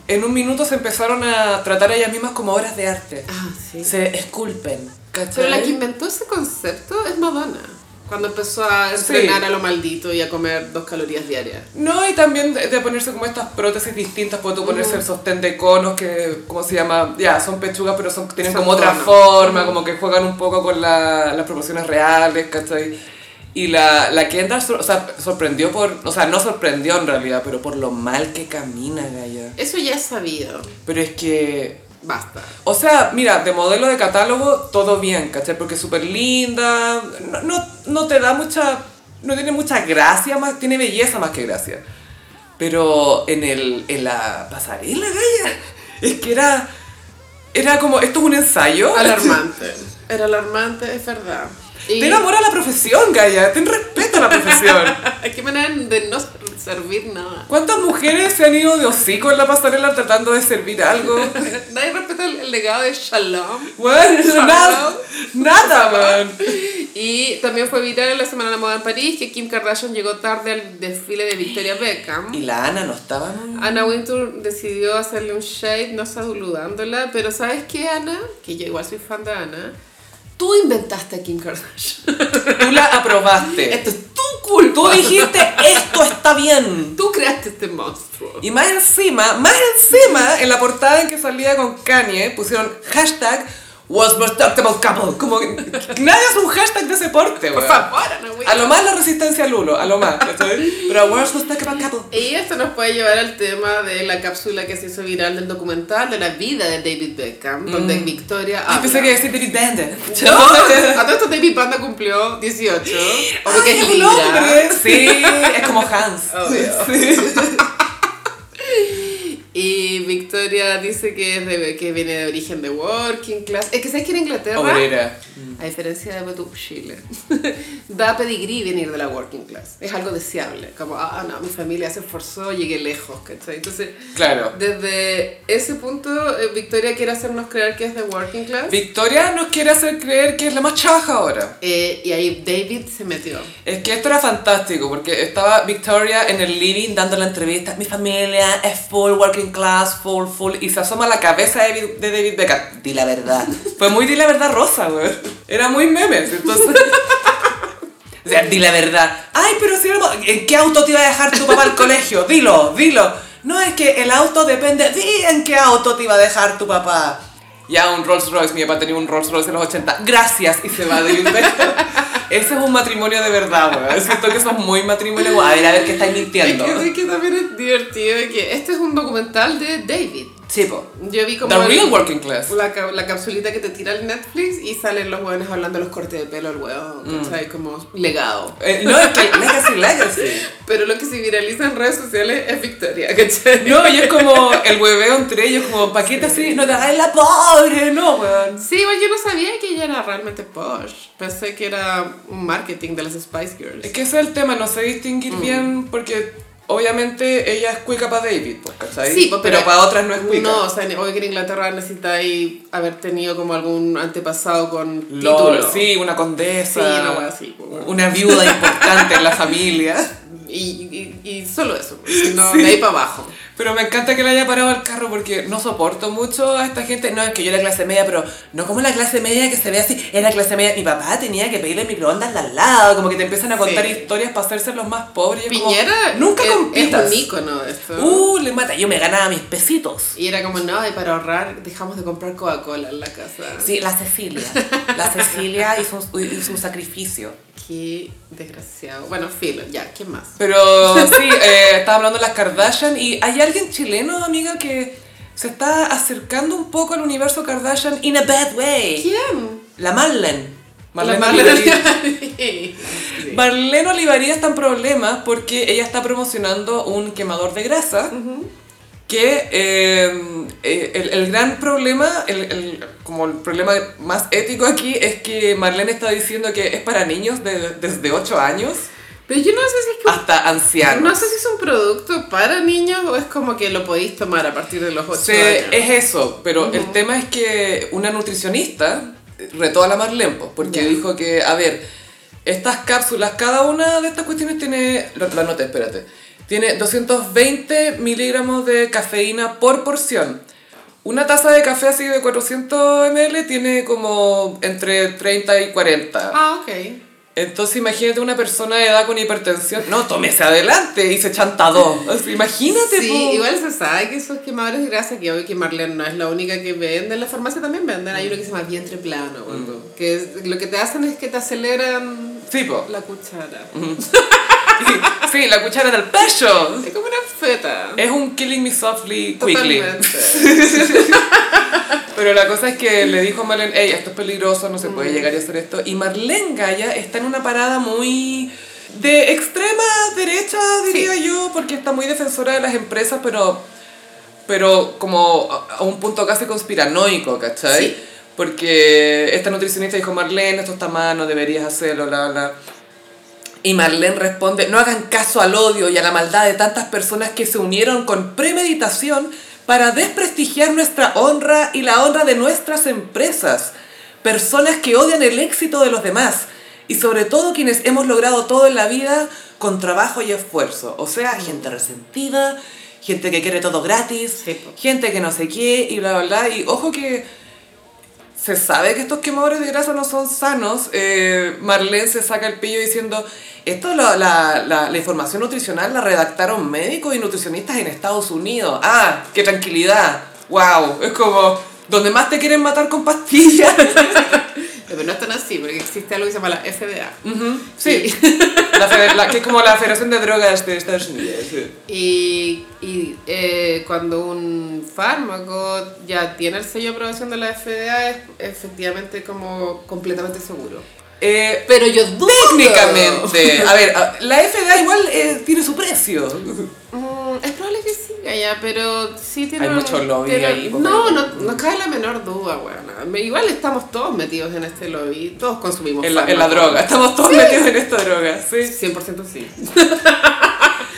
[SPEAKER 1] en un minuto se empezaron a tratar a ellas mismas como obras de arte.
[SPEAKER 2] Ah, sí.
[SPEAKER 1] Se esculpen, ¿cachai?
[SPEAKER 2] Pero la que inventó ese concepto es Madonna. Cuando empezó a entrenar a lo maldito y a comer dos calorías diarias.
[SPEAKER 1] No, y también de, de ponerse como estas prótesis distintas, puede tú ponerse el sostén de conos, que, ¿cómo se llama? Ya, son pechugas, pero son, tienen
[SPEAKER 2] Son
[SPEAKER 1] como otra
[SPEAKER 2] conos.
[SPEAKER 1] forma, como que juegan un poco con la- las proporciones reales, ¿cachai? Y la, la Kendall, sor- o sea, sorprendió por, o sea, no sorprendió en realidad, pero por lo mal que camina, Gaya.
[SPEAKER 2] Eso ya es sabido.
[SPEAKER 1] Pero es que
[SPEAKER 2] Basta.
[SPEAKER 1] O sea, mira, de modelo de catálogo, todo bien, ¿cachai? Porque es súper linda, no, no, no te da mucha, no tiene mucha gracia, más, tiene belleza más que gracia. Pero en, el, en la pasarela, Gaya, es que era, era como, esto es un ensayo.
[SPEAKER 2] Ah, Alarmante. Era alarmante, es verdad. Y
[SPEAKER 1] Ten amor a la profesión, Gaya, ten respeto a la profesión.
[SPEAKER 2] qué manera de no servir nada.
[SPEAKER 1] ¿Cuántas mujeres se han ido de hocico en la pasarela tratando de servir algo?
[SPEAKER 2] Nadie respeta el, el legado de Shalom.
[SPEAKER 1] Bueno, nada, nada, man.
[SPEAKER 2] Y también fue viral en la Semana de la Moda en París que Kim Kardashian llegó tarde al desfile de Victoria Beckham.
[SPEAKER 1] Y la Ana no estaba muy...
[SPEAKER 2] Ana Wintour decidió hacerle un shade, no saludándola, pero ¿sabes qué, Ana? Que yo igual soy fan de Ana. Tú inventaste a Kim Kardashian.
[SPEAKER 1] Tú la aprobaste.
[SPEAKER 2] Esto es tu culpa.
[SPEAKER 1] Tú dijiste, esto está bien.
[SPEAKER 2] Tú creaste este monstruo.
[SPEAKER 1] Y más encima, más encima, en la portada en que salía con Kanye, pusieron hashtag Was most adaptable couple. Como que nadie hace un hashtag de ese porte,
[SPEAKER 2] Por
[SPEAKER 1] weón.
[SPEAKER 2] favor, Ana Wintour.
[SPEAKER 1] A lo más la resistencia al uno, a lo más. ¿cachai? Pero was most adaptable couple.
[SPEAKER 2] Y esto nos puede llevar al tema de la cápsula que se hizo viral del documental de la vida de David Beckham, donde Victoria
[SPEAKER 1] Ah,
[SPEAKER 2] habla.
[SPEAKER 1] pensé que iba a decir David Bender.
[SPEAKER 2] No, a todo esto David Panda cumplió 18.
[SPEAKER 1] Oh,
[SPEAKER 2] Obvio que es
[SPEAKER 1] Ay, un
[SPEAKER 2] Libra.
[SPEAKER 1] hombre. Sí, es como Hans.
[SPEAKER 2] Obvio.
[SPEAKER 1] Sí.
[SPEAKER 2] Y Victoria dice que, es de- que viene de origen de working class. Es que sabes que en Inglaterra,
[SPEAKER 1] Obrera.
[SPEAKER 2] a diferencia de Betu- Chile, da pedigrí venir de la working class. Es algo deseable. Como, ah, no, mi familia se esforzó, llegué lejos, ¿cachai? Entonces,
[SPEAKER 1] Claro.
[SPEAKER 2] desde ese punto, eh, Victoria quiere hacernos creer que es de working class.
[SPEAKER 1] Victoria nos quiere hacer creer que es la más chaja ahora.
[SPEAKER 2] Eh, y ahí David se metió.
[SPEAKER 1] Es que esto era fantástico porque estaba Victoria en el living dando la entrevista. Mi familia es full working class, full, full. Y se asoma la cabeza de, David- de David Beckham. Di la verdad. Fue muy di la verdad rosa, güey. Era muy memes, entonces. O sea, di la verdad. Ay, pero si éramos- ¿En qué auto te iba a dejar tu papá al colegio? Dilo, dilo. No es que el auto depende. Di en qué auto te iba a dejar tu papá. Ya, un Rolls Royce. Mi papá tenía un Rolls Royce en los 80. Gracias. Y se va de un Ese es un matrimonio de verdad, weón. Siento que eso es muy matrimonio. A ver, a ver qué estáis mintiendo.
[SPEAKER 2] Es que, es que también es divertido que este es un documental de David.
[SPEAKER 1] Tipo.
[SPEAKER 2] Yo vi como...
[SPEAKER 1] The
[SPEAKER 2] el-
[SPEAKER 1] real working class.
[SPEAKER 2] La, ca- la capsulita que te tira el Netflix y salen los hueones hablando de los cortes de pelo al
[SPEAKER 1] Mm.
[SPEAKER 2] hueón, ¿cachai? Como legado.
[SPEAKER 1] Eh, no, es que legacy, legacy.
[SPEAKER 2] Pero lo que se viraliza en redes sociales es Victoria, ¿cachai?
[SPEAKER 1] No, y es como el hueveo entre ellos, como paquita así, no te hagas la pobre, no, weón.
[SPEAKER 2] Sí, igual yo no sabía que ella era realmente posh. Pensé que era un marketing de las Spice Girls.
[SPEAKER 1] Es que ese es el tema, no sé distinguir
[SPEAKER 2] Mm.
[SPEAKER 1] bien porque obviamente ella es cuica para David, pues, ¿cachai?
[SPEAKER 2] Sí, pues, pero-
[SPEAKER 1] para otras no es cuica.
[SPEAKER 2] No, o sea, obvio que en Inglaterra necesitáis haber tenido como algún antepasado con
[SPEAKER 1] Lol,
[SPEAKER 2] título.
[SPEAKER 1] sí, una condesa,
[SPEAKER 2] Sí, una wea así, pues, weón.
[SPEAKER 1] una viuda importante en la familia.
[SPEAKER 2] Y, y, y solo eso, pues, si no, de ahí para abajo.
[SPEAKER 1] Pero me encanta que le haya parado al carro porque no soporto mucho a esta gente. No, es que yo era clase media, pero no como la clase media que se ve así. Era clase media. Mi papá tenía que pedirle microondas al lado. Como que te empiezan a contar
[SPEAKER 2] Sí.
[SPEAKER 1] historias para hacerse los más pobres. Y es como,
[SPEAKER 2] Piñera
[SPEAKER 1] nunca
[SPEAKER 2] es,
[SPEAKER 1] compitas.
[SPEAKER 2] es un ícono de esto.
[SPEAKER 1] Uh, le mata. Yo me ganaba mis pesitos.
[SPEAKER 2] Y era como, no, y para ahorrar dejamos de comprar Coca-Cola en la casa.
[SPEAKER 1] Sí, la Cecilia. La Cecilia hizo un, hizo un sacrificio.
[SPEAKER 2] Qué desgraciado. Bueno, filo, ya, ¿qué más?
[SPEAKER 1] Pero sí, eh, estaba hablando de las Kardashian y hay alguien chileno, amiga, que se está acercando un poco al universo Kardashian in a bad way.
[SPEAKER 2] ¿Quién?
[SPEAKER 1] La Marlene.
[SPEAKER 2] La
[SPEAKER 1] Marlene,
[SPEAKER 2] Marlene
[SPEAKER 1] Olivari.
[SPEAKER 2] Sí.
[SPEAKER 1] Marlene Olivaría está en problemas porque ella está promocionando un quemador de grasa. Que eh, eh, el, el gran problema, el, el- como el problema más ético aquí, es que Marlene está diciendo que es para niños de- desde 8 años
[SPEAKER 2] Pero yo no sé si es que...
[SPEAKER 1] hasta ancianos.
[SPEAKER 2] Ah, No sé si es un producto para niños o es como que lo podéis tomar a partir de los 8
[SPEAKER 1] Se-
[SPEAKER 2] años.
[SPEAKER 1] es eso, pero el tema es que una nutricionista retó a la Marlene, po, porque
[SPEAKER 2] Ya.
[SPEAKER 1] dijo que, a ver, estas cápsulas, cada una de estas cuestiones tiene, la, la nota, espérate, tiene 220 miligramos de cafeína por porción. Una taza de café así de 400 ml tiene como entre 30 y 40.
[SPEAKER 2] Ah, ok.
[SPEAKER 1] Entonces imagínate una persona de edad con hipertensión. No, tómese adelante y se chanta dos. O sea, imagínate.
[SPEAKER 2] Sí,
[SPEAKER 1] po.
[SPEAKER 2] igual se sabe que esos quemadores de grasa, que obvio que Marlene no es la única que vende, en la farmacia también venden, hay uno que se llama vientre plano, o algo, que es- lo que te hacen es que te aceleran
[SPEAKER 1] Sí, po.
[SPEAKER 2] la cuchara.
[SPEAKER 1] Sí, la cuchara del pecho.
[SPEAKER 2] Es como una feta.
[SPEAKER 1] Es un killing me softly quickly.
[SPEAKER 2] Totalmente.
[SPEAKER 1] Pero la cosa es que le dijo a Marlene, hey, esto es peligroso, no se puede llegar y hacer esto. Y Marlene Gaya está en una parada muy de extrema derecha, diría yo, porque está muy defensora de las empresas, pero, pero como a, a un punto casi conspiranoico, ¿cachai?
[SPEAKER 2] Sí.
[SPEAKER 1] Porque esta nutricionista dijo, Marlene, esto está mal, no deberías hacerlo, bla, bla. Y Marlene responde, no hagan caso al odio y a la maldad de tantas personas que se unieron con premeditación para desprestigiar nuestra honra y la honra de nuestras empresas. Personas que odian el éxito de los demás y sobre todo quienes hemos logrado todo en la vida con trabajo y esfuerzo. O sea,
[SPEAKER 2] Mm.
[SPEAKER 1] gente resentida, gente que quiere todo gratis,
[SPEAKER 2] Sí, po.
[SPEAKER 1] gente que no sé qué y bla, bla, bla. Y ojo que se sabe que estos quemadores de grasa no son sanos. Eh, Marlene se saca el pillo diciendo, esto lo- la, la- la información nutricional la redactaron médicos y nutricionistas en Estados Unidos. Ah, qué tranquilidad. Wow, es como Donde más te quieren matar con pastillas.
[SPEAKER 2] Pero no es tan así, porque existe algo que se llama la FDA.
[SPEAKER 1] Sí. La fede- la- que es como la Federación de Drogas de Estados Unidos. sí.
[SPEAKER 2] Y, y, eh, cuando un fármaco ya tiene el sello de aprobación de la FDA, es efectivamente como completamente seguro.
[SPEAKER 1] Eh,
[SPEAKER 2] Pero yo dudo.
[SPEAKER 1] técnicamente, a ver, a- la FDA igual eh, tiene su precio.
[SPEAKER 2] Mm, es probable que sí, Gaya, pero sí tiene.
[SPEAKER 1] Hay mucho lobby
[SPEAKER 2] tiene-
[SPEAKER 1] ahí, porque-
[SPEAKER 2] No, no, no cae la menor duda, weón. Igual estamos todos metidos en este lobby, todos consumimos.
[SPEAKER 1] En la, en la
[SPEAKER 2] fármacos.
[SPEAKER 1] droga, estamos todos metidos en esta droga, sí.
[SPEAKER 2] 100% sí.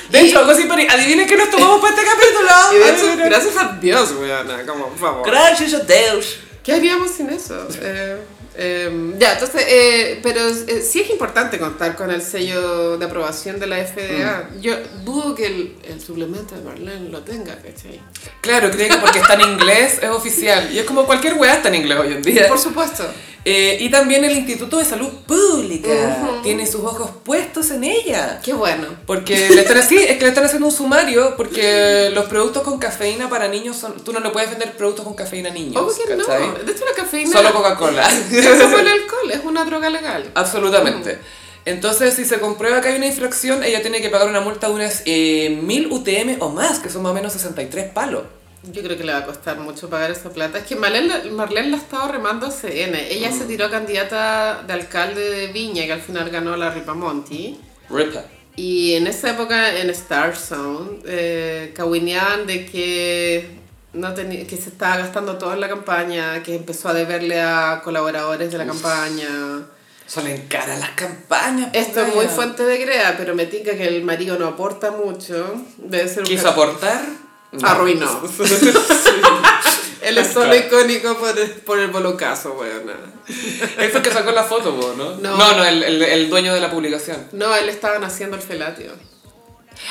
[SPEAKER 1] De hecho, Gossip Bunny, adivinen que nos tomamos para este capítulo.
[SPEAKER 2] Y de
[SPEAKER 1] Ay,
[SPEAKER 2] hecho,
[SPEAKER 1] mira.
[SPEAKER 2] gracias a Dios, weona, como, por favor.
[SPEAKER 3] Gracias a Dios.
[SPEAKER 2] ¿Qué haríamos sin eso? Eh, eh, ya, entonces, eh, pero eh, sí es importante contar con el sello de aprobación de la FDA.
[SPEAKER 1] Mm.
[SPEAKER 2] Yo dudo que el, el suplemento de Marlene lo tenga, ¿cachai?
[SPEAKER 1] Claro, creo que porque está en inglés es oficial. Y es como cualquier weá está en inglés hoy en día.
[SPEAKER 2] Por supuesto.
[SPEAKER 1] Eh, y también el Instituto de Salud Pública
[SPEAKER 2] Ujú.
[SPEAKER 1] tiene sus ojos puestos en ella.
[SPEAKER 2] Qué bueno.
[SPEAKER 1] Porque le están así, es que le están haciendo un sumario porque los productos con cafeína para niños son. Tú no le puedes vender productos con cafeína a niños.
[SPEAKER 2] Ojo que no.
[SPEAKER 1] ¿cachai?
[SPEAKER 2] De hecho, la cafeína.
[SPEAKER 1] Solo Coca-Cola.
[SPEAKER 2] Es como el alcohol, es una droga legal. Mm.
[SPEAKER 1] Absolutamente. Entonces, si se comprueba que hay una infracción, ella tiene que pagar una multa de unas eh, 1000 UTM o más, que son más o menos 63 palos.
[SPEAKER 2] Yo creo que le va a costar mucho pagar esa plata. Es que Marlene, Marlene la ha estado remando a CN. Ella
[SPEAKER 1] Mm.
[SPEAKER 2] se tiró candidata de alcalde de Viña, que al final ganó la Ripamonti.
[SPEAKER 1] Ripa.
[SPEAKER 2] Y en esa época en Star Zone, eh, cahuineaban de que, no tenía, que se estaba gastando todo en la campaña, que empezó a deberle a colaboradores de la campaña.
[SPEAKER 1] Salen cara las campañas.
[SPEAKER 2] Esto es
[SPEAKER 1] pues,
[SPEAKER 2] muy
[SPEAKER 1] vaya.
[SPEAKER 2] fuente de crea, pero me tinca que el marido no aporta mucho. Debe ser un Ah,
[SPEAKER 1] ¿Quiso aportar? No.
[SPEAKER 2] Arruinó. Él es solo
[SPEAKER 1] Claro.
[SPEAKER 2] icónico por el, por el bolocazo, weón.
[SPEAKER 1] Él fue el que sacó la foto, po, ¿no?
[SPEAKER 2] No.
[SPEAKER 1] no, no, el, el- el dueño de la publicación.
[SPEAKER 2] No, él estaba naciendo el felatio.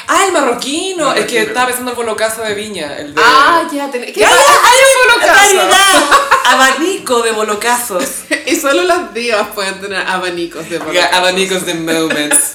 [SPEAKER 1] Ah, el marroquino.
[SPEAKER 2] Marroquino.
[SPEAKER 1] Es que estaba pensando el bolocazo de Viña. El de...
[SPEAKER 2] Ah, ya, ten- ¿Qué
[SPEAKER 1] ¡Ya, ya!
[SPEAKER 2] ¡Hay un bolocazo!
[SPEAKER 1] Abanico de bolocazos.
[SPEAKER 2] Y solo las divas pueden tener abanicos de
[SPEAKER 1] Ya,
[SPEAKER 2] bolocazo.
[SPEAKER 1] Abanicos de moments.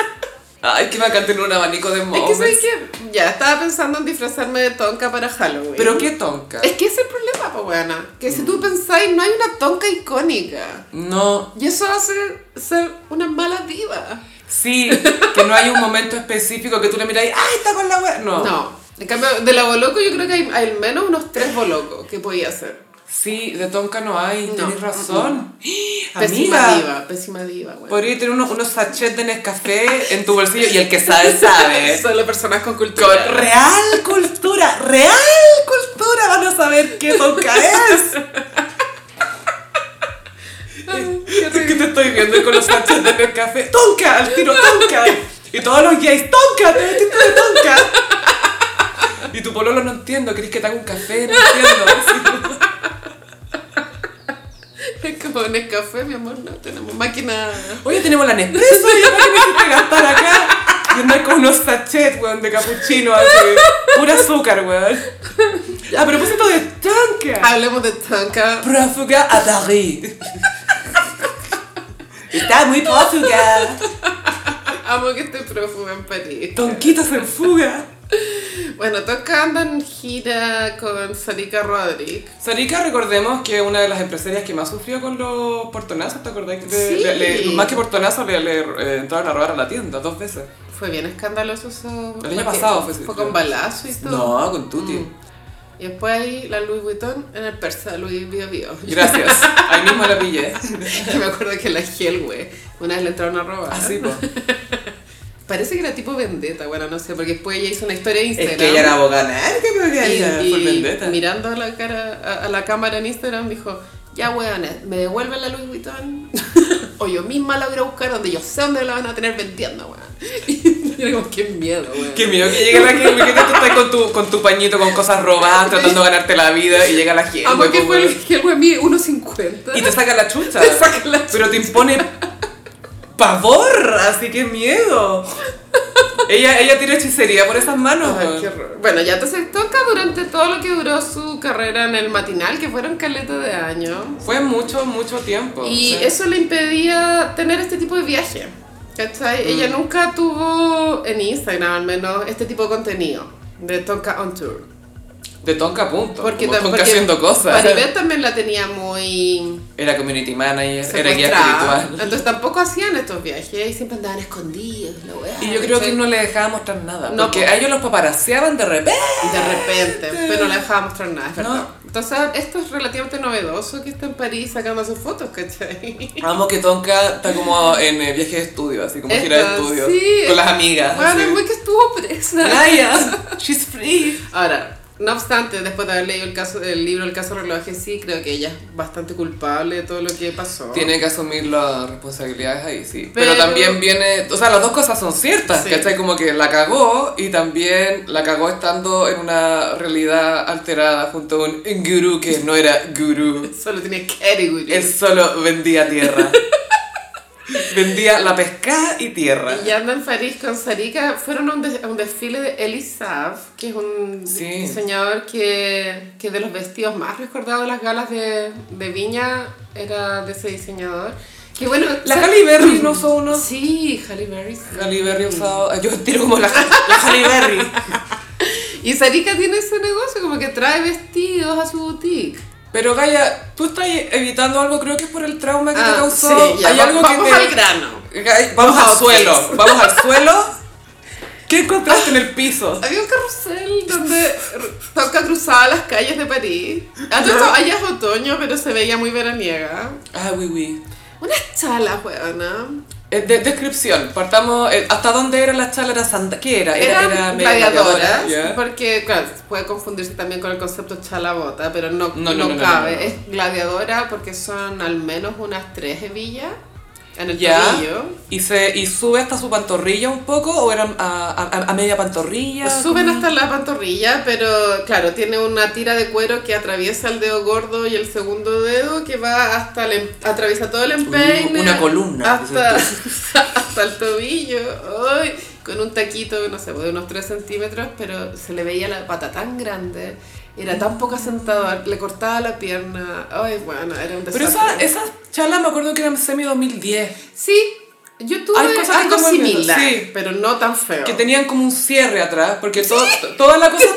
[SPEAKER 1] Ay, qué bacán tener un abanico de
[SPEAKER 2] Es
[SPEAKER 1] moments.
[SPEAKER 2] que sabes que ya estaba pensando en disfrazarme de tonka para Halloween.
[SPEAKER 1] Pero qué Mm. tonca.
[SPEAKER 2] Es que ese es el problema, pues buena. Que si tú pensáis, no hay una tonka icónica.
[SPEAKER 1] No,
[SPEAKER 2] Y eso hace ser una mala diva.
[SPEAKER 1] sí, que no hay un momento específico que tú le miras y ¡ay, está con la wea! No.
[SPEAKER 2] No. En cambio, de la Boloco yo creo que hay, hay al menos unos tres Bolocos que podía hacer.
[SPEAKER 1] Sí, de tonca no hay,
[SPEAKER 2] No.
[SPEAKER 1] tienes razón.
[SPEAKER 2] Pésima
[SPEAKER 1] Amiga,
[SPEAKER 2] diva, pésima diva, weón.
[SPEAKER 1] podrías tener unos, unos sachets de Nescafé en tu bolsillo y el que sabe, sabe.
[SPEAKER 2] Solo personas con cultura.
[SPEAKER 1] Con real cultura, real cultura, van a saber qué tonca es.
[SPEAKER 2] Ay, qué
[SPEAKER 1] Es que
[SPEAKER 2] horrible.
[SPEAKER 1] te estoy viendo con los sachets de Nescafé. ¡Tonca! ¡Al tiro, tonca! Y todos los gays, ¡tonca! ¡Te metiste de tonca! Y tu pololo no entiendo, ¿querés que te haga un café? No entiendo.
[SPEAKER 2] Es como en el café, mi amor, no tenemos máquina.
[SPEAKER 1] Oye, tenemos la Nespresso y ahora que me hiciste gastar acá. Y andar con unos sachets, weón, de capuchino, así. Pura azúcar, weón. A propósito de tonka.
[SPEAKER 2] Hablemos de tonka.
[SPEAKER 1] Prófuga a Paris. Está muy prófuga.
[SPEAKER 2] Amo que esté prófugo en París.
[SPEAKER 1] Tonquitas en fuga.
[SPEAKER 2] Bueno, Tonka anda en gira con Sarika Rodríguez.
[SPEAKER 1] Sarika, recordemos que una de las empresarias que más sufrió con los portonazos, ¿te acordás? Que te-
[SPEAKER 2] Sí.
[SPEAKER 1] le- le- más que portonazos, le, le, eh, entraron a robar a la tienda dos veces.
[SPEAKER 2] Fue bien escandaloso eso.
[SPEAKER 1] El año pasado fue-
[SPEAKER 2] fue. con balazo y todo. Mm.
[SPEAKER 1] No, con Tuti.
[SPEAKER 2] Y después ahí la Louis Vuitton en el persa Louis Bio Bio.
[SPEAKER 1] Gracias. Ahí mismo la pillé.
[SPEAKER 2] Que me acuerdo que la Giel, güey, una vez le entraron a robar.
[SPEAKER 1] Así, pues.
[SPEAKER 2] Parece que era tipo vendetta, bueno, no sé, porque después ella hizo una historia de Instagram.
[SPEAKER 1] abogada. ¿Qué me voy
[SPEAKER 2] y-
[SPEAKER 1] a
[SPEAKER 2] y
[SPEAKER 1] por vendetta?
[SPEAKER 2] mirando a la, cara, a, a la cámara en Instagram dijo, ya weones, me devuelven la Louis Vuitton o yo misma la voy a buscar donde yo sé dónde la van a tener vendiendo, weón. Y yo como, qué miedo, weón.
[SPEAKER 1] Qué miedo que llegue la gente, que tú estás con tu, con tu pañito, con cosas robadas, tratando de ganarte la vida, y llega la gente,
[SPEAKER 2] Amo
[SPEAKER 1] pues,
[SPEAKER 2] que Ah, fue
[SPEAKER 1] güey.
[SPEAKER 2] el que el weón mide 1.50.
[SPEAKER 1] y te saca la chucha.
[SPEAKER 2] Te saca la
[SPEAKER 1] Pero te impone pavor, así que miedo. Ella, ella tiene hechicería por esas manos.
[SPEAKER 2] Ay,
[SPEAKER 1] güey.
[SPEAKER 2] qué horror. Bueno, ya entonces toca durante todo lo que duró su carrera en el matinal, que fueron caleta de años.
[SPEAKER 1] Fue mucho, mucho tiempo.
[SPEAKER 2] Y
[SPEAKER 1] o sea.
[SPEAKER 2] eso le impedía tener este tipo de viaje. ¿Cachai?
[SPEAKER 1] Mm.
[SPEAKER 2] Ella nunca tuvo en Instagram al menos este tipo de contenido de Tonka on Tour.
[SPEAKER 1] De Tonka punto.
[SPEAKER 2] Porque,
[SPEAKER 1] Porque
[SPEAKER 2] tam-
[SPEAKER 1] Tonka
[SPEAKER 2] porque
[SPEAKER 1] haciendo cosas.
[SPEAKER 2] Maribel también la tenía muy
[SPEAKER 1] Era community manager, era guía
[SPEAKER 2] secuestrada.
[SPEAKER 1] espiritual.
[SPEAKER 2] Entonces tampoco hacían estos viajes y siempre andaban escondidos. La weá,
[SPEAKER 1] Y yo creo que
[SPEAKER 2] ¿cachai?
[SPEAKER 1] no le dejaba mostrar nada.
[SPEAKER 2] No,
[SPEAKER 1] porque
[SPEAKER 2] pues.
[SPEAKER 1] a ellos los paparazziaban de repente.
[SPEAKER 2] De repente, pero no le dejaba mostrar nada, es
[SPEAKER 1] No.
[SPEAKER 2] verdad. Entonces, esto es relativamente novedoso que está en París sacando sus fotos, ¿cachai?
[SPEAKER 1] Amo que Tonka está como en eh, viaje de estudio, así como gira de
[SPEAKER 2] Esta,
[SPEAKER 1] estudio.
[SPEAKER 2] sí.
[SPEAKER 1] Con las amigas.
[SPEAKER 2] Bueno,
[SPEAKER 1] así.
[SPEAKER 2] es muy que estuvo presa.
[SPEAKER 1] Laia, she's free.
[SPEAKER 2] Ahora, no obstante, después de haber leído el, caso, el libro El caso relojes, sí creo que ella es bastante culpable de todo lo que pasó.
[SPEAKER 1] Tiene que asumir las responsabilidades ahí, sí. Pero,
[SPEAKER 2] Pero-
[SPEAKER 1] también viene, o sea, las dos cosas son ciertas,
[SPEAKER 2] Sí.
[SPEAKER 1] ¿cachai? Como que la cagó y también la cagó estando en una realidad alterada junto a un gurú que no era gurú.
[SPEAKER 2] Solo tiene Kerry
[SPEAKER 1] Él solo vendía tierra. vendía la pescada y tierra.
[SPEAKER 2] Y anda en París con Sarika. Fueron a un, des- a un desfile de Elisav, que es un
[SPEAKER 1] Sí.
[SPEAKER 2] diseñador que, que de los vestidos más recordados de las galas de, de Viña era de ese diseñador. Que bueno,
[SPEAKER 1] La
[SPEAKER 2] sa-
[SPEAKER 1] Halle Berry no usó uno.
[SPEAKER 2] Sí, Halle Berry. sí.
[SPEAKER 1] Halle Berry usaba. Yo tiro como la, la Halle Berry.
[SPEAKER 2] Y Sarika tiene ese negocio, como que trae vestidos a su boutique.
[SPEAKER 1] Pero Gaia, tú estás evitando algo, creo que es por el trauma que te causó.
[SPEAKER 2] Ah, ya,
[SPEAKER 1] Hay
[SPEAKER 2] va-
[SPEAKER 1] algo
[SPEAKER 2] vamos
[SPEAKER 1] que te-
[SPEAKER 2] al grano.
[SPEAKER 1] Gay, Vamos
[SPEAKER 2] Vamos
[SPEAKER 1] al
[SPEAKER 2] a
[SPEAKER 1] suelo, vamos al suelo. ¿Qué encontraste en el piso?
[SPEAKER 2] Había un carrusel donde Tonka cruzaba las calles de París. A todo esto, allá es otoño, pero se veía muy veraniega.
[SPEAKER 1] Ah, oui, oui.
[SPEAKER 2] Unas chalas, weona.
[SPEAKER 1] Eh, de- descripción, partamos. eh, ¿Hasta dónde era la charla? ¿Era sanda- ¿Qué era?
[SPEAKER 2] Eran
[SPEAKER 1] media
[SPEAKER 2] gladiadoras,
[SPEAKER 1] gladiadora, ya.
[SPEAKER 2] porque claro, puede confundirse también con el concepto chalabota, pero no,
[SPEAKER 1] No,
[SPEAKER 2] no,
[SPEAKER 1] no, no, no,
[SPEAKER 2] cabe.
[SPEAKER 1] no, no.
[SPEAKER 2] Es gladiadora porque son al menos unas tres hebillas en el
[SPEAKER 1] Ya.
[SPEAKER 2] tobillo.
[SPEAKER 1] ¿Y, se, ¿Y sube hasta su pantorrilla un poco o eran a, a- a media pantorrilla?
[SPEAKER 2] Pues Suben
[SPEAKER 1] ¿Cómo?
[SPEAKER 2] hasta la pantorrilla, pero claro, tiene una tira de cuero que atraviesa el dedo gordo y el segundo dedo que va hasta el, em- atraviesa todo el empeine.
[SPEAKER 1] Uh, una columna,
[SPEAKER 2] Hasta, hasta el tobillo. ay, con un taquito, no sé, pues, de unos 3 centímetros, pero se le veía la pata tan grande. Era tan poco asentador, le cortaba la pierna. Ay, bueno, era un desastre.
[SPEAKER 1] Pero esa, esas charlas me acuerdo que eran semi 2010.
[SPEAKER 2] Sí, yo tuve
[SPEAKER 1] Hay cosas que
[SPEAKER 2] algo
[SPEAKER 1] te vuelven-
[SPEAKER 2] similar,
[SPEAKER 1] sí.
[SPEAKER 2] pero no tan feo.
[SPEAKER 1] Que tenían como un cierre atrás, porque todo, toda la cosa,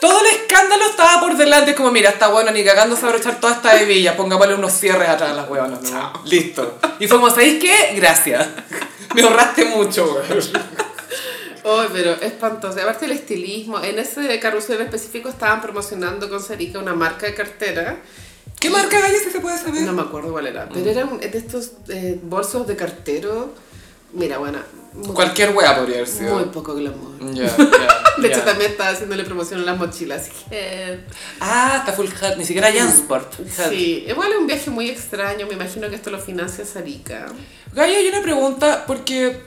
[SPEAKER 1] todo el escándalo estaba por delante, es como, mira, está bueno, ni cagando se va a abrochar toda esta hebilla, pongámosle unos cierres atrás a las huevonas, ¿no? Listo. Y fue como, ¿sabéis qué? Gracias. Me ahorraste mucho, weón.
[SPEAKER 2] Ay, pero espantoso. Y Aparte el estilismo. En ese carrusel en específico estaban promocionando con Sarika una marca de cartera.
[SPEAKER 1] ¿Qué marca Gaya si se puede saber?
[SPEAKER 2] No me acuerdo cuál era. Pero eran de estos eh, bolsos de cartero. Mira, bueno. Muy,
[SPEAKER 1] Cualquier hueá podría haber sido.
[SPEAKER 2] muy poco glamour.
[SPEAKER 1] Ya, ya,
[SPEAKER 2] De hecho,
[SPEAKER 1] ya.
[SPEAKER 2] también estaba haciéndole promoción a las mochilas. así que-
[SPEAKER 1] Ah, está full hat, ni siquiera Jansport. Hat.
[SPEAKER 2] Mm. Sí, igual es un viaje muy extraño. Me imagino que esto lo financia Sarika.
[SPEAKER 1] Gaia, hay una pregunta porque,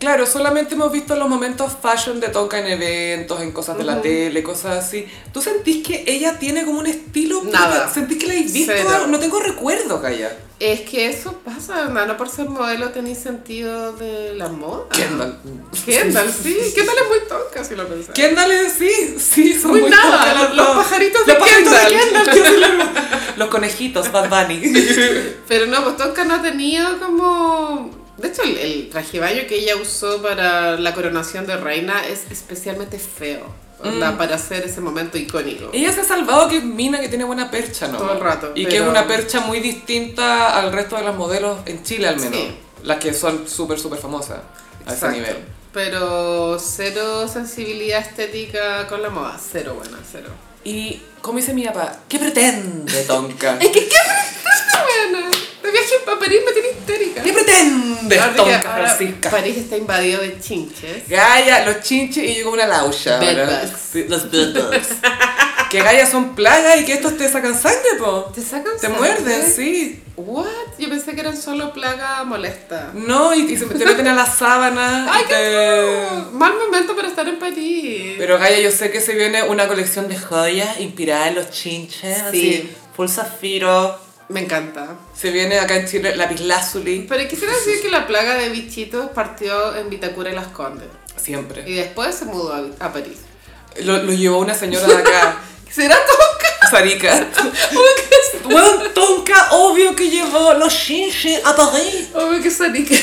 [SPEAKER 1] claro, solamente hemos visto los momentos fashion de Tonka en eventos, en cosas de la tele, cosas así. ¿Tú sentís que ella tiene como un estilo?
[SPEAKER 2] Nada.
[SPEAKER 1] ¿Sentís que la habéis visto?
[SPEAKER 2] Cero.
[SPEAKER 1] algo? No tengo recuerdos, Gaia.
[SPEAKER 2] Es que eso pasa, ¿no? No por ser modelo tenéis sentido de la moda.
[SPEAKER 1] Kendall.
[SPEAKER 2] Ah, Kendall, sí. Kendall es muy tonca si lo pensáis.
[SPEAKER 1] Kendall es, sí, sí, son
[SPEAKER 2] Muy
[SPEAKER 1] muy,
[SPEAKER 2] nada,
[SPEAKER 1] Tonka dos.
[SPEAKER 2] los- los pajaritos de
[SPEAKER 1] Los pajaritos
[SPEAKER 2] Kendall.
[SPEAKER 1] de Kendall, yo sí lo- los conejitos, Bad Bunny.
[SPEAKER 2] Pero no, pues Tonka no ha tenido como... De hecho, el, el traje de baño que ella usó para la coronación de reina es especialmente feo. onda,
[SPEAKER 1] Mm.
[SPEAKER 2] para hacer ese momento icónico.
[SPEAKER 1] Ella se ha salvado que es mina que tiene buena percha, ¿no?
[SPEAKER 2] Todo el rato,
[SPEAKER 1] Y
[SPEAKER 2] pero-
[SPEAKER 1] que es una percha muy distinta al resto de las modelos en Chile, al menos.
[SPEAKER 2] Sí.
[SPEAKER 1] Las que son súper, súper famosas a ese
[SPEAKER 2] Exacto.
[SPEAKER 1] nivel.
[SPEAKER 2] Pero cero sensibilidad estética con la moda. Cero buena, cero.
[SPEAKER 1] Y como dice mi papá, ¿qué pretende Tonka?
[SPEAKER 2] Es que qué buena. De viaje a París me tiene histérica.
[SPEAKER 1] ¿Qué pretende
[SPEAKER 2] Ahora que-
[SPEAKER 1] Tonka
[SPEAKER 2] ahora
[SPEAKER 1] Francisca?
[SPEAKER 2] París está invadido de chinches.
[SPEAKER 1] Gaia, los chinches y yo como una laucha.
[SPEAKER 2] Bed
[SPEAKER 1] ¿verdad?
[SPEAKER 2] bugs.
[SPEAKER 1] Sí, los bedbugs. que Gaia son plagas y que estos te sacan sangre, po.
[SPEAKER 2] Te sacan
[SPEAKER 1] Te
[SPEAKER 2] sangre.
[SPEAKER 1] muerden, sí.
[SPEAKER 2] What? Yo pensé que eran solo plaga molesta.
[SPEAKER 1] No, y, y se te meten a la sábana.
[SPEAKER 2] ¡Ay,
[SPEAKER 1] y
[SPEAKER 2] qué
[SPEAKER 1] te-
[SPEAKER 2] feo! Mal momento para estar en París.
[SPEAKER 1] Pero Gaia, yo sé que se viene una colección de joyas inspirada en los chinches, así,
[SPEAKER 2] Sí.
[SPEAKER 1] full zafiro.
[SPEAKER 2] Me encanta.
[SPEAKER 1] Se viene acá en Chile lapislázuli,
[SPEAKER 2] Pero quisiera decir que la plaga de bichitos partió en Vitacura y Las Condes.
[SPEAKER 1] siempre.
[SPEAKER 2] Y después se mudó a, Vi- a París.
[SPEAKER 1] Lo, lo llevó una señora de acá,
[SPEAKER 2] ¿Será Tonka?
[SPEAKER 1] Sarika. Weón, Tonka, obvio que llevó los chinches a París.
[SPEAKER 2] Obvio que Sarika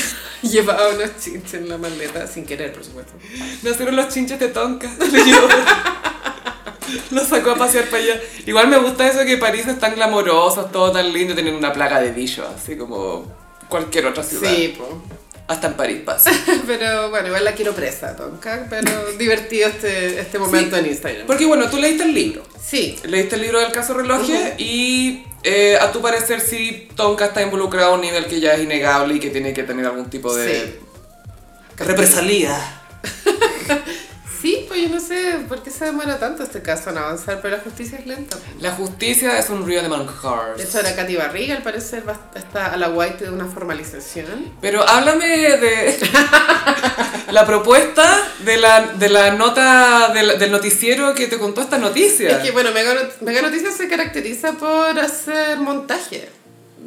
[SPEAKER 2] llevaba unos chinches en la maleta, sin querer, por supuesto.
[SPEAKER 1] Nacieron los chinches de Tonka, lo llevó. Lo sacó a pasear para allá. Igual me gusta eso que París es tan glamoroso, es todo tan lindo, tienen una placa de bicho, así como cualquier otra ciudad.
[SPEAKER 2] Sí, po.
[SPEAKER 1] Hasta en París pasa.
[SPEAKER 2] Pero bueno, igual la quiero presa, Tonka. Pero divertido este, este momento en Instagram.
[SPEAKER 1] Porque bueno, tú leíste el libro.
[SPEAKER 2] Sí,
[SPEAKER 1] Leíste el libro del caso relojes y eh, a tu parecer sí Tonka está involucrado a un nivel que ya es innegable y que tiene que tener algún tipo de
[SPEAKER 3] Represalia.
[SPEAKER 2] sí, pues yo no sé por qué se demora tanto este caso en avanzar, pero la justicia es lenta.
[SPEAKER 1] La justicia es un río de manjar.
[SPEAKER 2] De hecho, ahora Katy Barriga al parecer va- está a la white de una formalización.
[SPEAKER 1] Pero háblame de la propuesta de la, de la nota del, del noticiero que te contó esta noticia.
[SPEAKER 2] Es que bueno, Mega, Not- Mega Noticias se caracteriza por hacer montaje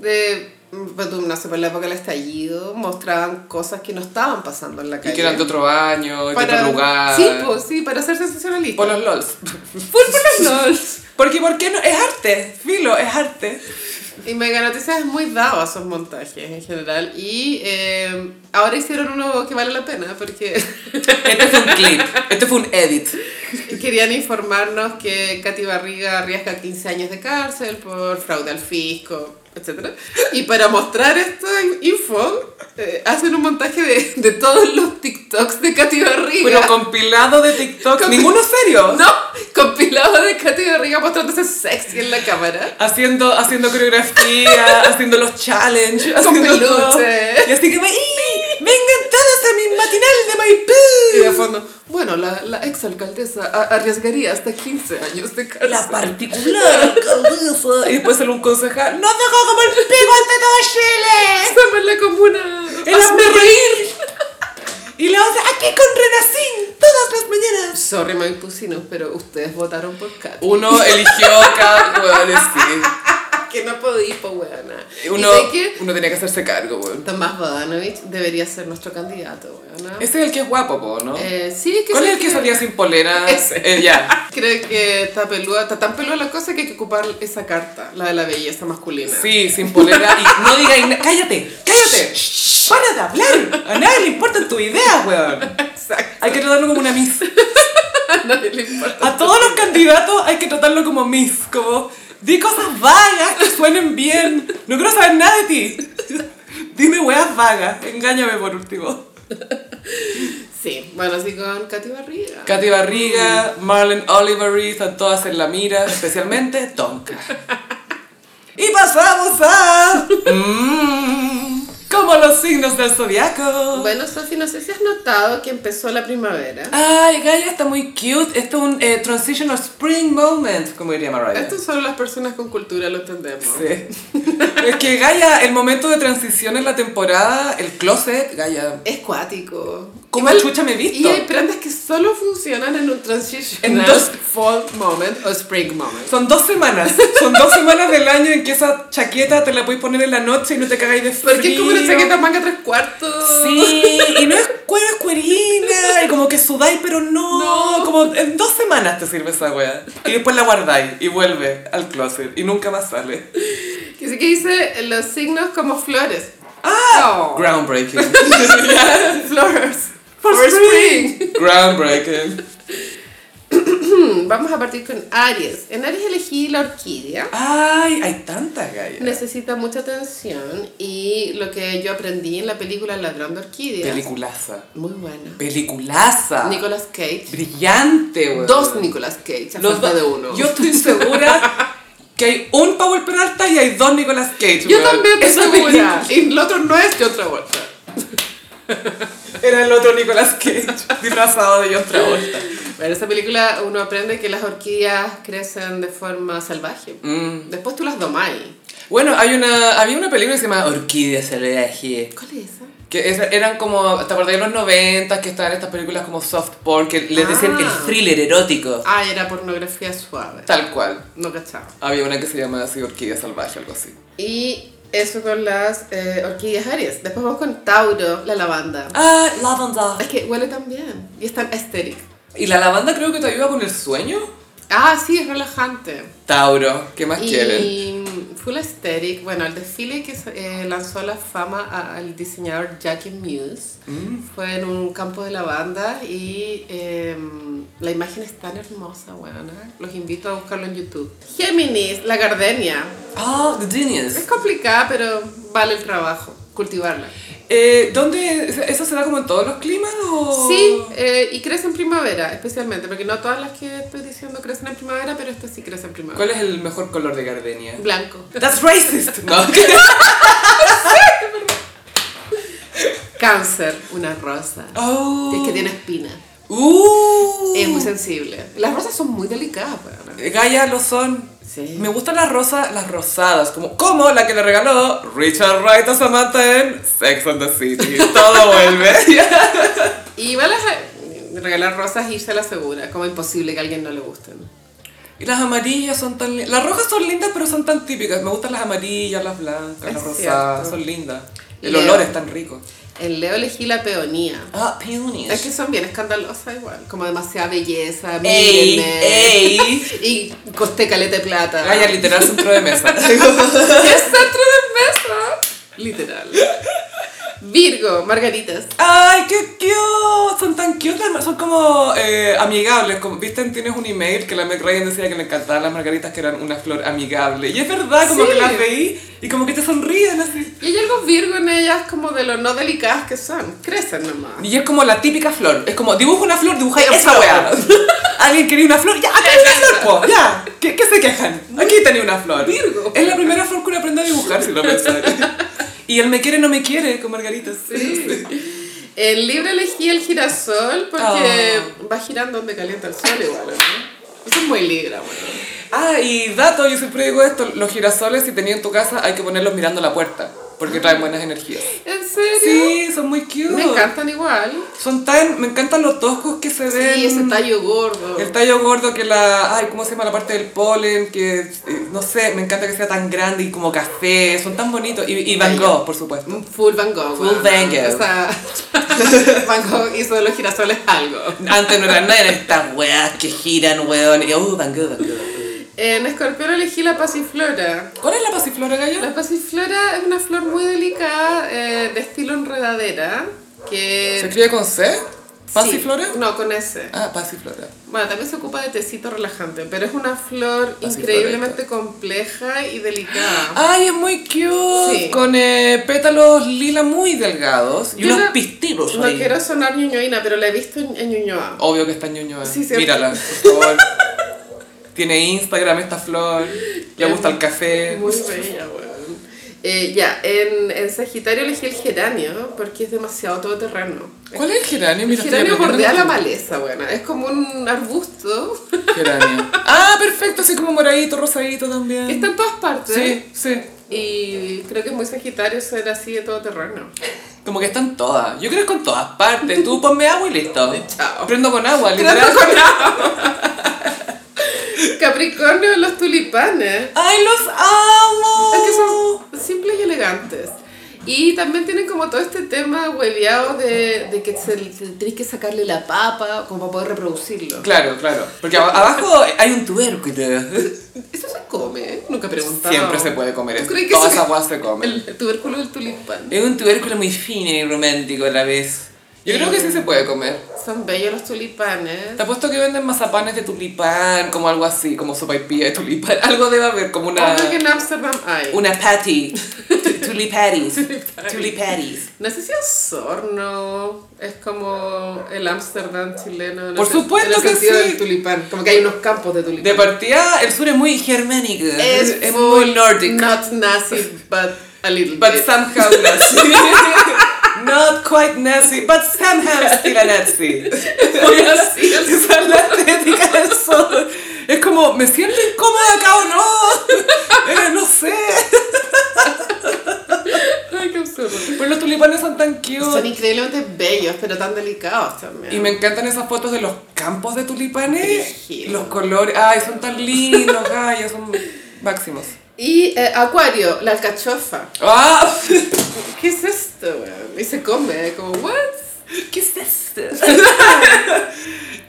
[SPEAKER 2] de... pues, tú, No sé, por la época del estallido mostraban cosas que no estaban pasando en la calle.
[SPEAKER 1] Y que eran de otro año, y de
[SPEAKER 2] Para-
[SPEAKER 1] otro lugar.
[SPEAKER 2] Sí, pues sí, para ser sensacionalista.
[SPEAKER 1] Por los LOLs.
[SPEAKER 2] Full por los LOLs.
[SPEAKER 1] Porque, ¿por qué no? Es arte, filo, es arte.
[SPEAKER 2] Y Mega Noticias es muy dado a esos montajes en general. Y eh, ahora hicieron uno que vale la pena porque
[SPEAKER 1] Este fue un clip, este fue un edit.
[SPEAKER 2] querían informarnos que Katy Barriga arriesga 15 años de cárcel por fraude al fisco, etc. Y para mostrar esta info, eh, hacen un montaje de, de todos los TikToks de Katy Barriga.
[SPEAKER 1] Pero compilado de TikTok.
[SPEAKER 2] Compi-
[SPEAKER 1] Ninguno serio.
[SPEAKER 2] No, compilado de Katy Barriga mostrándose sexy en la cámara.
[SPEAKER 1] Haciendo, haciendo coreografía, haciendo los challenges, haciendo
[SPEAKER 2] peluche.
[SPEAKER 1] todo. Y así que, ¡Ii! vengan todos a mi matinal de Maipú.
[SPEAKER 2] Y de fondo, bueno, la, la exalcaldesa a- arriesgaría hasta 15 años de cárcel.
[SPEAKER 1] La particular cabeza. Y después sale un concejal. ¡No dejó como el pico ante todo Chile!
[SPEAKER 2] Estamos en la comuna.
[SPEAKER 1] ¡El hombre reír! Y la otra, aquí con Renacín, todas las mañanas.
[SPEAKER 2] Sorry, Maipusinos, pero ustedes votaron por Katy.
[SPEAKER 1] Uno eligió cada weón, sí.
[SPEAKER 2] que no podí, po, weona.
[SPEAKER 1] Eh, Uno,
[SPEAKER 2] Y sé que
[SPEAKER 1] uno tenía que hacerse cargo, weón.
[SPEAKER 2] Tomás Bodanovich debería ser nuestro candidato, weona.
[SPEAKER 1] Ese es el que es guapo, po, ¿no?
[SPEAKER 2] Eh, sí, es que
[SPEAKER 1] ¿Cuál
[SPEAKER 2] sé
[SPEAKER 1] es el que salía sin polera?
[SPEAKER 2] Ese.
[SPEAKER 1] Eh, ya.
[SPEAKER 2] Creo que está peluda, está tan peluda la cosa que hay que ocupar esa carta, la de la belleza masculina.
[SPEAKER 1] Sí, sin polera. Y no digáis nada. ¡Cállate! ¡Cállate! ¡Para de hablar! A nadie le importan tus ideas, weón.
[SPEAKER 2] Exacto.
[SPEAKER 1] Hay que tratarlo como una miss.
[SPEAKER 2] A nadie le importa.
[SPEAKER 1] A todos los candidatos hay que tratarlo como Miss, como di cosas vagas que suenen bien. No quiero saber nada de ti. Dime weas vagas, engáñame por último.
[SPEAKER 2] Sí, bueno, así con Katy Barriga.
[SPEAKER 1] Katy Barriga, Marlon Olivery, están todas en la mira, especialmente Tonka. Y pasamos a. Mm, como los signos del zodiaco.
[SPEAKER 2] Bueno, Sofi, no sé si has notado que empezó la primavera.
[SPEAKER 1] Ay, Gaia está muy cute. Esto es un eh, transitional spring moment, como diría Mariah.
[SPEAKER 2] Esto solo las personas con cultura lo entendemos.
[SPEAKER 1] Sí. Es que Gaia, el momento de transición en la temporada, el closet, Gaia.
[SPEAKER 2] Es cuático.
[SPEAKER 1] ¿Cómo chucha me he visto?
[SPEAKER 2] Y hay prendas que solo funcionan en un transition.
[SPEAKER 1] En dos-
[SPEAKER 2] fall moment o spring moment.
[SPEAKER 1] Son dos semanas. Son dos semanas del año en que esa chaqueta te la puedes poner en la noche y no te cagáis de frío.
[SPEAKER 2] Porque es como una chaqueta manga tres cuartos.
[SPEAKER 1] Sí, y no es cuero, es cuerina, y como que sudáis, pero no,
[SPEAKER 2] No.
[SPEAKER 1] Como en dos semanas te sirve esa wea. Y después la guardáis y vuelve al closet y nunca más sale.
[SPEAKER 2] Que sí que dice eh, los signos como flores. ¡Ah!
[SPEAKER 1] Groundbreaking.
[SPEAKER 2] Flowers.
[SPEAKER 1] For
[SPEAKER 2] For,
[SPEAKER 1] spring.
[SPEAKER 2] spring.
[SPEAKER 1] Groundbreaking.
[SPEAKER 2] Mm, Vamos a partir con Aries. En Aries elegí la orquídea.
[SPEAKER 1] Ay, hay tantas gallas.
[SPEAKER 2] Necesita mucha atención y lo que yo aprendí en la película El ladrón de orquídeas.
[SPEAKER 1] Peliculaza.
[SPEAKER 2] Muy buena.
[SPEAKER 1] Peliculaza.
[SPEAKER 2] Nicolas Cage.
[SPEAKER 1] Brillante, güey.
[SPEAKER 2] Dos Nicolas Cage, a
[SPEAKER 1] Los
[SPEAKER 2] falta
[SPEAKER 1] dos.
[SPEAKER 2] de uno.
[SPEAKER 1] Yo estoy segura que hay un Powell Peralta y hay dos Nicolas Cage.
[SPEAKER 2] Yo
[SPEAKER 1] güey.
[SPEAKER 2] también
[SPEAKER 1] Esa
[SPEAKER 2] estoy segura.
[SPEAKER 1] película-
[SPEAKER 2] Y el otro no es de otra vuelta.
[SPEAKER 1] Era el otro Nicolas Cage, disfrazado de John Travolta.
[SPEAKER 2] Bueno, en esa película uno aprende que las orquídeas crecen de forma salvaje. Después tú las domáis.
[SPEAKER 1] Mm. Bueno, hay una, había una película que se llama Orquídea Salvaje.
[SPEAKER 2] ¿Cuál es esa?
[SPEAKER 1] Que es- eran como, ¿te acordás de los 90 que estaban estas películas como soft porn que les decían
[SPEAKER 2] Ah.
[SPEAKER 1] el thriller erótico?
[SPEAKER 2] Ah, era pornografía suave.
[SPEAKER 1] Tal cual.
[SPEAKER 2] No cachaba.
[SPEAKER 1] Había una que se llama así Orquídea Salvaje, algo así.
[SPEAKER 2] Y eso con las eh, orquídeas Aries. Después vamos con Tauro, la lavanda.
[SPEAKER 1] Ah, lavanda.
[SPEAKER 2] Es que huele tan bien. Y es tan estéril.
[SPEAKER 1] Y la lavanda creo que te ayuda con el sueño.
[SPEAKER 2] Ah, sí, es relajante.
[SPEAKER 1] Tauro, ¿qué más
[SPEAKER 2] Y
[SPEAKER 1] quieren?
[SPEAKER 2] Full Aesthetic, bueno, el desfile que eh, lanzó a la fama a- al diseñador Jackie Muse fue en un campo de lavanda y eh, la imagen es tan hermosa, bueno, los invito a buscarlo en YouTube. Géminis, la gardenia.
[SPEAKER 1] Ah, The
[SPEAKER 2] Es
[SPEAKER 1] Genius.
[SPEAKER 2] complicada, pero vale el trabajo, cultivarla.
[SPEAKER 1] Eh, ¿Dónde? ¿Eso se da como en todos los climas o...?
[SPEAKER 2] Sí, eh, y crece en primavera, especialmente, porque no todas las que estoy diciendo crecen en primavera, pero esta sí crece en primavera.
[SPEAKER 1] ¿Cuál es el mejor color de gardenia?
[SPEAKER 2] Blanco.
[SPEAKER 1] That's racist. No.
[SPEAKER 2] Cáncer, una rosa.
[SPEAKER 1] Oh.
[SPEAKER 2] Es que tiene espina.
[SPEAKER 1] Uh.
[SPEAKER 2] Es muy sensible. Las rosas son muy delicadas, weona.
[SPEAKER 1] Gaia lo son.
[SPEAKER 2] Sí.
[SPEAKER 1] Me gustan las rosas, las rosadas, como, como la que le regaló Richard Wright a Samantha en Sex and the City. Todo vuelve.
[SPEAKER 2] Y va a las- regalar rosas e irse a la segura. Como imposible que a alguien no le gusten.
[SPEAKER 1] y las amarillas son tan lindas. Las rojas son lindas, pero son tan típicas. Me gustan las amarillas, las blancas,
[SPEAKER 2] Es
[SPEAKER 1] las rosadas.
[SPEAKER 2] cierto.
[SPEAKER 1] Son lindas. El
[SPEAKER 2] Leo.
[SPEAKER 1] olor es tan rico.
[SPEAKER 2] El Leo elegí la peonía.
[SPEAKER 1] Ah,
[SPEAKER 2] Es que
[SPEAKER 1] peonies.
[SPEAKER 2] son bien escandalosas igual. Como demasiada belleza,
[SPEAKER 1] Ey,
[SPEAKER 2] mírenme.
[SPEAKER 1] ey.
[SPEAKER 2] Y costé caleta de plata.
[SPEAKER 1] eh. Gaia, literal, centro de mesa.
[SPEAKER 2] ¡Es centro de mesa! Literal. Virgo, margaritas.
[SPEAKER 1] ¡Ay, qué cute! Son tan cute, las mar- son como eh, amigables. Como, ¿Viste? Tienes un email que la Meg Ryan decía que le encantaban las margaritas, que eran una flor amigable. Y es verdad, como
[SPEAKER 2] Sí.
[SPEAKER 1] que las veí y como que te sonríen así.
[SPEAKER 2] Y hay algo virgo en ellas como de lo no delicadas que son. Crecen nomás.
[SPEAKER 1] Y es como la típica flor. Es como, dibuja una flor, dibuja
[SPEAKER 2] Pero
[SPEAKER 1] esa
[SPEAKER 2] flor.
[SPEAKER 1] weá. Alguien quería una flor, ya, acá hay una flor, po, ya. ¿Qué, qué se quejan? Aquí tenía una flor.
[SPEAKER 2] Virgo.
[SPEAKER 1] Es la primera flor que uno aprende a dibujar, si lo pensáis. Y el me quiere, no me quiere, con margaritas.
[SPEAKER 2] El libro elegí el girasol porque
[SPEAKER 1] Oh.
[SPEAKER 2] va girando donde calienta el sol igual, ¿no? Eso es muy libra, bueno.
[SPEAKER 1] Ah, y dato, yo siempre digo esto, los girasoles si tenías en tu casa hay que ponerlos mirando la puerta, porque traen buenas energías.
[SPEAKER 2] ¿En serio?
[SPEAKER 1] Sí, son muy cute.
[SPEAKER 2] Me encantan igual.
[SPEAKER 1] Son tan, me encantan los toscos que se ven.
[SPEAKER 2] Sí, ese tallo gordo.
[SPEAKER 1] mm. El tallo gordo que la, ay, ¿cómo se llama la parte del polen? Que, eh, no sé, me encanta que sea tan grande y como café, son tan bonitos. Y, y Van Gogh, por supuesto.
[SPEAKER 2] Full Van Gogh.
[SPEAKER 1] Full
[SPEAKER 2] bueno.
[SPEAKER 1] Van Gogh.
[SPEAKER 2] O sea, Van Gogh hizo de los girasoles algo.
[SPEAKER 1] Antes no eran nada, eran estas weas que giran, weón. Y, uh, Van Gogh, Van Gogh.
[SPEAKER 2] En escorpión elegí la pasiflora.
[SPEAKER 1] ¿Cuál es la pasiflora, Gallo?
[SPEAKER 2] La pasiflora es una flor muy delicada, eh, de estilo enredadera, que...
[SPEAKER 1] ¿Se escribe con C? ¿Pasiflora?
[SPEAKER 2] Sí, no, con S.
[SPEAKER 1] Ah, pasiflora.
[SPEAKER 2] Bueno, también se ocupa de tecito relajante, pero es una flor
[SPEAKER 1] Así Ah,
[SPEAKER 2] increíblemente compleja y delicada.
[SPEAKER 1] Ay, es muy cute.
[SPEAKER 2] Sí.
[SPEAKER 1] Con eh, pétalos lila muy delgados. Y
[SPEAKER 2] Yo
[SPEAKER 1] unos
[SPEAKER 2] no-
[SPEAKER 1] pistilos
[SPEAKER 2] No
[SPEAKER 1] ahí.
[SPEAKER 2] quiero sonar ñoñoína, pero la he visto en, en Ñuñoa.
[SPEAKER 1] Obvio que está ñoñoa.
[SPEAKER 2] Sí, cierto.
[SPEAKER 1] Mírala, por favor. Tiene Instagram esta flor. Le gusta el café.
[SPEAKER 2] Muy bella, weón. Eh, ya, en, en Sagitario elegí el geranio porque es demasiado todoterreno.
[SPEAKER 1] ¿Cuál es el geranio?
[SPEAKER 2] El
[SPEAKER 1] Mira, estoy
[SPEAKER 2] geranio
[SPEAKER 1] aprendiendo
[SPEAKER 2] bordea la
[SPEAKER 1] mucho.
[SPEAKER 2] maleza, bueno. Es como un arbusto
[SPEAKER 1] Geranio. Ah, perfecto. Así como moradito, rosadito también.
[SPEAKER 2] que está en todas ¿eh? partes.
[SPEAKER 1] Sí, sí.
[SPEAKER 2] Y creo que es muy Sagitario ser así de todoterreno.
[SPEAKER 1] Como que están todas. Yo creo que es con todas partes. Tú ponme agua y listo.
[SPEAKER 2] Chao.
[SPEAKER 1] Prendo con agua, literal.
[SPEAKER 2] Grata con agua. Capricornio, los tulipanes.
[SPEAKER 1] ¡Ay, los amo!
[SPEAKER 2] Es que
[SPEAKER 1] Oh.
[SPEAKER 2] son simples y elegantes. Y también tienen como todo este tema hueveado de, de que se- tenés que sacarle la papa como para poder reproducirlo.
[SPEAKER 1] Claro, claro. Porque ab- abajo hay un tubérculo.
[SPEAKER 2] Eso se come, ¿eh? nunca he preguntado.
[SPEAKER 1] Siempre se puede comer
[SPEAKER 2] ¿Tú
[SPEAKER 1] eso.
[SPEAKER 2] crees que
[SPEAKER 1] Todas
[SPEAKER 2] se-
[SPEAKER 1] esas guas se comen.
[SPEAKER 2] El tubérculo del tulipán.
[SPEAKER 1] Es un tubérculo muy fino y romántico a la vez. Yo creo que sí se puede comer.
[SPEAKER 2] Son bellos los tulipanes.
[SPEAKER 1] Te apuesto que venden mazapanes de tulipán, como algo así, como sopaipilla de tulipán. Algo debe haber, como una...
[SPEAKER 2] Obvio que en Amsterdam hay.
[SPEAKER 1] Una patty. Tu- Tulipatis. Tulipatis.
[SPEAKER 2] No sé si Osorno es como el Amsterdam chileno. en
[SPEAKER 1] Por
[SPEAKER 2] el sen-
[SPEAKER 1] supuesto
[SPEAKER 2] en el
[SPEAKER 1] que
[SPEAKER 2] sentido
[SPEAKER 1] sí.
[SPEAKER 2] del tulipán. Como que hay unos campos de tulipán.
[SPEAKER 1] De partida, el sur es muy germánico. Es,
[SPEAKER 2] es,
[SPEAKER 1] muy nórdico.
[SPEAKER 2] Not nazi, but a little
[SPEAKER 1] But
[SPEAKER 2] bit.
[SPEAKER 1] somehow Nazi. Not quite Nazi, but somehow still a Nazi.
[SPEAKER 2] así, así.
[SPEAKER 1] Esa es la estética del sol. Es como, ¿me siento incómoda acá o no? Eh, no sé.
[SPEAKER 2] Ay, qué absurdo.
[SPEAKER 1] Pero Pues los tulipanes son tan cute.
[SPEAKER 2] Son increíblemente bellos, pero tan delicados también.
[SPEAKER 1] y me encantan esas fotos de los campos de tulipanes.
[SPEAKER 2] Brígido.
[SPEAKER 1] Los colores. Ay, son tan lindos. Ay, son máximos.
[SPEAKER 2] Y, eh, Acuario, la alcachofa.
[SPEAKER 1] ¡Ah!
[SPEAKER 2] ¿Qué es esto, weón? Y se come, eh, como, ¿what?
[SPEAKER 1] ¿Qué es esto?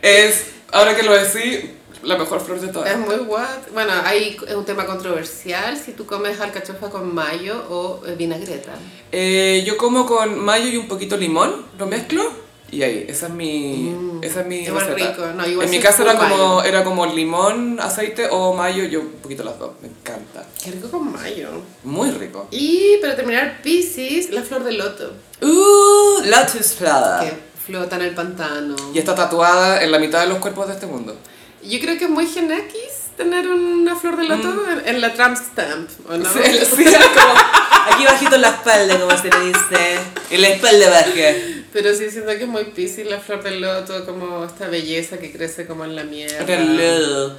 [SPEAKER 1] es, ahora que lo decí, la mejor flor de todas.
[SPEAKER 2] Es muy what. Bueno, hay es un tema controversial si tú comes alcachofa con mayo o eh, vinagreta.
[SPEAKER 1] Eh, yo como con mayo y un poquito limón, lo mezclo y ahí, esa es mi,
[SPEAKER 3] Mm,
[SPEAKER 1] esa es mi
[SPEAKER 2] igual
[SPEAKER 1] receta.
[SPEAKER 2] rico, no, igual
[SPEAKER 1] en mi
[SPEAKER 2] soy
[SPEAKER 1] casa
[SPEAKER 2] full
[SPEAKER 1] era como,
[SPEAKER 2] mayo.
[SPEAKER 1] era como limón, aceite o mayo, yo un poquito las dos, me encanta.
[SPEAKER 2] Qué rico con mayo.
[SPEAKER 1] Muy rico.
[SPEAKER 2] Y para terminar, Pisces, la flor de loto.
[SPEAKER 1] Uh, Lotus Flower.
[SPEAKER 2] Que flota en el pantano.
[SPEAKER 1] Y está tatuada en la mitad de los cuerpos de este mundo.
[SPEAKER 2] Yo creo que es muy genakis tener una flor de loto en, en la tramp stamp, ¿o no?
[SPEAKER 1] Sí, sí, es como-
[SPEAKER 3] Aquí bajito en la espalda, como se le dice. En la espalda baja.
[SPEAKER 2] Pero sí siento que es muy Pisces la flor de loto, como esta belleza que crece como en la mierda.
[SPEAKER 1] Reloj.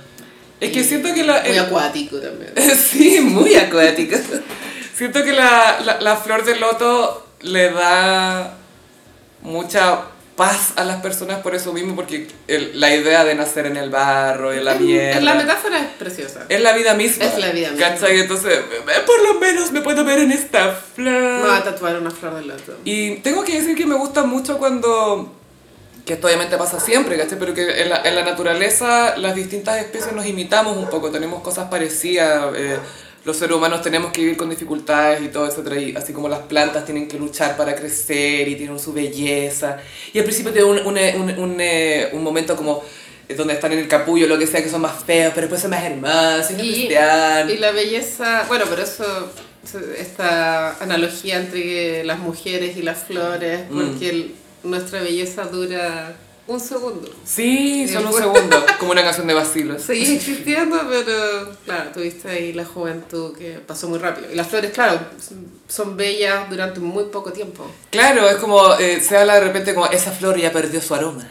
[SPEAKER 1] Es que
[SPEAKER 2] Y
[SPEAKER 1] siento que la...
[SPEAKER 2] Muy
[SPEAKER 1] el-
[SPEAKER 2] acuático también.
[SPEAKER 1] Sí, muy acuático. Siento que la, la- la flor de loto le da mucha paz a las personas por eso mismo, porque el- la idea de nacer en el barro y en la
[SPEAKER 2] En-
[SPEAKER 1] mierda.
[SPEAKER 2] en la metáfora es preciosa.
[SPEAKER 1] es la vida misma.
[SPEAKER 2] Es la vida misma.
[SPEAKER 1] ¿Cachai? Entonces, eh, por lo menos me puedo ver en esta
[SPEAKER 2] Me
[SPEAKER 1] flor.
[SPEAKER 2] va a tatuar una flor de loto.
[SPEAKER 1] Y tengo que decir que me gusta mucho cuando, que esto obviamente pasa siempre, ¿cachai? Pero que en la, en la naturaleza las distintas especies nos imitamos un poco, tenemos cosas parecidas, eh, los seres humanos tenemos que vivir con dificultades y todo, etcétera, y así como las plantas tienen que luchar para crecer y tienen su belleza. Y al principio tiene un, un, un, un, eh, un momento como eh, donde están en el capullo, lo que sea, que son más feos, pero después son más hermosos, y no
[SPEAKER 2] Y,
[SPEAKER 1] pistean.
[SPEAKER 2] y la belleza, bueno, por eso se- esta analogía entre las mujeres y las
[SPEAKER 1] Mm.
[SPEAKER 2] flores, porque el- nuestra belleza dura un segundo.
[SPEAKER 1] Sí, solo un
[SPEAKER 2] Después-
[SPEAKER 1] segundo, como una canción de Basilos.
[SPEAKER 2] Seguís existiendo, pero claro, tuviste ahí la juventud que pasó muy rápido. Y las flores, claro, son- son bellas durante muy poco tiempo.
[SPEAKER 1] Claro, es como, eh, se habla de repente como, esa flor ya perdió su aroma,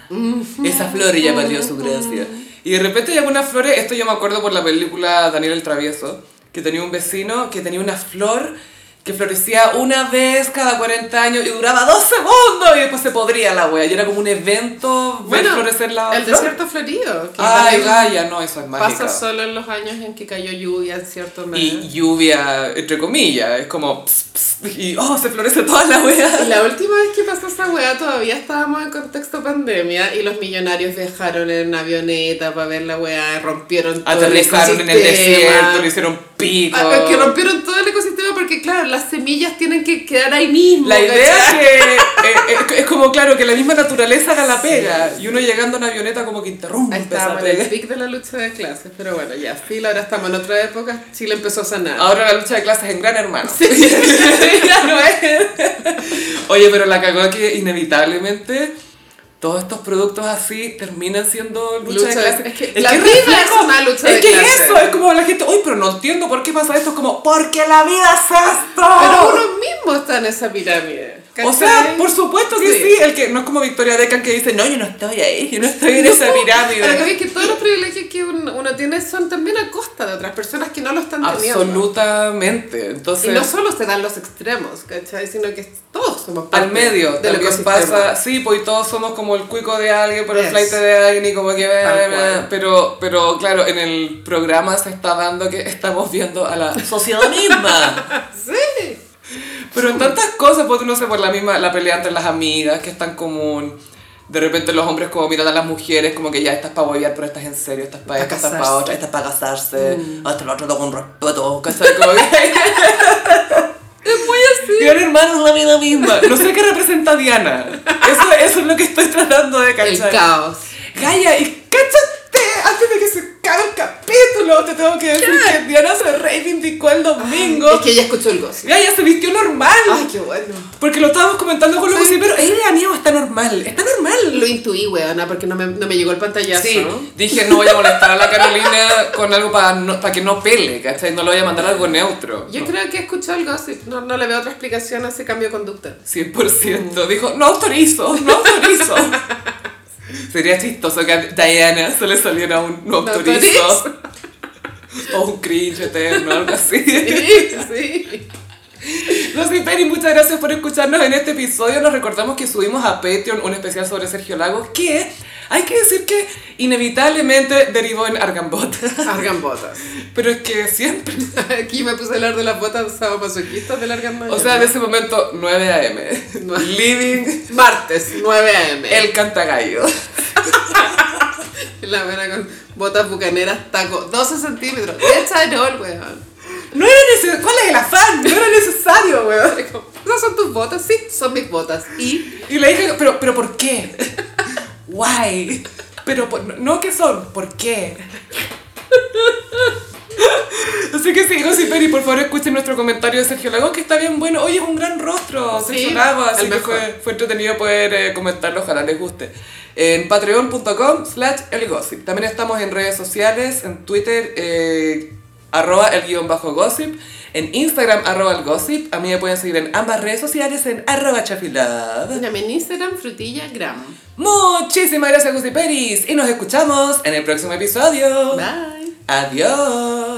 [SPEAKER 1] esa flor ya perdió su gracia. Y de repente hay algunas flores, esto yo me acuerdo por la película Daniel el Travieso, que tenía un vecino que tenía una flor que florecía una vez cada 40 años y duraba dos segundos y después se podría la wea. Y era como un evento ver florecer la
[SPEAKER 2] el
[SPEAKER 1] flor.
[SPEAKER 2] desierto florido. que
[SPEAKER 1] Ay,
[SPEAKER 2] también
[SPEAKER 1] Gaia, no, eso es mágica.
[SPEAKER 2] Pasa solo ¿eh? en los años en que cayó lluvia en cierto mes.
[SPEAKER 1] Y lluvia, entre comillas, es como, ps, ps, y oh, se florece toda la wea.
[SPEAKER 2] La última vez que pasó esa weá todavía estábamos en contexto pandemia y los millonarios viajaron en avioneta para ver la weá, rompieron todo el
[SPEAKER 1] Aterrizaron en el
[SPEAKER 2] ecosistema.
[SPEAKER 1] desierto, le hicieron pico.
[SPEAKER 2] Ah, es que rompieron todo el ecosistema porque claro, las semillas tienen que quedar ahí mismo.
[SPEAKER 1] La idea es
[SPEAKER 2] ¿cachai?
[SPEAKER 1] que eh, es, es como, claro, que la misma naturaleza haga la pega. Y uno llegando en avioneta como que interrumpe
[SPEAKER 2] Ahí
[SPEAKER 1] esa
[SPEAKER 2] estábamos en el
[SPEAKER 1] pega.
[SPEAKER 2] pic de la lucha de clases, pero bueno, ya, fila, ahora estamos en otra época, Chile empezó a sanar.
[SPEAKER 1] Ahora la lucha de clases en Gran Hermano. Ya no es. Oye, pero la cagó que inevitablemente todos estos productos así terminan siendo lucha,
[SPEAKER 2] Lucha
[SPEAKER 1] de
[SPEAKER 2] de-
[SPEAKER 1] clases.
[SPEAKER 2] es que la vida
[SPEAKER 1] reflejo-
[SPEAKER 2] es una lucha
[SPEAKER 1] es
[SPEAKER 2] de
[SPEAKER 1] que
[SPEAKER 2] clases.
[SPEAKER 1] eso, es como la gente, uy, pero no entiendo por qué pasa esto. Es como, porque la vida es esto.
[SPEAKER 2] Pero uno mismo está en esa pirámide.
[SPEAKER 1] O
[SPEAKER 2] ¿cachai?
[SPEAKER 1] sea, por supuesto que sí.
[SPEAKER 2] Sí.
[SPEAKER 1] el que no es como Victoria Decan que dice, no, yo no estoy ahí, yo no estoy en esa
[SPEAKER 2] Pero que
[SPEAKER 1] pirámide.
[SPEAKER 2] ves que todos los privilegios que un- uno, tiene son también a costa de otras personas que no lo están teniendo.
[SPEAKER 1] Absolutamente. Entonces,
[SPEAKER 2] Y no solo se dan los extremos, ¿cachai? Sino que todos somos parte
[SPEAKER 1] al medio
[SPEAKER 2] del
[SPEAKER 1] también
[SPEAKER 2] ecosistema.
[SPEAKER 1] pasa, sí, pues todos somos como el cuico de alguien, pero el
[SPEAKER 2] Yes.
[SPEAKER 1] flight de alguien y como que...
[SPEAKER 2] Tal cual.
[SPEAKER 1] Pero, pero claro, en el programa se está dando que estamos viendo a la
[SPEAKER 3] Sociedad misma.
[SPEAKER 2] Sí.
[SPEAKER 1] Pero en tantas cosas, porque no sé, por la misma, la pelea entre las amigas, que es tan común. De repente los hombres como miran a las mujeres, como que ya estás para bobear, pero estás en serio, estás para
[SPEAKER 3] Para
[SPEAKER 1] esto, estás
[SPEAKER 3] casarse.
[SPEAKER 1] para otra,
[SPEAKER 3] Esta es para casarse.
[SPEAKER 2] Mm.
[SPEAKER 3] Hasta lo otro lo con respeto.
[SPEAKER 1] ¿Cachai? Como que-
[SPEAKER 2] Es muy así.
[SPEAKER 1] Gran hermano es la vida misma. No sé qué representa a Diana. Eso, eso es lo que estoy tratando de
[SPEAKER 2] El
[SPEAKER 1] cachar.
[SPEAKER 2] caos.
[SPEAKER 1] Gaia, y cáchate antes de que se acabe el capítulo. Te tengo que decir que Diana se reivindicó el domingo.
[SPEAKER 2] Es que ella escuchó el gossip.
[SPEAKER 1] Gaia se vistió normal.
[SPEAKER 2] Ay, qué bueno.
[SPEAKER 1] Porque lo estábamos comentando con los
[SPEAKER 2] Sí.
[SPEAKER 1] sí. pero ella amigo está normal. Está normal.
[SPEAKER 2] Lo intuí, weona, porque no me, no me llegó el pantallazo.
[SPEAKER 1] Sí, dije no voy a molestar a la Carolina con algo para para que no pele, ¿cachai? No le voy a mandar algo neutro.
[SPEAKER 2] Yo creo que escuchó el gossip. No, no le veo otra explicación a ese cambio de conducta.
[SPEAKER 1] 100%. Dijo, no autorizo, no autorizo. Sería chistoso que a Diana se le saliera un no
[SPEAKER 2] No
[SPEAKER 1] autorizo. o un cringe eterno, algo así.
[SPEAKER 2] Sí, sí.
[SPEAKER 1] No sé, Peri, muchas gracias por escucharnos en este episodio. Nos recordamos que subimos a Patreon un especial sobre Sergio Lagos que hay que decir que inevitablemente derivó en Argambot.
[SPEAKER 2] Argan botas.
[SPEAKER 1] Pero es que siempre.
[SPEAKER 2] Aquí me puse a hablar de las botas sadomasoquistas del Argan
[SPEAKER 1] O sea, en ese momento, 9
[SPEAKER 2] No.
[SPEAKER 1] a.m. Living
[SPEAKER 2] Martes, 9 a.m.
[SPEAKER 1] el cantagallo.
[SPEAKER 2] La vena con Botas bucaneras, taco, 12 centímetros. De Chanel, weón.
[SPEAKER 1] No era necesario. ¿Cuál es el afán? No era necesario, weón.
[SPEAKER 2] ¿No son tus botas? Sí, son mis botas. Y
[SPEAKER 1] Y le dije, pero, pero ¿por qué? Why? Pero por- no qué son, ¿por qué? Así que sí, Gossip Berry, por favor escuchen nuestro comentario de Sergio Lago, que está bien bueno. Oye, es un gran rostro,
[SPEAKER 2] Sí,
[SPEAKER 1] Sergio Lago, así
[SPEAKER 2] el
[SPEAKER 1] que
[SPEAKER 2] mejor.
[SPEAKER 1] fue, fue entretenido poder eh, comentarlo, ojalá les guste. En patreon.com slash elgossip. También estamos en redes sociales, en Twitter, eh, arroba el guión bajo gossip, en Instagram, arroba el gossip. A mí me pueden seguir en ambas redes sociales, en arroba chafilad.
[SPEAKER 2] también Instagram, frutilla, gram.
[SPEAKER 1] Muchísimas gracias, Gusti Peris. Y nos escuchamos en el próximo episodio.
[SPEAKER 2] Bye.
[SPEAKER 1] Adiós.